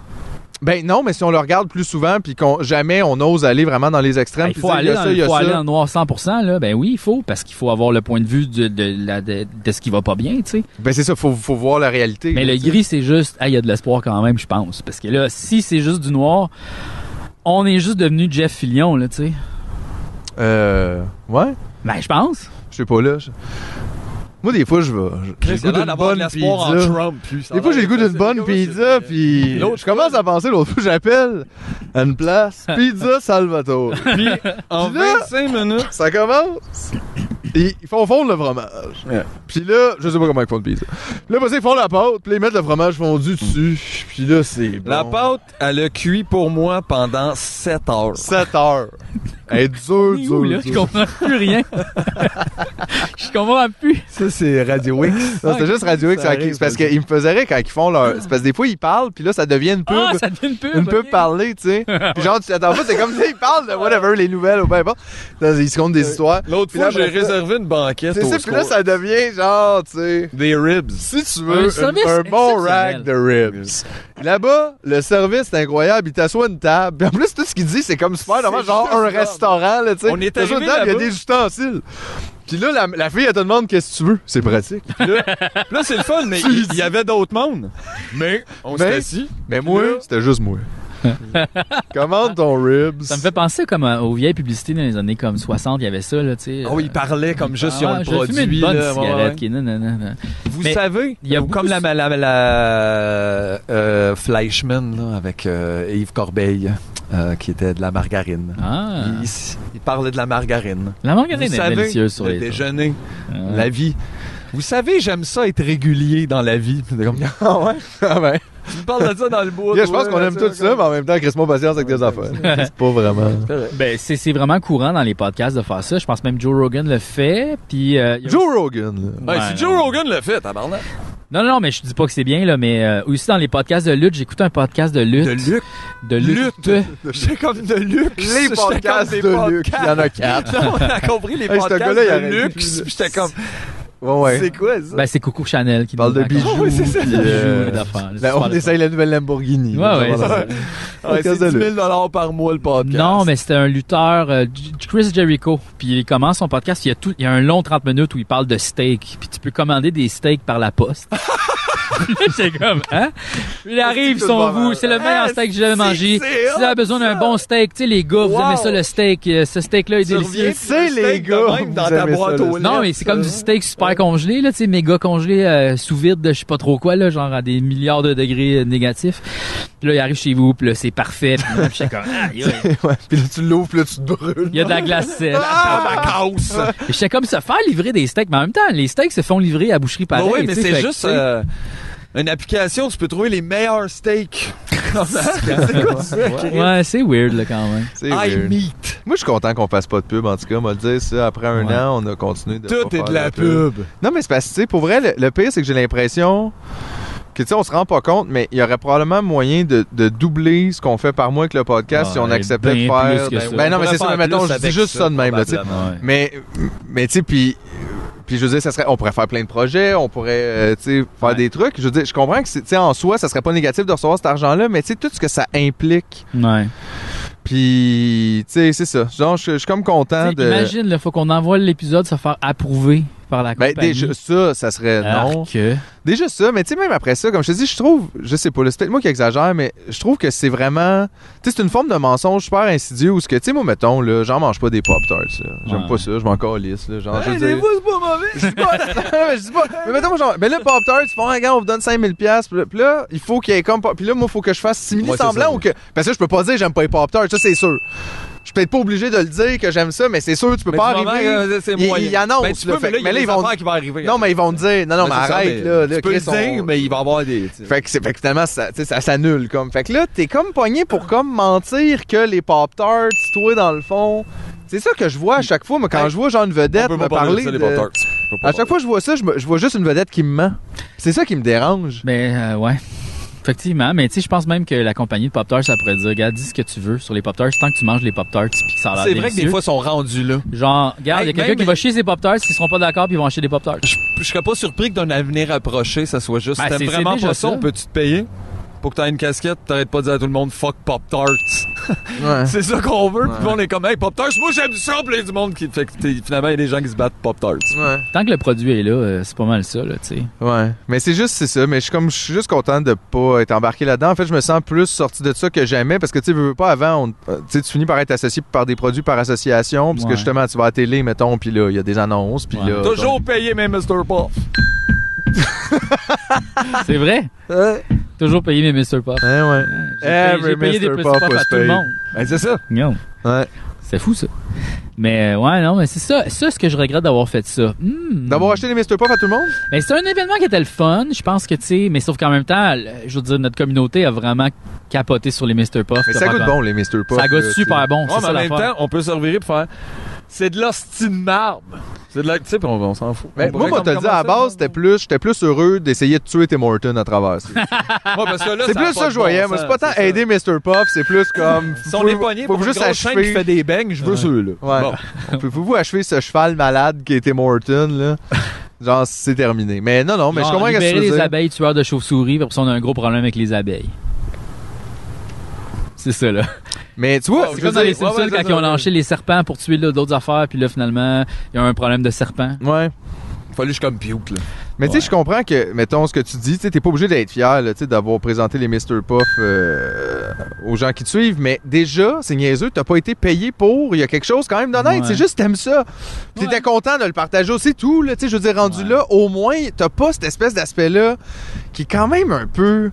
B: Ben non, mais si on le regarde plus souvent, puis qu'on jamais on ose aller vraiment dans les extrêmes,
C: Ben, il
B: puis
C: faut
B: dire, y
C: aller
B: a
C: dans,
B: ça, il y
C: il
B: a
C: faut
B: ça.
C: aller dans le noir 100% là. Ben oui, il faut parce qu'il faut avoir le point de vue de de, la- de, de ce qui va pas bien, tu sais.
B: Ben c'est ça, faut, faut voir la réalité.
C: Mais
B: là,
C: le
B: tu sais.
C: gris c'est juste ah, il y a de l'espoir quand même, je pense parce que là si c'est juste du noir, on est juste devenu Jeff Fillion là, tu sais.
B: Euh. Ouais.
C: Ben je pense.
B: Je sais pas là. je- Moi, des fois, je vais. J'ai le
A: J'ai
B: goût d'une
A: d'avoir de
B: bonne
A: l'espoir en
B: pizza.
A: Trump, puis ça
B: Des fois,
A: va
B: j'ai le goût
A: être-
B: d'une bonne pizza, puis
A: L'autre
B: je commence à penser l'autre fois, j'appelle à une place Pizza Salvatore.
A: Puis, en
B: Puis là-
A: 25 minutes.
B: Ça commence. Et ils font fondre le fromage. Puis là, je sais pas comment ils font de pizza. Puis là, bah, ils font la pâte, puis là, ils mettent le fromage fondu dessus. Puis là, c'est bon.
A: La pâte, elle a cuit pour moi pendant 7 heures.
B: 7 heures. Elle est dure,
C: Mais où, là?
B: dure,
C: Je
B: dure.
C: comprends plus rien. je comprends plus.
A: Ça, c'est Radio X.
B: Non, C'était juste Radio X.
A: Ah, Ça
B: ok,
A: arrive,
B: c'est parce
A: ça.
B: qu'ils me faisaient rire quand ils font leur. C'est parce que des fois, ils parlent, puis là, ça devient une pub.
C: Ah, ça devient une pub.
B: une pub
C: ok.
B: parlée, tu sais. Puis genre, tu t'attends pas, c'est comme ça, ils parlent de whatever, les nouvelles, ou peu importe. Là, Ils se comptent des histoires.
A: Euh, L'autre
B: Puis là,
A: fois, j'ai
B: après ça-
A: réservé une banquette
B: C'est
A: au
B: ça, puis là,
A: score.
B: ça devient genre, tu sais.
A: Des ribs.
B: Si tu veux
C: Un
B: un,
C: service
B: un bon
C: exceptionnel.
B: rack de ribs. Là-bas, le service est incroyable. Il t'assoit une table. Puis en plus, tout ce qu'il dit, c'est comme super normal, genre un restaurant, là, tu sais.
A: On est
B: T'assois une
A: arrivé
B: table, il y a
A: là-bas.
B: des ustensiles. Puis là, la, la fille, elle te demande qu'est-ce que tu veux. C'est pratique.
A: Puis là, c'est le fun, mais il il y avait d'autres mondes. Mais, on s'est
B: Mais-
A: assis.
B: Mais moi,
A: Là-
B: c'était juste moi. Commande ton ribs.
C: Ça me fait penser comme à- aux vieilles publicités dans les années comme 60, il y avait ça là, tu sais.
A: Oh, il
C: euh,
A: parlait comme juste
C: ah,
A: sur le
C: je vais
A: produit.
C: fumer une bonne
A: là, ouais,
C: cigarette
A: ouais.
C: qui est non, non, non, non.
A: Vous
C: Mais
A: savez,
C: il y a
A: ou
C: beaucoup
A: comme
C: de-
A: la, la, la, la- euh, Fleischmann là, avec euh, Yves Corbeil, euh, qui était de la margarine.
C: Ah.
A: Il, il parlait de la margarine.
C: La margarine
A: Vous
C: est
A: savez,
C: délicieuse sur
A: le
C: les autres.
A: déjeuner,
C: Ah.
A: la vie. Vous savez, j'aime ça être régulier dans la vie. C'est comme-
B: Ah ouais? Ah ouais.
A: Tu me parles de ça dans le bois.
B: Yeah, je pense
A: toi,
B: qu'on aime
A: là-dessus,
B: tout ça, mais en même temps, Chris, mon patience avec des affaires. C'est pas vraiment.
C: Ben, c'est c'est vraiment courant dans les podcasts de faire ça. Je pense même Joe Rogan le fait. Puis, euh,
B: Joe Rogan.
A: Ouais, Ben, si Joe Rogan le fait, tabarnak.
C: Non, non, mais je dis pas que c'est bien, là, mais euh, aussi dans les podcasts de lutte, j'écoute un podcast de lutte. De
A: lutte?
C: De lutte.
A: J'étais comme de luxe.
B: Les
A: J'étais
B: podcasts
A: comme des
B: de luxe. Il y en a quatre.
A: Non, on a compris les
B: Hey, ce
A: podcasts
B: gars-là, il
A: de
B: arrête
A: luxe. puis J'étais comme.
B: Ouais, ouais.
A: C'est quoi ça?
C: Ben, c'est Coucou Chanel qui
B: parle de
C: raconte-
B: bijoux.
A: Oui, c'est ça.
B: puis,
C: Bijoux,
B: euh,
C: d'affaires, là,
B: ben,
C: c'est
B: on
C: pas le
B: essaye la nouvelle Lamborghini.
C: Ouais, ouais,
B: Voilà.
C: c'est
A: Ah, ouais,
B: Podcast
A: c'est
B: de
A: 10
B: luxe.
A: 000 par mois le podcast.
C: Non, mais c'était un lutteur, euh, J- Chris Jericho. Puis il commence son podcast, il y, a tout, il y a un long 30 minutes où il parle de steak. Puis tu peux commander des steaks par la poste. c'est comme, hein? Il arrive,
J: C'est tout
C: son
J: bon, hein?
C: vous. C'est le meilleur
J: Ah,
C: steak que j'ai jamais mangé.
J: c'est
C: Si vous avez besoin d'un bon steak, tu sais, les gars, vous
J: Wow!
C: aimez ça, le steak. euh, Ce steak-là est délicieux.
B: sais, les gars. vous aimez ça, le
C: Non, mais c'est
A: euh,
C: comme du steak super congelé, là, tu sais, méga congelé, euh, sous vide, de je sais pas trop quoi, là, genre à des milliards de degrés euh, négatifs. Puis là, il arrive chez vous, puis là, c'est parfait. Puis là, je suis comme, aïe, aïe.
B: Ouais, puis là, tu l'ouvres, puis là, tu te brûles.
C: Il y a de la glacette.
A: Ah, ma
C: Je sais comme se faire livrer des steaks, mais en même temps, les steaks se font livrer à boucherie
A: Bah
C: pareil.
A: oui, mais
C: tu sais,
A: c'est
C: fait que,
A: juste
C: tu sais.
A: euh, une application où tu peux trouver les meilleurs steaks. c'est quoi ça? Chris?
C: Ouais, c'est weird, là, quand même.
B: C'est
A: I
B: weird.
A: meet.
B: Moi, je suis content qu'on fasse pas de pub, en tout cas. On va le dire, ça, après un
C: Ouais.
B: an, on a continué de.
A: Tout
B: pas
A: est de
B: faire
A: la pub.
B: Non, mais c'est parce que, tu sais, pour vrai, le, le pire, c'est que j'ai l'impression que, tu sais, on se rend pas compte, mais il y aurait probablement moyen de, de doubler ce qu'on fait par mois avec le podcast
C: Ouais,
B: si on acceptait de
C: bien
B: faire.
C: plus que ça.
B: Ben, ben non,
A: On
B: mais c'est
A: pourrait
B: ça, mais
A: faire
B: mettons,
A: plus
B: je dis
A: avec
B: juste
A: ça,
B: ça de même, là, tu sais.
A: probablement. Ouais.
B: Mais, mais tu sais, puis. Puis je veux dire, ça serait, on pourrait faire plein de projets, on pourrait, euh, tu sais, faire des trucs. Je veux dire, je comprends que, c'est- tu sais, en soi, ça serait pas négatif de recevoir cet argent-là, mais tu sais, tout ce que ça implique.
C: Ouais.
B: Puis, tu sais, c'est ça. Genre, je je suis comme content
C: Tu sais,
B: Ah, de.
C: Imagine, là, faut qu'on envoie l'épisode se faire approuver par la
B: Ben,
C: compagnie. Ah.
B: déjà ça, ça serait
C: Alors
B: non.
C: que-
B: Déjà ça, mais tu sais, même après ça, comme je te dis, je trouve, je sais pas, là, c'est peut-être moi qui exagère, mais je trouve que c'est vraiment. Tu sais, c'est une forme de mensonge super insidieux où ce que, tu sais, moi, mettons, là, j'en mange pas des Pop-Tarts, là. J'aime
C: Ouais.
B: pas ça, je m'en calisse, là. Genre, je veux
A: Hey,
B: dire-
A: les vous, c'est pas mauvais.
B: je dis pas, mais je dis pas. Mais mettons, genre, ben là, Pop-Tarts, ils font, regarde, on vous donne 5000$. piastres. Puis là- Puis là, il faut qu'il y ait comme. Puis là, moi, il faut que je fasse
A: Ouais,
B: 6000
A: c'est
B: semblant
A: ça,
B: ou que. Parce que là, je peux pas dire, j'aime pas les Pop-Tarts, ça, c'est sûr. Je suis peut-être pas obligé de le dire que j'aime ça, mais c'est sûr, tu peux
A: Mais
B: pas
A: du moment
B: arriver.
A: que c'est
B: Il- il
A: moyen.
B: y en a
A: Ben, tu peux, mais là, il y a des affaires qui vont arriver.
B: Non, mais ils vont te dire, non, non, mais
A: Ben, c'est ça,
B: arrête,
A: mais
B: là. là,
A: Tu peux le
B: Chris, on-
A: dire, mais il va y avoir des. tu sais.
B: fait que, c'est- fait que finalement, ça, tu sais, ça s'annule. Comme. Fait que là, t'es comme pogné pour comme mentir que les Pop-Tarts, toi, dans le fond. C'est ça que je vois à chaque fois. Moi, quand je vois genre une vedette
A: On peut pas
B: me
A: parler de
B: parler.
A: ça, les
B: de-
A: Pop-Tarts. On peut pas
B: À chaque fois, je vois ça, je, me- je vois juste une vedette qui me ment. C'est ça qui me dérange.
C: Mais euh, ouais. Effectivement, mais tu sais, je pense même que la compagnie de Pop-Tarts, ça pourrait dire, regarde, dis ce que tu veux sur les Pop-Tarts, tant que tu manges les Pop-Tarts, puis que ça a l'air
A: C'est vrai que des
C: délicieux.
A: fois, ils sont rendus là.
C: Genre, regarde, il y a
A: Hey,
C: quelqu'un
A: même-
C: qui va chier ses Pop-Tarts, ils seront pas d'accord, puis ils vont acheter des Pop-Tarts.
A: Je serais pas surpris que d'un avenir approché, ça soit juste.
C: Ben,
A: T'aimes
C: c'est- c'est
A: vraiment
C: déjà
A: pas ça,
C: ça.
A: on peut-tu te payer? Pour que t'aies une casquette, t'arrêtes pas de dire à tout le monde fuck Pop Tarts.
B: Hein?
A: c'est ça qu'on veut, puis on est comme hey Pop Tarts, moi j'aime ça, puis là, il y a du monde qui. Fait que t'es- finalement, il y a des gens qui se battent Pop Tarts.
B: Ouais.
C: Tant que le produit est là, euh, c'est pas mal ça, là, tu sais.
B: Ouais. Mais c'est juste, c'est ça. Mais je suis comme, je suis juste content de pas être embarqué là-dedans. En fait, je me sens plus sorti de ça que jamais parce que tu sais, veux, veux pas avant, on- euh, tu sais, tu finis par être associé par des produits par association parce
C: Ouais.
B: que justement, tu vas à la télé, mettons, puis là, il y a des annonces, puis là.
A: Toujours payé, mais Mr. Puff.
C: C'est vrai? Toujours payer mes Mr. Pop.
B: Ouais, ouais.
C: J'ai payé- j'ai payé des petits Pop à tout le monde.
B: Ben, c'est ça.
C: Non.
B: Ouais.
C: C'est fou, ça. Mais euh, ouais, non, mais c'est ça. Ça, ce que je regrette d'avoir fait ça. Hmm.
B: D'avoir acheté des Mr. Puff à tout le monde?
C: Mais c'est un événement qui était le fun, je pense que, tu sais, mais sauf qu'en même temps, le- je veux dire, notre communauté a vraiment capoté sur les Mr. Puff.
B: Mais ça goûte bon, les Mr. Puff.
C: Ça goûte
B: là,
C: super bon,
A: Ouais,
C: c'est
A: mais
C: ça
A: en même
C: l'affaire.
A: temps, on peut se revirer pour faire. C'est de l'hostie de marbre. C'est de la. Tu sais, puis on, on s'en fout.
B: Mais
A: On
B: Ben, moi,
A: pourrait
B: moi, te
A: comme
B: le dire, à la
A: commencer,
B: base, c'était plus, j'étais plus heureux d'essayer de tuer Tim Horton à travers. ça.
A: Ouais, parce que là,
B: C'est
A: a
B: plus
A: pas
B: ça
A: de
B: que je voyais.
A: bon
B: Moi,
A: sens,
B: c'est pas tant
A: ça.
B: aider Mr. Puff, c'est plus comme.
A: Si on
B: faut-
A: est pogné pour
B: faut
A: une
B: juste
A: grosse chaîne qui
B: achever.
A: fait des bangs, je veux ceux-là.
B: Ouais.
A: Bon.
B: Pouvez- Pouvez-vous achever ce cheval malade qui était Morton, là? Genre, c'est terminé. Mais non, non, mais je
C: Genre,
B: comprends qu'est-ce que
C: libérer
B: tu veux
C: les
B: dire.
C: abeilles tueurs de chauves-souris, parce qu'on a un gros problème avec les abeilles. C'est ça, là.
B: Mais tu vois,
C: C'est
B: je
C: comme
B: veux
C: dans les
B: dire-
C: Simpsons,
B: ouais, ouais,
C: quand
B: c'est
C: ils ont
B: ça.
C: lâché les serpents pour tuer là, d'autres affaires, puis là, finalement, il y a un problème de serpent.
B: Ouais.
A: Fallu que je comme puke, là.
B: Mais tu sais, je comprends que, mettons, ce que tu dis, tu sais, t'es pas obligé d'être fier, là, tu sais, d'avoir présenté les Mr. Puff euh, aux gens qui te suivent, mais déjà, c'est niaiseux, t'as pas été payé pour, il y a quelque chose quand même d'honnête,
C: Ouais.
B: c'est juste t'aimes ça. Puis T'étais content de le partager aussi, tout, là, tu sais, je veux dire, rendu là, au moins, t'as pas cette espèce d'aspect-là qui est quand même un peu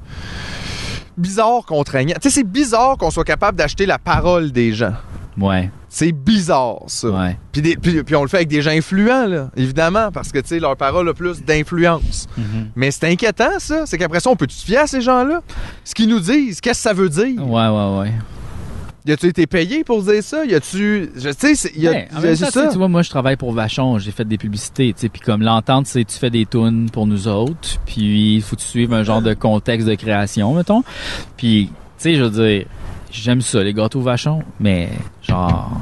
B: bizarre, contraignant. Tu sais, c'est bizarre qu'on soit capable d'acheter la parole des gens.
C: Ouais.
B: Tu C'est bizarre, ça. Puis, des- puis- puis on le fait avec des gens influents, là, évidemment, parce que, tu sais, leur parole a plus d'influence. Mais c'est inquiétant, ça. C'est qu'après ça, on peut se fier à ces gens-là? Ce qu'ils nous disent, qu'est-ce que ça veut dire?
C: Ouais, ouais, ouais.
B: Y a-tu été payé pour dire ça? Y a-tu. Je tu sais, c'est- y a-
C: Ouais, en
B: y a-
C: même
B: c'est
C: temps, tu sais, tu vois, moi, je travaille pour Vachon, j'ai fait des publicités, tu sais, puis comme l'entente, c'est tu fais des tunes pour nous autres, puis il faut que tu suives un genre de contexte de création, mettons. Puis, tu sais, je veux dire, j'aime ça, les gâteaux Vachon, mais genre,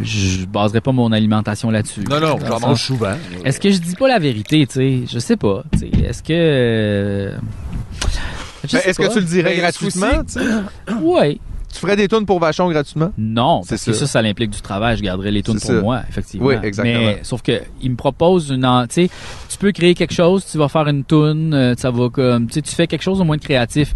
C: je baserai pas mon alimentation là-dessus.
A: Non, non,
C: Dans
A: j'en
C: le
A: mange
C: sens-
A: souvent.
C: Est-ce que je dis pas la vérité, tu sais? Je sais pas, tu sais. Est-ce que... euh, je
B: Ben,
C: sais
B: est-ce que
C: pas.
B: tu le dirais
C: Ben,
B: gratuitement?
C: souci- Ouais.
B: Tu ferais des tunes pour Vachon gratuitement?
C: Non,
B: C'est
C: parce que
B: ça.
C: ça, ça l'implique du travail. Je garderai les tunes
B: C'est
C: pour
B: ça.
C: moi, effectivement.
B: Oui, exactement.
C: Mais, sauf que il me propose une, en- tu sais, tu peux créer quelque chose, tu vas faire une tune, euh, ça va comme, tu sais, tu fais quelque chose au moins de créatif.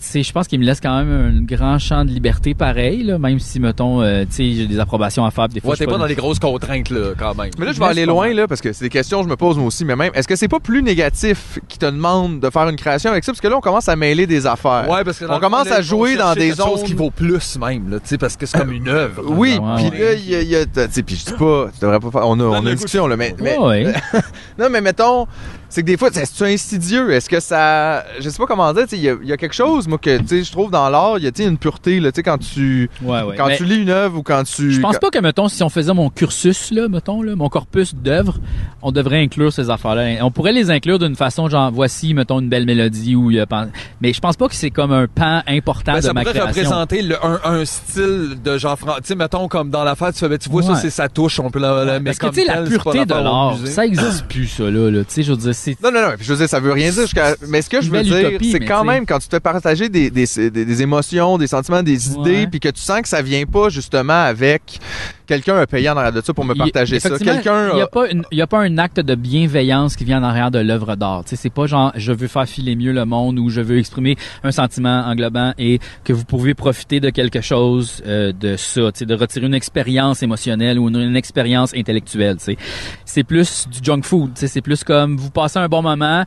C: Tu sais, je pense qu'il me laisse quand même un grand champ de liberté pareil, là, même si, mettons, euh, tu sais, j'ai des approbations à faire. Des fois,
A: Ouais,
C: je
A: t'es
C: suis
A: pas dans les grosses contraintes, là, quand même.
B: Mais là, je vais aller loin, là, parce que c'est des questions que je me pose moi aussi, mais même, est-ce que c'est pas plus négatif qui te demande de faire une création avec ça? Parce que là, on commence à mêler des affaires.
A: Ouais, parce que dans
B: euh, on
A: le
B: commence
A: fond, là,
B: à
A: ils vont
B: jouer dans
A: chercher
B: des
A: quelque chose
B: zones
A: qui vaut plus même, là, tu sais, parce que c'est comme une œuvre.
B: Euh, Oui,
C: Ah,
A: Ouais,
B: puis
A: ouais.
B: là, il y a. il y a- tu sais, puis je dis pas, tu devrais pas faire. On a, on a une discussion, là, mais. mais- non, mais mettons, c'est que des fois, c'est c'est insidieux. Est-ce que ça. Je sais pas comment dire, tu sais, il y, a- il y a quelque chose, moi, que, tu sais, je trouve dans l'art, il y a, tu sais, une pureté, là, tu sais, quand tu.
C: Ah ouais.
B: Quand
C: Mais-
B: tu lis une œuvre ou quand tu.
C: Je pense pas que, mettons, si on faisait mon cursus, là, mettons, là, mon corpus d'œuvres, on devrait inclure ces affaires-là. On pourrait les inclure d'une façon, genre, voici, mettons, une belle mélodie ou... il y a pas- Mais je pense pas que c'est comme un pan important
A: Ben,
C: de
A: ça
C: ma
A: pourrait
C: création.
A: représenter le- un, un style de Jean-François. Tu sais, mettons, comme dans l'affaire, tu fais, ben, tu vois, ça,
C: Ouais.
A: c'est sa touche, on peut la, la mais
C: Parce que,
A: comme
C: tu sais, la
A: telle, c'est pas
C: pureté de
A: rapport au
C: l'art,
A: musée.
C: ça existe plus, ça, là, là. Tu sais, je veux dire, c'est...
B: Non, non, non. Je veux dire, ça veut rien dire. jusqu'à- Mais ce que je
C: Une
B: veux
C: belle
B: dire,
C: utopie,
B: c'est
C: mais
B: quand
C: t'sais.
B: même quand tu te partages des, des, des, des émotions, des sentiments, des idées, puis que tu sens que ça vient pas justement avec quelqu'un a payé en arrière de ça pour me
C: Il-
B: partager ça.
C: effectivement,
B: Quelqu'un
C: Il n'y a,
B: a...
C: pas une- il y a pas un acte de bienveillance qui vient en arrière de l'œuvre d'art. Tu sais, C'est pas genre je veux faire filer mieux le monde ou je veux exprimer un sentiment englobant et que vous pouvez profiter de quelque chose euh, de ça, tu sais, de retirer une expérience émotionnelle ou une, une expérience intellectuelle. tu sais. C'est plus du junk food. tu sais, C'est plus comme vous passez un bon moment,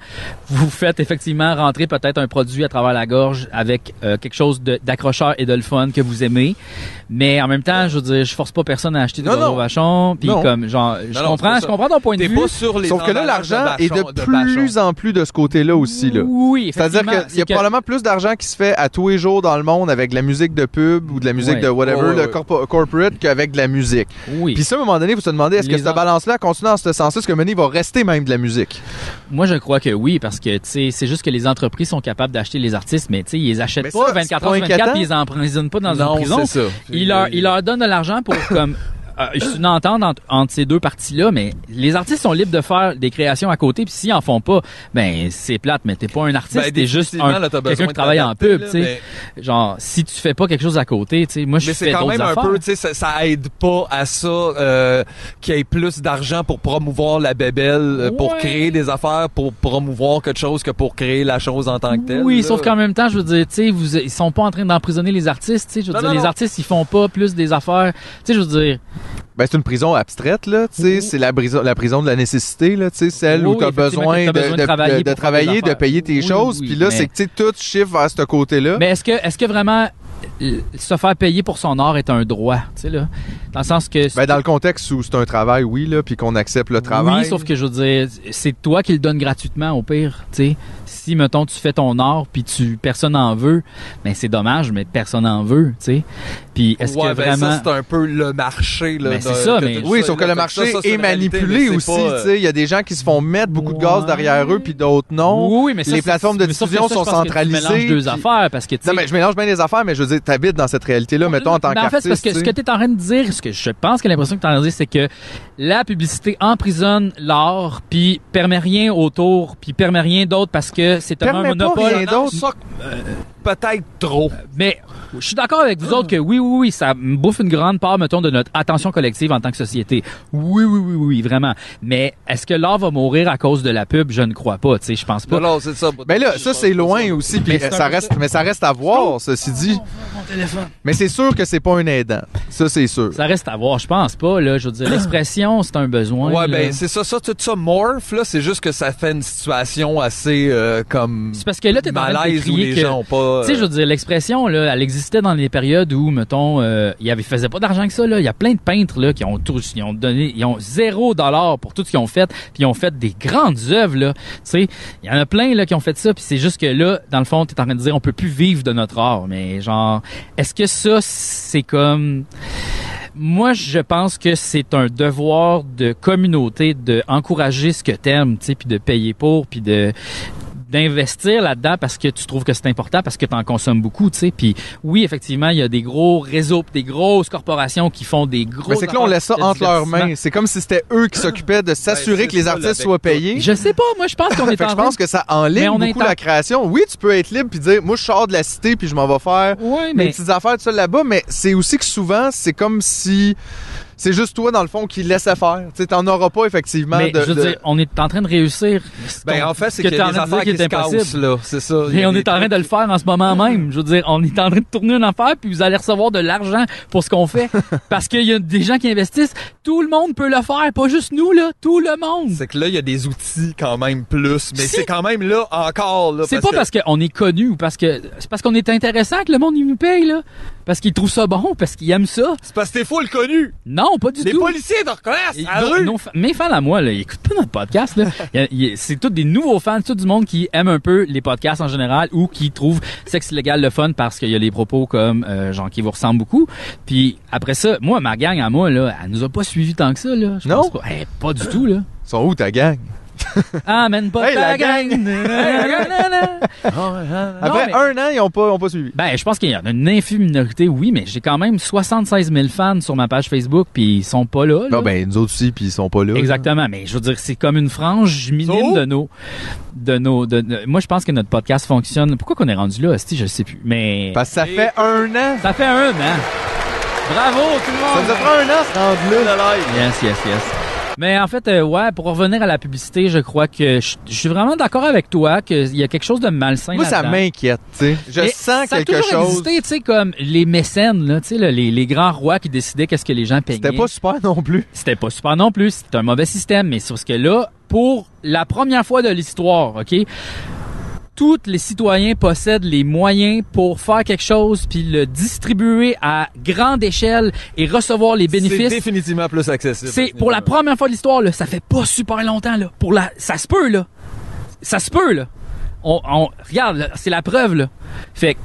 C: vous faites effectivement rentrer peut-être un produit à travers la gorge avec euh, quelque chose de- d'accrocheur et de le fun que vous aimez. Mais en même temps, je veux dire, je force pas personne à acheter des
B: Non,
C: gâteaux
B: non.
C: Vachon, puis
B: Non.
C: comme genre je
B: Non, non, c'est
C: comprends,
B: pas
C: je
B: ça.
C: comprends ton point de
B: T'es
C: vue.
B: pas sur les
C: Sauf que là l'argent
B: Et de plus en plus de ce côté-là aussi. Là.
C: Oui,
B: C'est-à-dire
C: effectivement,
B: qu'il y a
C: c'est que-
B: probablement plus d'argent qui se fait à tous les jours dans le monde avec de la musique de pub ou de la musique
C: Ouais.
B: de whatever,
C: Ouais, ouais,
B: de
C: ouais.
B: corpo- corporate, qu'avec de la musique.
C: Oui.
B: Puis ça, à un moment donné, vous se demandez, est-ce que
C: Les
B: cette
C: en-
B: balance-là continue dans ce sens-là? Est-ce que Money va rester même de la musique?
C: Moi je crois que oui parce que tu sais, c'est juste que les entreprises sont capables d'acheter les artistes mais tu sais, ils les achètent
B: Mais
C: pas
B: ça,
C: 24
B: c'est
C: heures
B: pas
C: sur 24
B: inquiétant?
C: puis ils les emprisonnent pas dans
A: Non,
C: une prison.
A: c'est ça.
C: Ils leur ils leur donnent de l'argent pour comme euh, c'est une entente entre, entre ces deux parties-là, mais les artistes sont libres de faire des créations à côté, puis s'ils en font pas, ben c'est plate, mais t'es pas un artiste,
A: Ben,
C: t'es juste
A: définitivement,
C: un-
A: là, t'as besoin
C: quelqu'un qui
A: de
C: travaille en
A: t'adapter,
C: pub,
A: là, ben,
C: tu sais. Genre, si tu fais pas quelque chose à côté, tu sais, moi je
A: Mais
C: fais
A: c'est quand
C: d'autres
A: même un
C: affaires.
A: peu, tu sais, ça, ça aide pas à ça euh, qu'il y ait plus d'argent pour promouvoir la bébelle, euh, pour
C: Ouais.
A: créer des affaires, pour promouvoir quelque chose que pour créer la chose en tant que telle.
C: Oui,
A: là.
C: sauf qu'en même temps, je veux dire, tu sais, vous, ils sont pas en train d'emprisonner les artistes, tu sais. Je veux
A: Non,
C: dire,
A: non,
C: les
A: non.
C: artistes, ils font pas plus des affaires. Tu sais, je veux dire.
B: Ben, c'est une prison abstraite, là, tu sais, c'est la prison, la prison de la nécessité, là, tu sais, celle
C: Oui,
B: où t'as
C: effectivement,
B: besoin,
C: que t'as
B: de,
C: besoin de
B: de- de-
C: travailler pour
B: de
C: faire des
B: travailler, de
C: affaires.
B: payer tes
C: Oui,
B: choses,
C: oui,
B: puis là,
C: mais-
B: c'est que, tu sais, tout chiffre vers ce côté-là.
C: Mais est-ce que, est-ce que vraiment euh, se faire payer pour son art est un droit, tu sais, là? Dans le sens que.
B: Ben, dans le contexte où c'est un travail, oui, là, puis qu'on accepte le travail.
C: Oui, sauf que je veux dire, c'est toi qui le donnes gratuitement au pire, tu sais. Si mettons tu fais ton art puis tu personne en veut, ben c'est dommage mais personne en veut, tu sais. Puis est-ce
A: Ouais,
C: que
A: ben,
C: vraiment
A: ça, c'est un peu le marché. Là,
C: Ben,
A: de-
C: c'est ça,
A: que
C: mais-
A: tout
B: Oui,
A: ça,
B: sauf que
A: là,
B: le
A: fait
B: marché
A: ça, ça, c'est
B: est
A: une réalité,
B: manipulé
A: mais
B: aussi.
A: c'est pas, euh,
B: tu sais. Il y a des gens qui se font mettre beaucoup de gaz derrière eux, puis d'autres non.
C: Oui, mais ça,
B: Les
C: c'est-
B: plateformes de
C: mais sauf que
B: diffusion
C: ça, je
B: sont
C: pense que tu
B: centralisées.
C: mélanges deux
B: puis-
C: affaires, parce que, tu sais-
B: Non, mais je mélange bien les affaires, mais je veux dire, t'habites dans cette réalité-là, mettons, en tant
C: Ben, en fait, c'est parce que
B: qu'artiste.
C: ce que
B: tu sais.
C: tu es en train de dire, ce que je pense que l'impression que tu es en train de dire, c'est que la publicité emprisonne l'art, puis permet rien autour, puis permet rien d'autre parce que c'est un
A: Permet pas
C: monopole.
A: rien d'autre. Ça, euh, Peut-être trop.
C: Mais je suis d'accord avec vous autres que oui, oui, oui, ça me bouffe une grande part, mettons, de notre attention collective en tant que société. Oui, oui, oui, oui, vraiment. Mais est-ce que l'art va mourir à cause de la pub? Je ne crois pas, tu sais, je pense pas.
A: Non, non, c'est ça.
B: Mais Ben
C: Ben
B: là, ça c'est loin aussi, puis ça reste, mais ça reste à voir, ceci dit. Mais c'est sûr que c'est pas un aidant, ça c'est sûr.
C: Ça reste à voir, je pense pas, là. Je veux dire, l'expression, c'est un besoin.
A: Ouais,
C: là.
A: ben c'est ça, ça, tout ça morph, là, c'est juste que ça fait une situation assez euh, comme
C: C'est parce que là, t'es en train de
A: malaise où
C: décrier
A: les
C: que
A: gens ont pas là.
C: Tu sais, je veux dire, l'expression, là, elle existait dans les périodes où, mettons, euh, il avait faisait pas d'argent que ça, là. Il y a plein de peintres, là, qui ont tout, ils ont donné, ils ont zéro dollar pour tout ce qu'ils ont fait, puis ils ont fait des grandes œuvres, là. Tu sais, il y en a plein, là, qui ont fait ça, puis c'est juste que là, dans le fond, t'es en train de dire, on peut plus vivre de notre art, mais genre, est-ce que ça, c'est comme, moi, je pense que c'est un devoir de communauté de encourager ce que t'aimes, tu sais, puis de payer pour, puis de d'investir là-dedans parce que tu trouves que c'est important parce que tu en consommes beaucoup, tu sais. Puis oui, effectivement, il y a des gros réseaux, pis des grosses corporations qui font des gros.
B: Mais c'est que là, on laisse ça entre leurs mains. C'est comme si c'était eux qui s'occupaient de s'assurer
C: Ben, c'est
B: que les
C: ça,
B: artistes
C: la
B: soient payés.
C: Je sais pas, moi, je pense qu'on est
B: Fait
C: en
B: que je pense que ça enligne
C: Mais on est
B: beaucoup
C: en-
B: la création. Oui, tu peux être libre puis dire, moi, je sors de la cité puis je m'en vais faire mes
C: mais-
B: petites affaires tout seul là-bas, mais c'est aussi que souvent, c'est comme si c'est juste toi, dans le fond, qui laissais faire. Tu sais, t'en auras pas, effectivement,
C: Mais
B: de...
C: je veux
B: de-
C: dire, on est en train de réussir. ce
A: Ben,
C: qu'on-
A: en fait, c'est
C: ce
A: qu'il y
C: t'es
A: a
C: en
A: des
C: train de dire
A: affaires
C: qui
A: qui se
C: est
A: cassent,
C: impossible.
A: là. C'est ça. Il y
C: Et
A: a
C: on
A: des
C: est en train de le faire en ce moment même. Je veux dire, on est en train de tourner une affaire, puis vous allez recevoir de l'argent pour ce qu'on fait. parce qu'il y a des gens qui investissent. Tout le monde peut le faire, pas juste nous, là. Tout le monde.
A: C'est que là, il y a des outils quand même plus, mais c'est quand même là encore. là,
C: C'est pas parce qu'on est connu ou parce que c'est parce qu'on est intéressant que le monde il nous paye là, parce qu'ils trouvent ça bon, parce qu'ils aiment ça.
A: C'est parce que t'es full connu.
C: Non, pas du
A: Les
C: tout.
A: policiers te reconnaissent
C: Et
A: à la
C: nos-
A: rue.
C: nos fa- mes fans à moi, là, ils écoutent pas notre podcast. Là. Il y a- il y a- c'est tous des nouveaux fans, tout du monde qui aime un peu les podcasts en général ou qui trouvent sexe illégal le fun parce qu'il y a les propos comme euh, genre qui vous ressemblent beaucoup. Puis après ça, moi, ma gang à moi, là, elle nous a pas suivi tant que ça. Là. Je
B: Non?
C: pense pas. Eh, pas du tout, là.
B: Ils sont où, ta gang?
C: Amène pas
B: Hey,
C: ta
B: la gang! Ah
C: gang.
B: Après un an, ils ont pas, ont pas suivi.
C: Ben, je pense qu'il y en a une infime minorité, oui, mais j'ai quand même 76 000 fans sur ma page Facebook, puis ils sont pas là. là.
B: Non, ben, nous autres aussi, puis ils sont pas là.
C: Exactement, mais je veux dire, c'est comme une frange minime
B: So?
C: de nos, de nos, de, de- moi je pense que notre podcast fonctionne. Pourquoi qu'on est rendu là, Asti, je sais plus, mais
B: Parce que Ah, ça fait un an.
C: ça fait un an. Bravo tout le monde.
B: Ça nous a pris un an, ce rendre-là.
C: Yes, yes, yes. Mais en fait, euh, ouais, pour revenir à la publicité, je crois que je, je suis vraiment d'accord avec toi qu'il y a quelque chose de malsain.
B: Moi, ça
C: là-dedans.
B: m'inquiète, tu sais. Je
C: Mais
B: sens
C: ça
B: quelque
C: a toujours
B: chose.
C: existé, tu sais, comme les mécènes, là, tu sais, là, les, les grands rois qui décidaient qu'est-ce que les gens payaient.
B: C'était pas super non plus.
C: C'était pas super non plus. C'était un mauvais système, mais sauf que là, pour la première fois de l'histoire, OK? Tous les citoyens possèdent les moyens pour faire quelque chose puis le distribuer à grande échelle et recevoir les
A: C'est
C: bénéfices.
A: définitivement plus accessible.
C: C'est pour la première fois de l'histoire là, ça fait pas super longtemps là. Pour la, ça se peut là, ça se peut là. On, on- regarde, là, c'est la preuve là. Fait que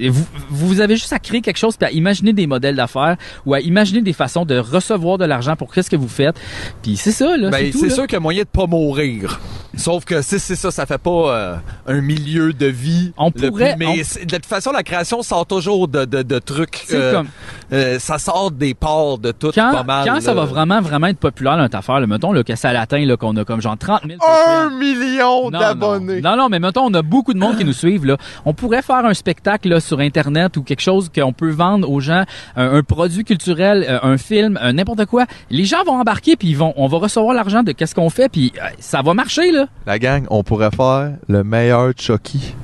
C: et vous, vous avez juste à créer quelque chose puis à imaginer des modèles d'affaires ou à imaginer des façons de recevoir de l'argent pour qu'est-ce que vous faites. Puis c'est ça là,
A: Ben,
C: c'est tout.
A: c'est
C: là.
A: sûr qu'il y a moyen de pas mourir. Sauf que si c'est ça, ça fait pas euh, un milieu de vie. On
C: pourrait-
A: mais
C: on-
A: c'est- de toute façon, la création sort toujours de, de, de trucs.
C: C'est comme-
A: euh, ça sort des parts de tout
C: Quand,
A: pas mal.
C: quand ça va vraiment vraiment être populaire notre affaire, là, mettons là, que ça l'atteint là qu'on a comme genre 30 000
B: Un million
C: Non,
B: d'abonnés.
C: Non, non, mais mettons, on a beaucoup de monde qui nous suivent. Là. On pourrait faire un spectacle là, sur Internet ou quelque chose qu'on peut vendre aux gens, un, un produit culturel, euh, un film, euh, n'importe quoi. Les gens vont embarquer, puis ils vont, on va recevoir l'argent de qu'est-ce qu'on fait, puis euh, ça va marcher, là.
B: La gang, on pourrait faire le meilleur Chucky.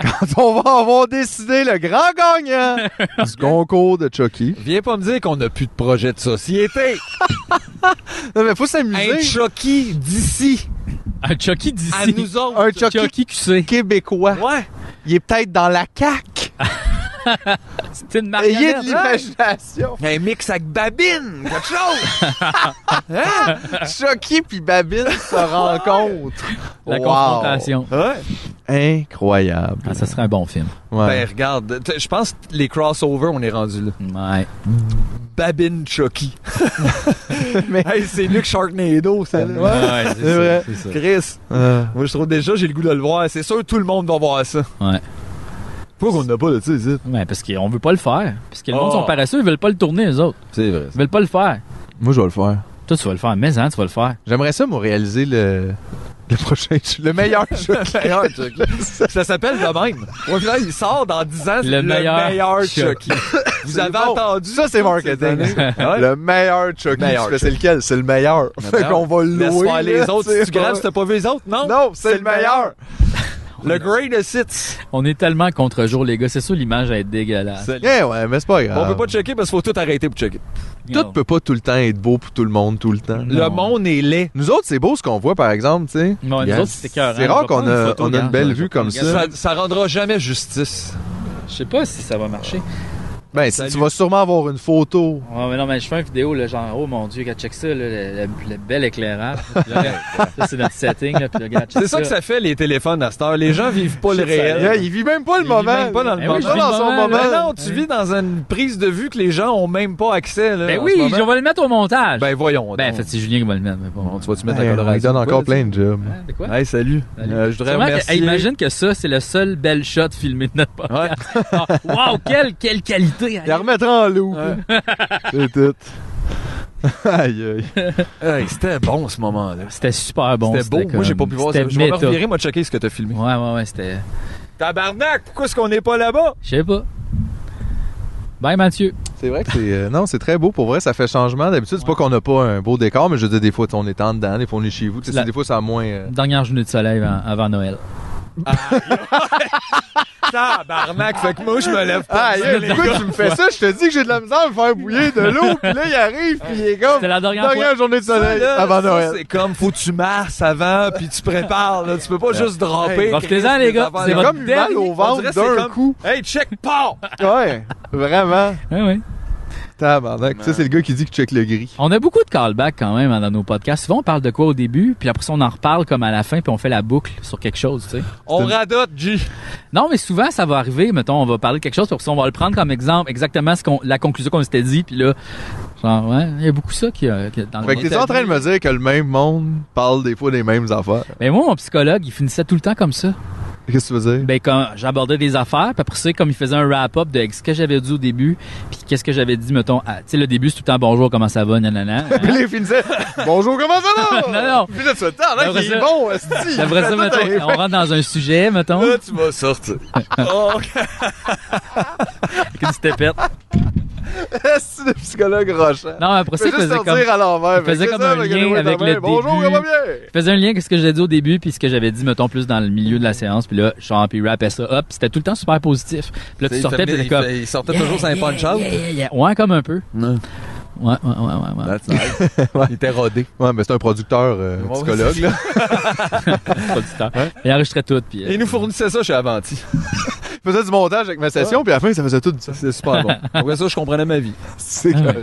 B: Quand on va avoir décidé le grand gagnant du concours de Chucky.
A: Viens pas me dire qu'on n'a plus de projet de société.
B: non, mais faut s'amuser.
A: Un Chucky d'ici.
C: Un Chucky d'ici.
A: À nous autres.
B: Un Chucky, québécois.
A: Ouais.
B: Il est peut-être dans la cac.
C: C'est une
A: Ah,
C: Ah!
B: Ayez de
A: marionnette.
B: l'imagination.
A: Un mix avec Babine, quelque chose.
B: Hein?
A: Ah.
B: Chucky puis Babine se rencontrent.
A: La
B: Wow.
A: confrontation. Ah,
B: Incroyable.
C: Ah, ça serait un bon film.
B: Ouais.
A: Ben regarde, t- je pense que les crossovers, on est rendu là.
C: Ouais.
A: Babine Chucky. Hey, c'est Luc Sharknado, ça. là.
B: Ouais, ouais, c'est Ah. ça,
A: vrai.
B: c'est ça.
A: Chris. Moi, je trouve déjà, j'ai le goût de le voir. C'est sûr, tout le monde va voir ça.
C: Ouais.
A: Pourquoi qu'on n'a pas, là, tu sais,
C: Ouais, parce qu'on veut pas le faire. Parce que le monde
A: Oh.
C: sont paresseux, ils veulent pas le tourner, eux autres.
A: C'est vrai.
C: Ils veulent pas le faire.
B: Moi, je vais le faire.
C: Toi, tu vas le faire. Mais, hein, tu vas le faire.
B: J'aimerais ça, moi, réaliser le, le prochain, le meilleur Chucky.
A: Le meilleur Chucky. ça s'appelle de même. Ouais, puis là, il sort dans 10 ans, c'est le,
B: Le meilleur
A: meilleur,
B: Chucky.
A: Chucky. Vous
B: C'est
A: avez
B: bon.
A: entendu.
B: Ça, c'est marketing. Le meilleur Chucky.
A: Meilleur
B: tu fais, c'est lequel? C'est le meilleur. Fait qu'on va le louer.
A: Laisse faire les
B: là,
A: autres.
B: tu sais
A: C'est grave si t'as pas vu les autres, non?
B: Non, c'est le meilleur.
A: Le greatest hits.
C: On est tellement contre-jour, les gars. C'est sûr, l'image elle est dégueulasse.
B: Eh ouais, mais c'est pas grave.
A: On peut pas checker parce qu'il faut tout arrêter pour checker.
B: Tout peut pas tout le temps être beau pour tout le monde tout le temps.
A: Le monde est laid.
B: Nous autres, c'est beau ce qu'on voit, par exemple, tu sais.
C: nous
B: Yes.
C: autres, c'est écœurant.
B: C'est
C: On
B: rare
C: va
B: qu'on
C: prendre une
B: a,
C: photo,
B: on a une
C: regarde,
B: belle
C: je vais
B: vue comme ça.
A: ça. Ça rendra jamais justice.
C: Je sais pas si ça va marcher.
B: Ben, si tu vas sûrement avoir une photo.
C: Ouais, mais non, mais je fais une vidéo, là, genre, oh mon dieu, regarde, check ça, là, le, le- le bel éclairage. Puis là, regarde, ça, c'est notre setting, là, puis là, regarde, check
A: C'est ça que ça fait les téléphones à cette heure. Les gens vivent pas le
C: Shit, ça
A: réel.
C: arrive.
B: Il vit même pas
A: Ils
B: le
A: vivent
B: moment.
A: même pas dans le
B: Eh
A: moment.
B: oui, je vis le
C: Ben
B: moment, là.
A: Mais non, tu vis dans une prise de vue que les gens ont même pas accès. Là,
C: Ben
A: en
C: oui,
A: ce moment.
C: on va le mettre au montage.
A: Ben voyons.
C: Ben,
A: donc.
C: fait, c'est Julien qui va le mettre. Mais bon.
A: Tu vas-tu mettre
B: Ben,
A: la
B: on lui
A: coloration?
B: donne encore
A: Ouais,
B: plein de jobs.
C: De quoi?
A: Hey, salut. Euh, je voudrais
C: Sûrement que-
A: remercier...
C: hey, imagine que ça, c'est le seul bel shot filmé de notre podcast. Ah, wow, quelle, quelle qualité! hein.
B: Il la remettra en loup. C'est tout. aïe, aïe.
A: Hey, c'était bon ce moment-là.
C: Ah, C'était super bon.
A: C'était beau. Moi, j'ai pas pu voir ça.
C: ça.
A: Je vais me revirer, moi, checker ce que t'as filmé.
C: Ouais, ouais, ouais, c'était...
A: Tabarnak, pourquoi est-ce qu'on n'est pas là-bas?
C: Je sais pas. Bye, Mathieu.
B: C'est vrai que c'est. euh, non, c'est très beau. Pour vrai, ça fait changement. D'habitude, c'est pas qu'on n'a pas un beau décor, mais je dis des fois, on est en dedans, des fois, on est chez vous. Tu sais,
C: La-
B: c'est Des fois, ça a moins. euh,
C: Dernière journée de soleil avant, avant Noël.
A: Tabarnak, fait que moi, je me lève pas.
B: Aïe, aïe, pourquoi tu me fais ça? Je te dis que j'ai de la misère à me faire bouillir de l'eau, puis là, il arrive, puis il est comme.
C: C'était la dernière fois.
B: journée de soleil
A: Là,
B: avant
A: ça,
B: Noël.
A: C'est comme, faut que tu masses avant, puis tu prépares. Là. Tu peux pas juste dropper.
C: Hey, profitez-en, les gars.
A: Christ,
C: C'est
A: des
C: votre
A: affaires.
B: Comme une balle
A: dernier-
B: au
A: on
B: ventre
A: dirait que c'est
B: d'un
A: comme-
B: coup.
A: Hey, check, pars!
B: Ouais, vraiment.
C: Ouais, ouais.
B: Tabarnak. Ça, c'est le gars qui dit que check le gris.
C: On a beaucoup de callbacks quand même hein, dans nos podcasts. Souvent, on parle de quoi au début, puis après ça, on en reparle comme à la fin, puis on fait la boucle sur quelque chose, tu sais.
A: On radote, G.
C: Non, mais souvent, ça va arriver. Mettons, on va parler de quelque chose, puis après ça, on va le prendre comme exemple, exactement ce qu'on, la conclusion qu'on s'était dit, puis là, genre, ouais, il y a beaucoup ça qui, euh, qui- dans le
B: Fait que t'es en train de me dire que le même monde parle des fois des mêmes affaires.
C: Mais moi, mon psychologue, il finissait tout le temps comme ça.
B: Qu'est-ce que tu veux dire?
C: Ben, quand j'abordais des affaires, puis après ça, comme il faisait un wrap-up de ce que j'avais dit au début, puis qu'est-ce que j'avais dit, mettons, à- tu sais, le début, c'est tout le temps bonjour, comment ça va, nanana. hein.
B: Puis là, il finissait. Bonjour, comment ça va?
C: Non, non.
B: Puis là, tu fais, Tabarnak,
C: Après
B: il
C: ça-
B: est bon, esti.
C: Après ça,
B: Il fait tout
C: mettons,
B: un-
C: on rentre dans un sujet, mettons,
A: Là, tu vas sortir. Oh,
C: avec une stepette.
B: Esti de psychologue rochant.
C: Non, après ça,
B: Fais
C: il
B: juste
C: faisait
B: sortir
C: comme,
B: à l'envers.
C: il faisait
B: Fait que
C: comme
B: ça,
C: un
B: fait que
C: lien
B: ouais,
C: avec
B: ta
C: le
B: mère, Bonjour,
C: début.
B: comment bien?
C: Je faisais un lien avec ce que j'ai dit au début puis ce que j'avais dit mettons plus dans le milieu de la séance puis là genre puis rappais ça up c'était tout le temps super positif puis là tu
A: Il
C: sortais puis
A: fait-
C: t'étais
A: il
C: comme
A: fait- il sortait toujours sur un
C: yeah,
A: punch-out.
C: yeah, yeah, yeah. ouais comme un peu
A: Non.
C: ouais ouais ouais ouais, ouais.
A: That's nice. Il était rodé.
B: Ouais, mais c'est un producteur euh,
A: Ouais,
B: psychologue, là.
C: Producteur. il enregistrait tout puis euh,
A: Il nous fournissait ça chez Avanti.
B: Il faisait du montage avec ma session, puis à la fin, ça faisait tout du sens.
A: C'est super bon. Après ça, je comprenais ma vie.
B: C'est carré.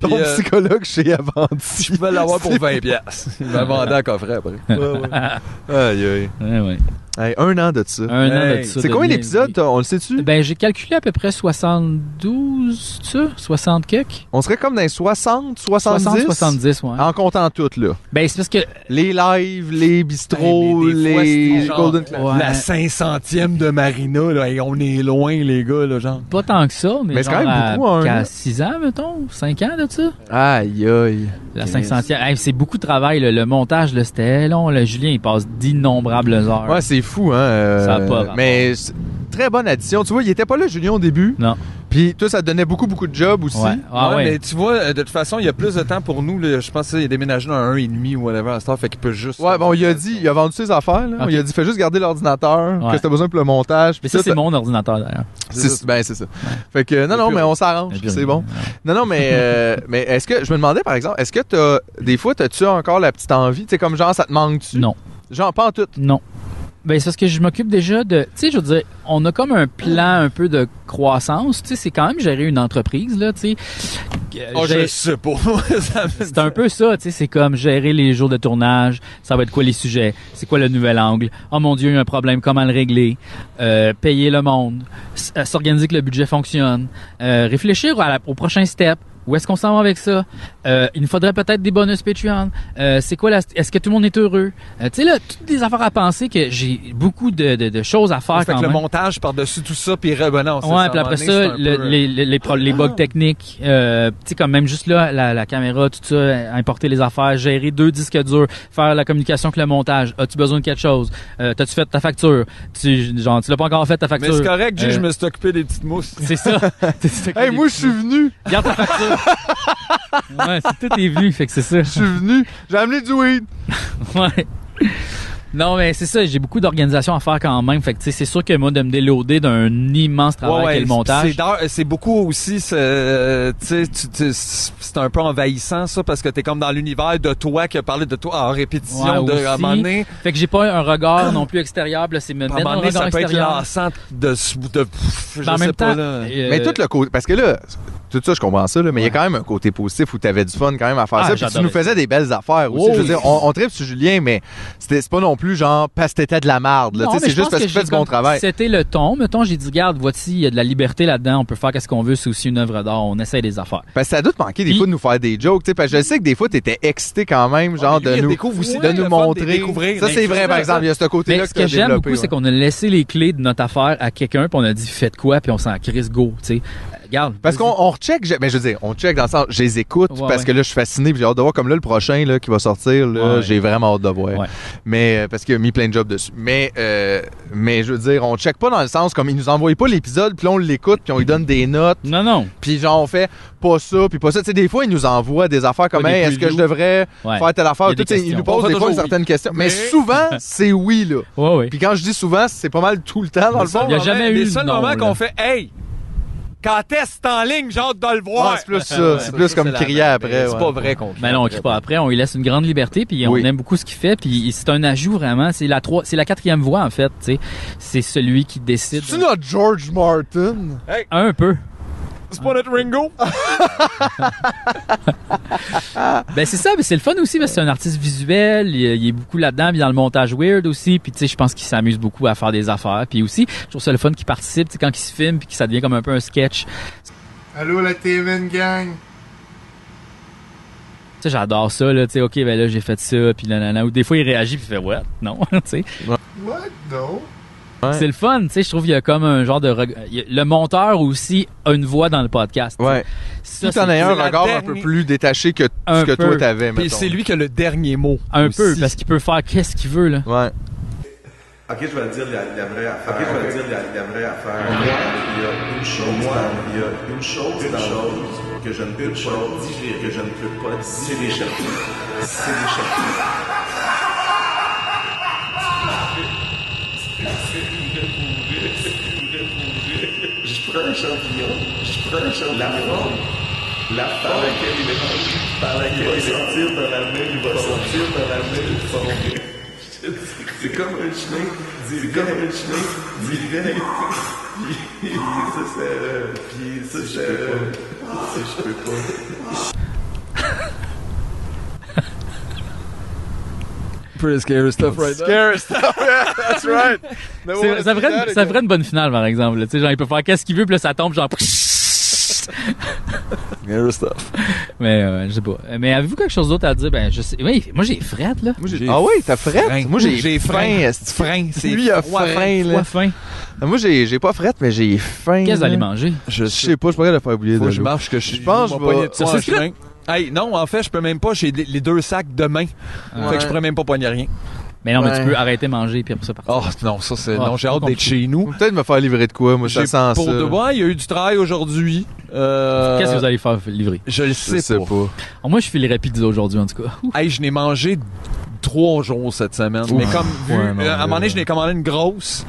B: Ton
A: Puis, euh,
B: psychologue chez Avanti.
A: Je pouvais l'avoir pour 20 pièces. Il m'a vendu un coffret après.
B: Ouais, ouais. Aïe, aïe.
C: ouais, ouais.
B: Hey, un an de ça.
C: un an
A: Hey.
C: de ça
B: C'est
C: de
B: combien
C: bien-
B: d'épisodes, toi? on le sait-tu?
C: ben j'ai calculé à peu près 72 tu sais, 60 quelques
B: On serait comme dans les 60, 70?
C: 60 70 ouais
B: En comptant toutes, là.
C: ben c'est parce que
B: Les lives, les bistros,
A: Hey, mais des fois,
B: les
A: c'est genre-
B: Golden Clap.
C: ouais,
A: La 500e de Marina, là, et on est loin, les gars, là, genre.
C: pas tant que ça mais,
B: Mais c'est quand même beaucoup, hein, un an.
C: 6 ans mettons 5 ans de ça
B: Aïe, aïe.
C: La 500e. Hey, c'est beaucoup de travail. là. Le montage, là, c'était long. là. Julien, il passe d'innombrables heures.
B: Ouais, c'est fou, hein. euh,
C: Ça a pas rapport.
B: mais c'est- très bonne addition. Tu vois, il était pas là, Julien, au début.
C: Non.
B: Puis toi, ça te donnait beaucoup, beaucoup de jobs aussi.
C: Ouais. Ah, ouais.
A: Ouais, mais tu vois, euh, de toute façon, il y a plus de temps pour nous. là. Je pense qu'il est déménagé dans un et demi ou whatever à cette heure, fait qu'il peut juste. euh,
B: Ouais, bon, il a dit, il a vendu ses affaires, là.
C: Ok.
B: Il a dit, fais juste garder l'ordinateur,
C: Ouais.
B: que t'as besoin pour le montage.
C: Mais
B: Puis
C: ça,
B: ça,
C: c'est mon ordinateur, d'ailleurs.
B: c'est ça. Ben, c'est ça. Fait que, euh, non, non, mais on s'arrange,
C: Et puis,
B: c'est bon. Non, non, mais, euh, mais est-ce que, je me demandais, par exemple, est-ce que t'as, des fois, t'as-tu encore la petite envie? Tu sais, comme genre, ça te manque-tu?
C: Non.
B: Genre, pas en tout.
C: Non. Ben, c'est parce que je m'occupe déjà de. Tu sais, je veux dire, on a comme un plan un peu de croissance. Tu sais, c'est quand même gérer une entreprise, là, tu sais. Euh,
B: Ah,
A: Oh, je
C: j'ai-
A: le sais pas. Ça me-
C: C'est un peu ça, tu sais, c'est comme gérer les jours de tournage, ça va être quoi les sujets, c'est quoi le nouvel angle, oh mon dieu, il y a un problème, comment le régler, Euh, payer le monde, S- euh, s'organiser que le budget fonctionne, Euh, réfléchir à la- au prochain step. Où est-ce qu'on s'en va avec ça? Euh, il nous faudrait peut-être des bonus Patreon. Euh, c'est quoi la... Est-ce que tout le monde est heureux? Euh, tu sais, là, toutes des affaires à penser que j'ai beaucoup de, de- de choses à faire
A: fait
C: quand
A: que
C: même.
A: le montage par-dessus tout ça, puis revenant.
C: Ouais, puis après ça, le-
A: euh,
C: les, les, les pro- les bugs techniques, euh, tu sais, comme même juste là, la, la caméra, tout ça, euh, importer les affaires, gérer deux disques durs, faire la communication avec le montage. As-tu besoin de quelque chose? Euh, T'as-tu fait ta facture? Tu, genre, tu l'as pas encore fait ta
A: Mais
C: facture.
A: c'est correct, G,
C: Euh,
A: je me suis occupé des petites mousses.
C: C'est ça. C'est ça que
B: Hey,
C: les-
B: moi, je suis venu.
C: Garde ta facture. ouais, c'est- tout est venu, fait que c'est ça.
B: Je suis venu. J'ai amené du weed.
C: Ouais. Non, mais c'est ça, j'ai beaucoup d'organisations à faire quand même. Fait que, tu sais, c'est sûr que moi, de me déloader d'un immense travail
A: Ouais, ouais,
C: qu'est le montage.
A: c'est d'heure- C'est beaucoup aussi, c'est, euh, tu sais, tu- tu- c'est un peu envahissant ça parce que t'es comme dans l'univers de toi qui a parlé de toi en répétition
C: Ouais,
A: de à un
C: aussi.
A: moment donné.
C: Fait que j'ai pas un regard non plus extérieur, puis là, c'est me
A: À un
C: mettre
A: moment
C: un
A: donné,
C: regard
A: ça peut être
C: extérieur.
A: lassant de, s- de pff, je
C: Mais en
A: sais
C: même
A: pas,
C: temps,
A: là.
C: euh,
B: Mais tout le côté. Parce que là, tout ça, je comprends ça, là, mais il y a quand même un côté positif où tu avais du fun quand même à faire
C: Ah,
B: ça. Puis tu
C: j'adorais
B: nous faisais des belles affaires aussi.
C: Oh,
B: je veux dire,
C: oui.
B: on, on tripe sur Julien, mais c'était- c'est pas non plus genre parce que t'étais de la marde. là.
C: Non,
B: Tu sais,
C: mais
B: C'est
C: je
B: juste
C: pense
B: parce que tu
C: j'ai
B: fais du bon
C: comme-
B: travail.
C: C'était le ton. Mettons, j'ai dit, garde, voici, il y a de la liberté là-dedans, on peut faire qu'est-ce qu'on veut, c'est aussi une œuvre d'art, on essaie des affaires.
B: Parce que ça doit te manquer des fois de nous faire des jokes, tu sais, parce que je sais que des fois t'étais excité quand même, genre
A: mais lui, il
B: de nous,
A: découvre aussi
B: de
A: le
B: nous
A: fun de
B: montrer.
A: découvrir.
B: Ça c'est
A: Mais
B: vrai par exemple, il y a ce côté-là
C: Mais
B: que
C: ce que
B: t'as
C: j'aime
B: développé,
C: beaucoup,
B: ouais.
C: c'est qu'on a laissé les clés de notre affaire à quelqu'un, puis on a dit, faites quoi, puis on s'en crisse, go, tu sais. Euh, Garde.
B: Parce qu'on on recheck, je- mais je veux dire, on check dans le sens, je les écoute
C: Ouais,
B: parce
C: ouais.
B: que là, je suis fasciné, puis j'ai hâte de voir comme là le prochain là, qui va sortir, là,
C: Ouais, ouais.
B: j'ai vraiment hâte de voir. Mais euh, parce qu'il a mis plein de jobs dessus. Mais euh, mais je veux dire, on check pas dans le sens comme il nous envoie pas l'épisode, puis là, on l'écoute, puis on lui donne des notes.
C: Non non.
B: Puis genre on fait pas ça, puis pas ça. Tu sais, des fois, il nous envoie des affaires comme
C: Pas des
B: Hey, est-ce que je
C: previews.
B: devrais
C: Ouais.
B: faire telle affaire
C: Il y a des
B: Tu sais, il nous
C: questions. On
B: pose
C: fait
B: des fois
C: toujours
B: certaines questions. Mais
C: Mais-
B: souvent, c'est oui là. Puis quand je dis souvent, c'est pas mal tout le temps dans le fond.
A: Les seuls moments- Les seuls moments qu'on fait, hey, quand est-ce que c'est en ligne, j'ai hâte de le voir.
B: Ouais, c'est plus ça, c'est plus comme crier après.
A: C'est
B: ouais.
A: pas vrai qu'on
C: Mais non, Ben on crie pas après, on lui laisse une grande liberté, puis on aime beaucoup ce qu'il fait, puis c'est un ajout vraiment, c'est la trois, c'est la quatrième voix en fait, tu sais. C'est celui qui décide.
B: C'est notre George Martin.
C: Un peu.
A: C'est pas notre Ringo. Ah,
C: Ben c'est ça, mais c'est le fun aussi, parce que c'est un artiste visuel, il, il est beaucoup là-dedans, puis dans le montage weird aussi, puis tu sais, je pense qu'il s'amuse beaucoup à faire des affaires, puis aussi, je trouve ça le fun qu'il participe, tu sais, quand il se filme, puis que ça devient comme un peu un sketch.
B: Allô, la TMN gang.
C: Tu sais, j'adore ça, là, tu sais, ok, ben là, j'ai fait ça, puis nanana, ou des fois, il réagit, puis il fait, what? Non, tu sais.
B: What? No.
C: C'est le fun, tu sais, je trouve qu'il y a comme un genre de... reg- il y a- Le monteur aussi a une voix dans le podcast.
B: Ouais.
C: Ça,
B: Tout en
C: c'est-
B: ayant un
C: c'est la
B: regard un
C: dernière-
B: peu plus détaché que ce
C: Un
B: que toi
C: peu.
B: t'avais,
A: Puis
B: mettons.
A: c'est lui qui a le dernier mot.
C: Un
A: aussi.
C: peu, parce qu'il peut faire qu'est-ce qu'il veut, là.
B: Ouais.
O: Ok, je vais le dire la, la vraie affaire. Ok, je vais le dire la, la vraie affaire. Il y a une chose, dans- il y a une chose, dans- que je ne peux pas dire, que je ne peux pas dire. C'est les chartiers. C'est les chartiers. Je prends un champignon, je prends un champignon. La forme, la forme. Par laquelle il est par laquelle il va sortir dans la main, il va sortir dans la main, il va sortir. C'est comme un chemin, c'est comme un chemin direct. Puis ça, c'est. euh, Puis ça, c'est. euh, ça, Je peux pas.
A: Pretty scary stuff right there.
B: Scary stuff, yeah, that's right. No
C: C'est-
B: one
C: ça,
B: has
C: ferait
B: done
C: une,
B: it
C: ça
B: yet.
C: ferait une bonne finale, par exemple. là. Tu sais, genre, il peut faire qu'est-ce qu'il veut, puis là, ça tombe, genre...
A: Scary stuff.
C: Mais, euh, je sais pas. Mais avez-vous quelque chose d'autre à dire? Ben, je sais. Oui, moi, j'ai frette, là.
B: Ah oui, t'as frette? Moi, j'ai faim,
A: frein.
B: esti.
A: Frein, c'est
B: Lui, il a
A: froid,
B: faim,
A: froid,
B: là.
C: faim.
B: Moi, j'ai j'ai pas frette, mais j'ai faim.
A: Qu'est-ce que vous
B: là.
A: allez manger?
B: Je sais pas, je pourrais le faire oublier
A: Faut
B: de
A: que je
B: l'eau.
A: marche, que je
B: Je pense que je vais...
A: Ça, c'est chemin. Hey, non, en fait, je peux même pas. J'ai les les deux sacs demain. Fait
C: Ouais.
A: que je pourrais même pas poigner rien.
C: Mais non, mais tu
A: Ouais.
C: peux arrêter de manger, puis après ça, partir.
A: Oh, non, ça, c'est.
C: Ah,
A: non, j'ai
C: c'est
A: hâte d'être
C: compliqué.
A: chez nous.
B: Peut-être me faire livrer de quoi, moi, ça
A: J'ai-
B: sent ça.
A: Pour de vrai, il y a eu du travail aujourd'hui. Euh,
C: Qu'est-ce que vous allez faire livrer?
A: Je le sais, pas.
C: Oh, Moi, je suis les pizza aujourd'hui, en tout cas.
A: Hey, je n'ai mangé trois jours cette semaine.
C: Ouf.
A: Mais comme vu,
C: Ouais, non,
A: euh, à un
C: là,
A: moment donné, je n'ai commandé une grosse.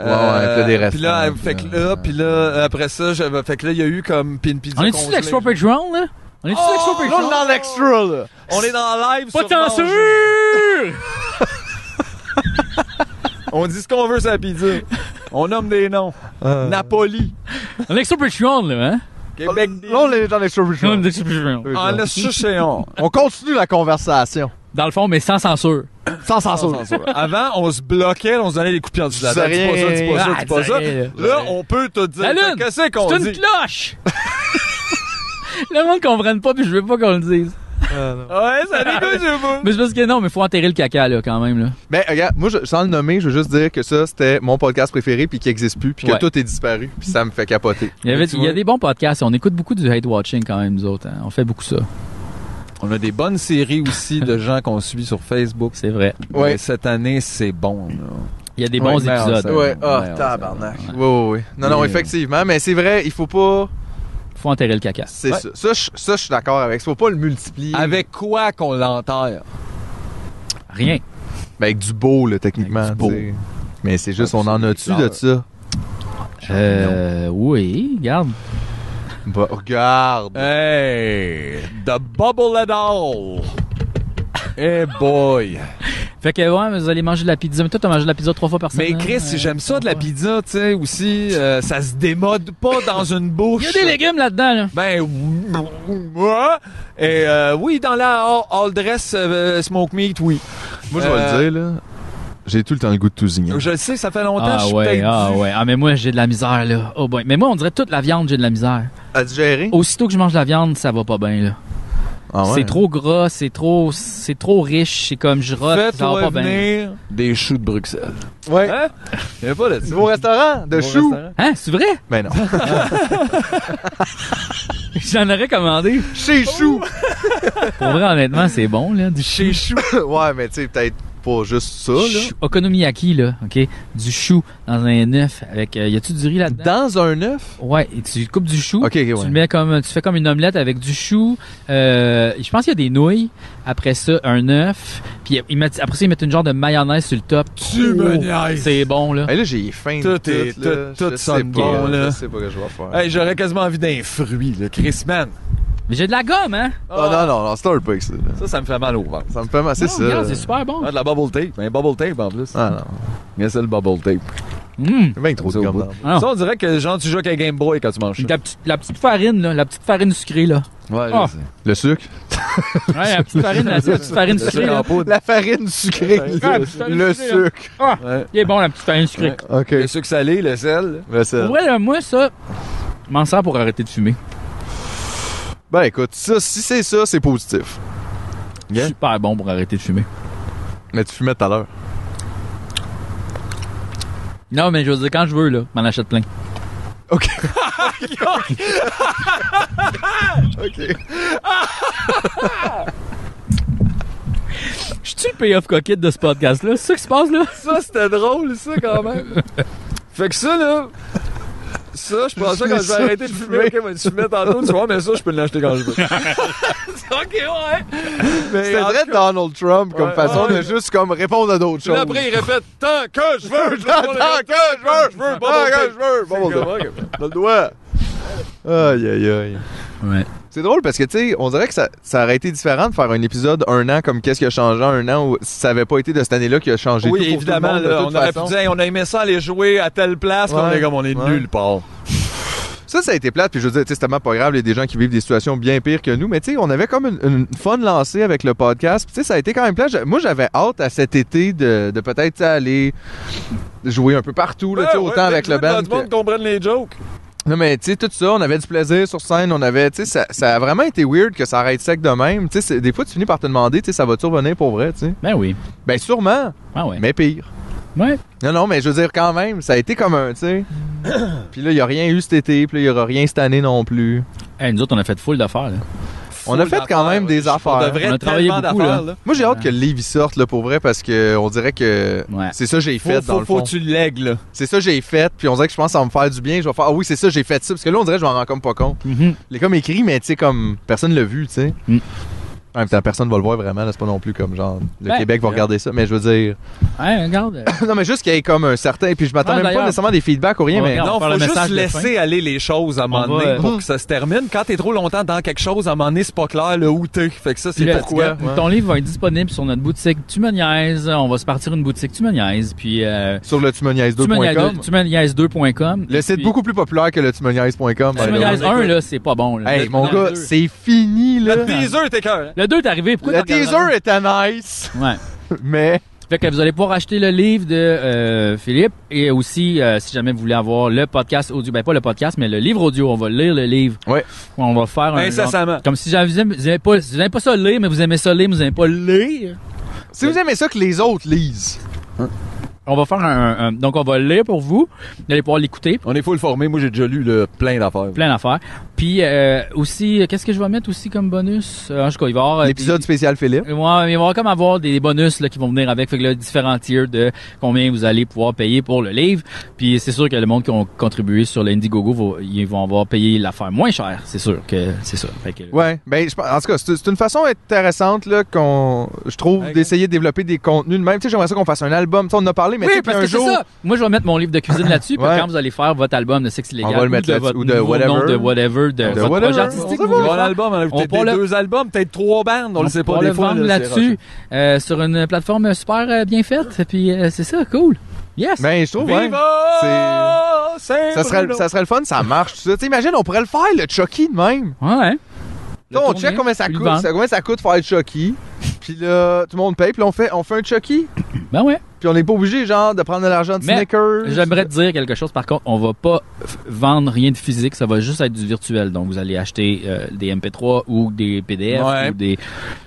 A: Euh,
B: Ouais, ouais, t'as des
A: Puis là,
B: restants,
A: fait que là, puis là, après ça, j'avais, fait que là, il y a eu comme pis une pizza.
C: On est-tu sur
A: congelée.
C: l'extra Patreon, là? On est-tu sur l'extra Patreon?
B: on est dans l'extra, là.
A: Oh, On est dans live.
C: Pas de
A: sur Mange.
C: censure!
A: On dit ce qu'on veut sur la pizza. On nomme des noms.
B: Euh,
A: Napoli.
C: On est extra Patreon, là, hein?
A: Québec.
B: Là, on est dans l'extra
C: On est dans l'extra Patreon.
A: En l'océan.
B: On continue la conversation.
C: Dans le fond, mais sans censure.
B: Sans censure.
A: Avant, on se bloquait, on se donnait des coups de pied en dessous de la
B: Ça
A: tête. Dis pas
B: rien.
A: ça, dis pas ça, dis
B: Ah,
A: pas
B: ça
A: ça.
B: rien, là.
A: Là, on peut te dire.
C: La lune!
A: Qu'est-ce qu'on
C: C'est
A: dit?
C: une cloche! le monde comprenne pas, puis je veux pas qu'on le dise.
A: Ouais, ça dégoûte, je vous.
C: Mais c'est parce que non, mais faut enterrer le caca, là, quand même, là.
B: Mais euh, regarde, moi, je- sans le nommer, je veux juste dire que ça, c'était mon podcast préféré, puis qu'il existe plus, puis que
C: Ouais.
B: tout est disparu, puis ça me fait capoter.
C: Il y, avait,
B: Tu
C: il y a
B: vois?
C: des bons podcasts. On écoute beaucoup du hate watching quand même, nous autres. hein. On fait beaucoup ça.
A: On a des bonnes séries aussi de gens qu'on suit sur Facebook.
C: C'est vrai.
A: Ouais. Cette année, c'est bon. là.
C: Il y a des
A: Ouais,
C: bons
A: meilleure
C: épisodes.
A: série.
B: Ouais, ah,
A: Meilleure
B: tabarnak. Oui, oui, oui. Non, non,
A: Mais-
B: effectivement, mais c'est vrai, il faut pas...
C: Faut enterrer le caca.
B: C'est ça. Ça, je- ça, je suis d'accord avec. Faut pas le multiplier.
A: Avec quoi qu'on l'enterre?
C: Rien.
B: Ben, avec du beau, là, techniquement.
C: Avec du beau.
B: tu sais. Mais c'est juste, on en a-tu de ça?
C: Euh, oui, regarde.
B: Bah, regarde.
A: Euh, Hey, the bubble at all. Hey boy.
C: Fait que ouais, mais vous allez manger de la pizza. Mais toi, t'as mangé de la pizza trois fois par
A: Mais
C: semaine. hein?
A: Chris, si j'aime ça de la pizza, tu sais, aussi, euh, ça se démode pas dans une bouche.
C: Il y a des légumes là-dedans, là.
A: Ben, moi. Et euh, oui, dans la all, all dress euh, smoke meat, oui.
B: Moi, je vais
A: Euh,
B: le dire, là. J'ai tout le temps le goût de tousignan.
A: Je le sais, ça fait longtemps que je
C: Ah
A: suis
C: ouais,
A: perdu.
C: ah ouais. Ah mais moi j'ai de la misère là. Oh boy. Mais moi on dirait toute la viande j'ai de la misère.
B: À digérer.
C: Aussitôt que je mange de la viande ça va pas bien là.
A: Ah
B: ouais?
C: C'est trop gras, c'est trop, c'est trop riche, c'est comme je rote, ça va
A: Faites-moi
C: pas bien.
A: venir des choux de Bruxelles.
B: Ouais.
A: Hein? Il y a pas de
B: Nouveau restaurant de
A: Nouveau
B: choux.
A: restaurant.
C: Hein, c'est vrai?
B: Ben non.
C: J'en aurais commandé.
B: Chez
A: Oh!
B: Chou.
C: Pour vrai, honnêtement, c'est bon, là. Du
A: Chez Chou.
B: ouais, mais tu sais, peut-être pas juste ça, là.
C: chou. Okonomiyaki, là, OK? Du chou dans un œuf avec... euh, y a-tu du riz là-dedans?
B: Dans un œuf?
C: Ouais, et tu coupes du chou.
B: OK,
C: Tu le mets comme tu fais comme une omelette avec du chou. Euh, je pense qu'il y a des nouilles. Après ça, un œuf. Puis ils mettent- après ça, ils mettent une genre de mayonnaise sur le top. Oh,
A: Tu me niaises.
C: C'est bon là.
B: Hey, là, j'ai faim. de
A: Tout est-
B: là.
A: tout- tout
B: Je sais
A: sonne
B: pas,
A: bon, là.
B: Je sais pas ce que je vais faire.
A: Hey, j'aurais quasiment envie d'un fruit, le Chris Man.
C: Mais j'ai de la gomme, hein?
B: Oh, non, non, non, start pas avec ça. là.
A: Ça, ça me fait mal au ventre.
B: Ça me fait mal, c'est
C: Non, regarde,
B: ça.
C: c'est super bon.
A: Ah, de la bubble tape. Un bubble tape, en plus.
B: Ah non.
A: Mais c'est le bubble tape.
C: Hum.
B: Ben, trop de
A: au
B: gomme
A: bout.
B: dans la bouche.
C: Ah.
A: Ça, on dirait que genre, tu joues avec un Game Boy quand tu manges ça.
C: La petite, la petite farine, là, la petite farine sucrée, là.
A: Ouais, je
C: Ah.
A: sais.
B: Le sucre?
C: Ouais, la petite farine, la, la petite farine sucrée,
A: sucre en
C: là.
A: poudre.
B: La farine sucrée.
C: Ah, la petite farine
B: Le
C: sucrée, là.
B: sucre.
C: Ah,
A: Ouais.
C: il est bon, la petite farine sucrée.
B: OK.
A: Le sucre salé, le sel.
B: Le sel.
C: Ouais, là, moi, ça, je m'en sers pour arrêter de fumer.
B: Ben écoute, ça, si c'est ça, c'est positif. Yeah.
C: Super bon pour arrêter de fumer.
B: Mais tu fumais tout à l'heure.
C: Non, mais je veux dire, quand je veux, là, m'en achète plein.
B: OK. OK.
C: Je suis le payoff coquette de ce podcast-là. C'est ça qui se passe, là?
A: Ça, c'était drôle, ça, quand même. fait que ça, là. Ça, je pensais quand je vais
B: ça,
A: arrêter de fumer, ok, mais tu fumais tantôt, tu vois, mais ça, je peux l'acheter quand je veux.
C: ok, ouais.
A: Mais
B: C'était
A: en
B: vrai
A: tout cas,
B: Donald Trump comme
A: Ouais,
B: façon
A: ouais.
B: de juste comme répondre à d'autres
A: puis
B: choses.
A: après, il répète Tant que je veux, je
B: Tant que je veux,
A: je veux,
B: tant que je
A: bon,
B: veux, bon, bon, bon. Dans le doigt. Aïe, aïe, aïe.
C: Ouais.
B: C'est drôle parce que, tu sais, on dirait que ça, ça aurait été différent de faire un épisode un an comme Qu'est-ce qui a changé en un an où ça avait pas été de cette année-là qui a changé tout
A: Oui,
B: pour
A: évidemment,
B: tout le monde, de
A: là,
B: toute
A: on aurait
B: façon.
A: pu dire, Hey, on a aimé ça aller jouer à telle place, puis on
B: Ouais,
A: est comme, on est
B: ouais.
A: nulle part.
B: Ça, ça a été plate, puis je veux dire, tu sais, c'est tellement pas grave, il y a des gens qui vivent des situations bien pires que nous, mais tu sais, on avait comme une, une fun lancée avec le podcast, puis tu sais, ça a été quand même plate. J'a- Moi, j'avais hâte à cet été de, de peut-être tu sais, aller jouer un peu partout, là, tu sais,
A: Ouais, ouais,
B: autant avec
A: jouer
B: le
A: dans
B: band.
A: Du monde
B: que-
A: comprenne les jokes.
B: Non, mais tu sais, tout ça, on avait du plaisir sur scène, on avait, tu sais, ça, ça a vraiment été weird que ça arrête sec de même. Tu sais, c'est- des fois, tu finis par te demander, tu sais, ça va-tu revenir pour vrai, tu sais?
C: Ben oui.
B: Ben sûrement,
C: Ah ouais.
B: mais pire.
C: Ouais.
B: Non, non, mais je veux dire, quand même, ça a été comme un, tu sais. puis là, il n'y a rien eu cet été, puis là, il n'y aura rien cette année non plus.
C: Hey, nous autres, on a fait full d'affaires, là.
B: On a fait quand même des affaires.
A: On devrait
C: On a travaillé
A: tellement
C: beaucoup,
A: d'affaires,
C: là.
A: là.
B: Moi, j'ai hâte que le livre il sorte, là, pour vrai, parce que on dirait que
C: Ouais.
B: c'est ça que j'ai
A: Faut,
B: fait, dans
A: faut,
B: le
A: faut
B: fond.
A: que tu l'aiges, là.
B: C'est ça que j'ai fait, puis on dirait que je pense que ça va me faire du bien. Je vais faire, ah oui, c'est ça, j'ai fait ça, parce que là, on dirait que je m'en rends comme pas compte.
C: Mhm.
B: Il est comme écrit, mais tu sais, comme personne l'a vu, tu sais.
C: Mm.
B: En même temps, personne va le voir vraiment, là, c'est pas non plus comme genre, le
C: Ben,
B: Québec va
A: bien.
B: regarder ça, mais je veux dire.
C: Hey, regarde. euh,
B: non, mais juste qu'il y ait comme un certain, puis je m'attends
C: Ah,
B: même pas
C: d'ailleurs.
B: nécessairement à des feedbacks ou rien,
C: On
B: mais.
C: regarde.
A: Non,
C: faire
A: faut
C: le
A: juste
C: message de
A: laisser aller les choses à un moment donné
C: va, euh,
A: pour
B: Mhm.
A: que ça se termine. Quand t'es trop longtemps dans quelque chose, à un moment donné, c'est pas clair le où t'es. Fait que ça, c'est
C: Puis le-
A: pourquoi.
C: le- Ton livre va être disponible sur notre boutique Tu me niaises. On va se partir une boutique Tu me niaises. Puis euh,
B: Sur le
C: Tu me niaises-
B: tumoniaise2.com.
C: tu me niaises 2.com.
B: Le site
C: Puis,
B: beaucoup plus populaire que le tumoniaise.com.
C: Tu me niaises 1, là, c'est pas bon. Là.
B: ben Hey,
C: Le-
B: mon
C: non, le
B: gars,
C: deux.
B: c'est fini,
A: Le
B: là.
A: teaser, t'es cœur. hein.
C: Le 2 est arrivé. Pourquoi
B: Le
C: t'en regardes un?
B: teaser était nice,
C: Ouais.
B: mais.
C: Fait que vous allez pouvoir acheter le livre de euh, Philippe et aussi, euh, si jamais vous voulez avoir le podcast audio, ben pas le podcast, mais le livre audio, on va lire le livre.
B: Ouais. Ben,
C: On va faire un...
A: Incessamment.
C: Comme si jamais vous aimez, vous aimez pas, vous aimez pas ça lire, mais vous aimez ça lire, mais vous aimez pas lire.
B: Si vous aimez ça que les autres lisent,
C: On va faire un, un- un- donc on va le lire pour vous. Vous allez pouvoir l'écouter.
A: On est full formé. Moi, j'ai déjà lu le plein d'affaires.
C: Plein d'affaires. Puis euh, aussi, euh, qu'est-ce que je vais mettre aussi comme bonus? Euh, en tout cas, il va y avoir... euh,
B: L'épisode
C: des-
B: spécial Philippe.
C: Ouais, mais il va y avoir comme avoir des bonus là, qui vont venir avec, fait que là, différents tiers de combien vous allez pouvoir payer pour le livre. Puis c'est sûr que le monde qui ont contribué sur l'Indiegogo, va- ils vont avoir payé l'affaire moins cher, c'est sûr que c'est ça. Fait que-
B: Ouais, ben je pense- en tout cas, c'est c'est une façon intéressante là qu'on je trouve d'essayer de développer des contenus de même. Tu sais, j'aimerais ça qu'on fasse un album. Tu sais, on en a parlé, mais tu
C: oui,
B: sais,
C: parce
B: puis
C: que
B: un jour
C: c'est ça. Moi, je vais mettre mon livre de cuisine là-dessus. puis
B: Ouais.
C: quand vous allez faire votre album de sexe illégal,
B: On va le
C: ou
B: mettre
C: de
B: là-dessus,
C: votre
B: ou de
C: nouveau nom
B: whatever.
C: de whatever, de,
B: De
C: votre
B: whatever.
C: projet artistique,
A: On
C: vous voulez
A: va
C: faire.
A: l'album, on a hein. peut-être
C: pourra
A: des
C: le-
A: deux albums, peut-être trois bandes, on le sait pas
C: pourra
A: des
C: le
A: fois.
C: vendre
A: là, c'est rushé.
C: là-dessus euh, sur une plateforme super euh, bien faite. Puis euh, c'est ça, cool. Yes.
B: Ben, je trouve, ouais. C'est- Ça serait, ça serait le fun, ça marche, tout ça. Tu imagines, on pourrait le faire, le Chucky de même.
C: Ouais.
B: Donc, on check combien ça
C: puis le
B: coûte,
C: vendre.
B: ça- combien ça coûte faire le Chucky. Puis là, tout le monde paye, puis on fait, on fait un Chucky.
C: Ben ouais.
B: Puis on n'est pas obligé, genre, de prendre de l'argent de
C: Mais
B: Snickers.
C: J'aimerais te dire quelque chose. Par contre, on va pas f- vendre rien de physique. Ça va juste être du virtuel. Donc, vous allez acheter euh, des MP3 ou des PDF
A: Ouais.
C: ou des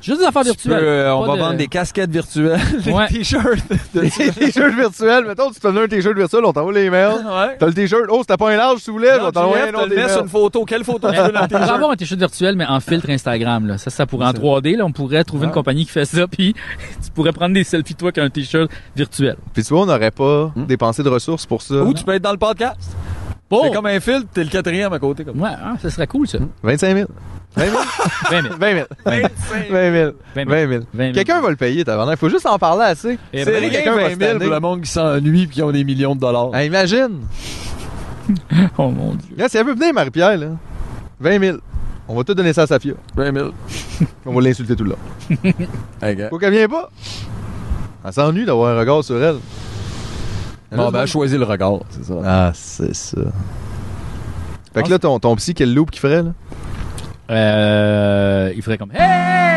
C: juste des affaires
A: Tu
C: virtuelles.
A: peux, euh, on
C: Pas
A: va
C: de-
A: vendre des casquettes virtuelles, des
C: Ouais.
A: t-shirts.
B: Des jeux virtuels, mettons, tu te donnes un t-shirt virtuel, on t'envoie les mails.
A: Ouais.
B: T'as le t-shirt, oh, c'était pas un large, tu voulais, on t'envoie
A: Juliette,
B: un autre
A: te le mets
B: email.
A: sur une photo. Quelle photo tu veux dans
C: on
A: tes
C: pourrait
A: jeux?
C: avoir un t-shirt virtuel, mais en filtre Instagram. Là. Ça, ça pourrait en 3D. Là, on pourrait trouver une compagnie qui fait ça, puis tu pourrais prendre des selfies toi avec un t-shirt virtuel.
B: Puis tu vois, on n'aurait pas dépensé de ressources pour ça.
A: Ou tu peux être dans le podcast. C'est comme un filtre, t'es le quatrième à côté. Comme.
C: Ouais, hein, ça serait cool, ça.
A: Hmm.
C: Ben,
B: 25 000. 20 000.
C: 20 000.
B: 20 000. 20 000. 20 000.
C: ben,
B: Quelqu'un va le payer, tabarnak. Il faut juste en parler assez.
C: Eh
A: C'est rien
B: Quelqu'un va se
A: 20 000
B: tanner.
A: pour le monde qui s'ennuie et qui ont des millions de dollars.
B: Hey, imagine.
C: oh mon dieu.
B: Là, si elle veut venir, Marie-Pierre, là, 20 000. On va tout donner ça à Safia.
A: 20 000.
B: On va l'insulter tout le long. Faut qu'elle vienne pas. Elle s'ennuie d'avoir un regard sur elle.
A: Bon, ben, choisis le regard, c'est ça.
B: Ah, c'est ça. Fait que là, ton, ton psy, quel loop qu'il ferait, là?
C: Euh, il ferait comme Hey!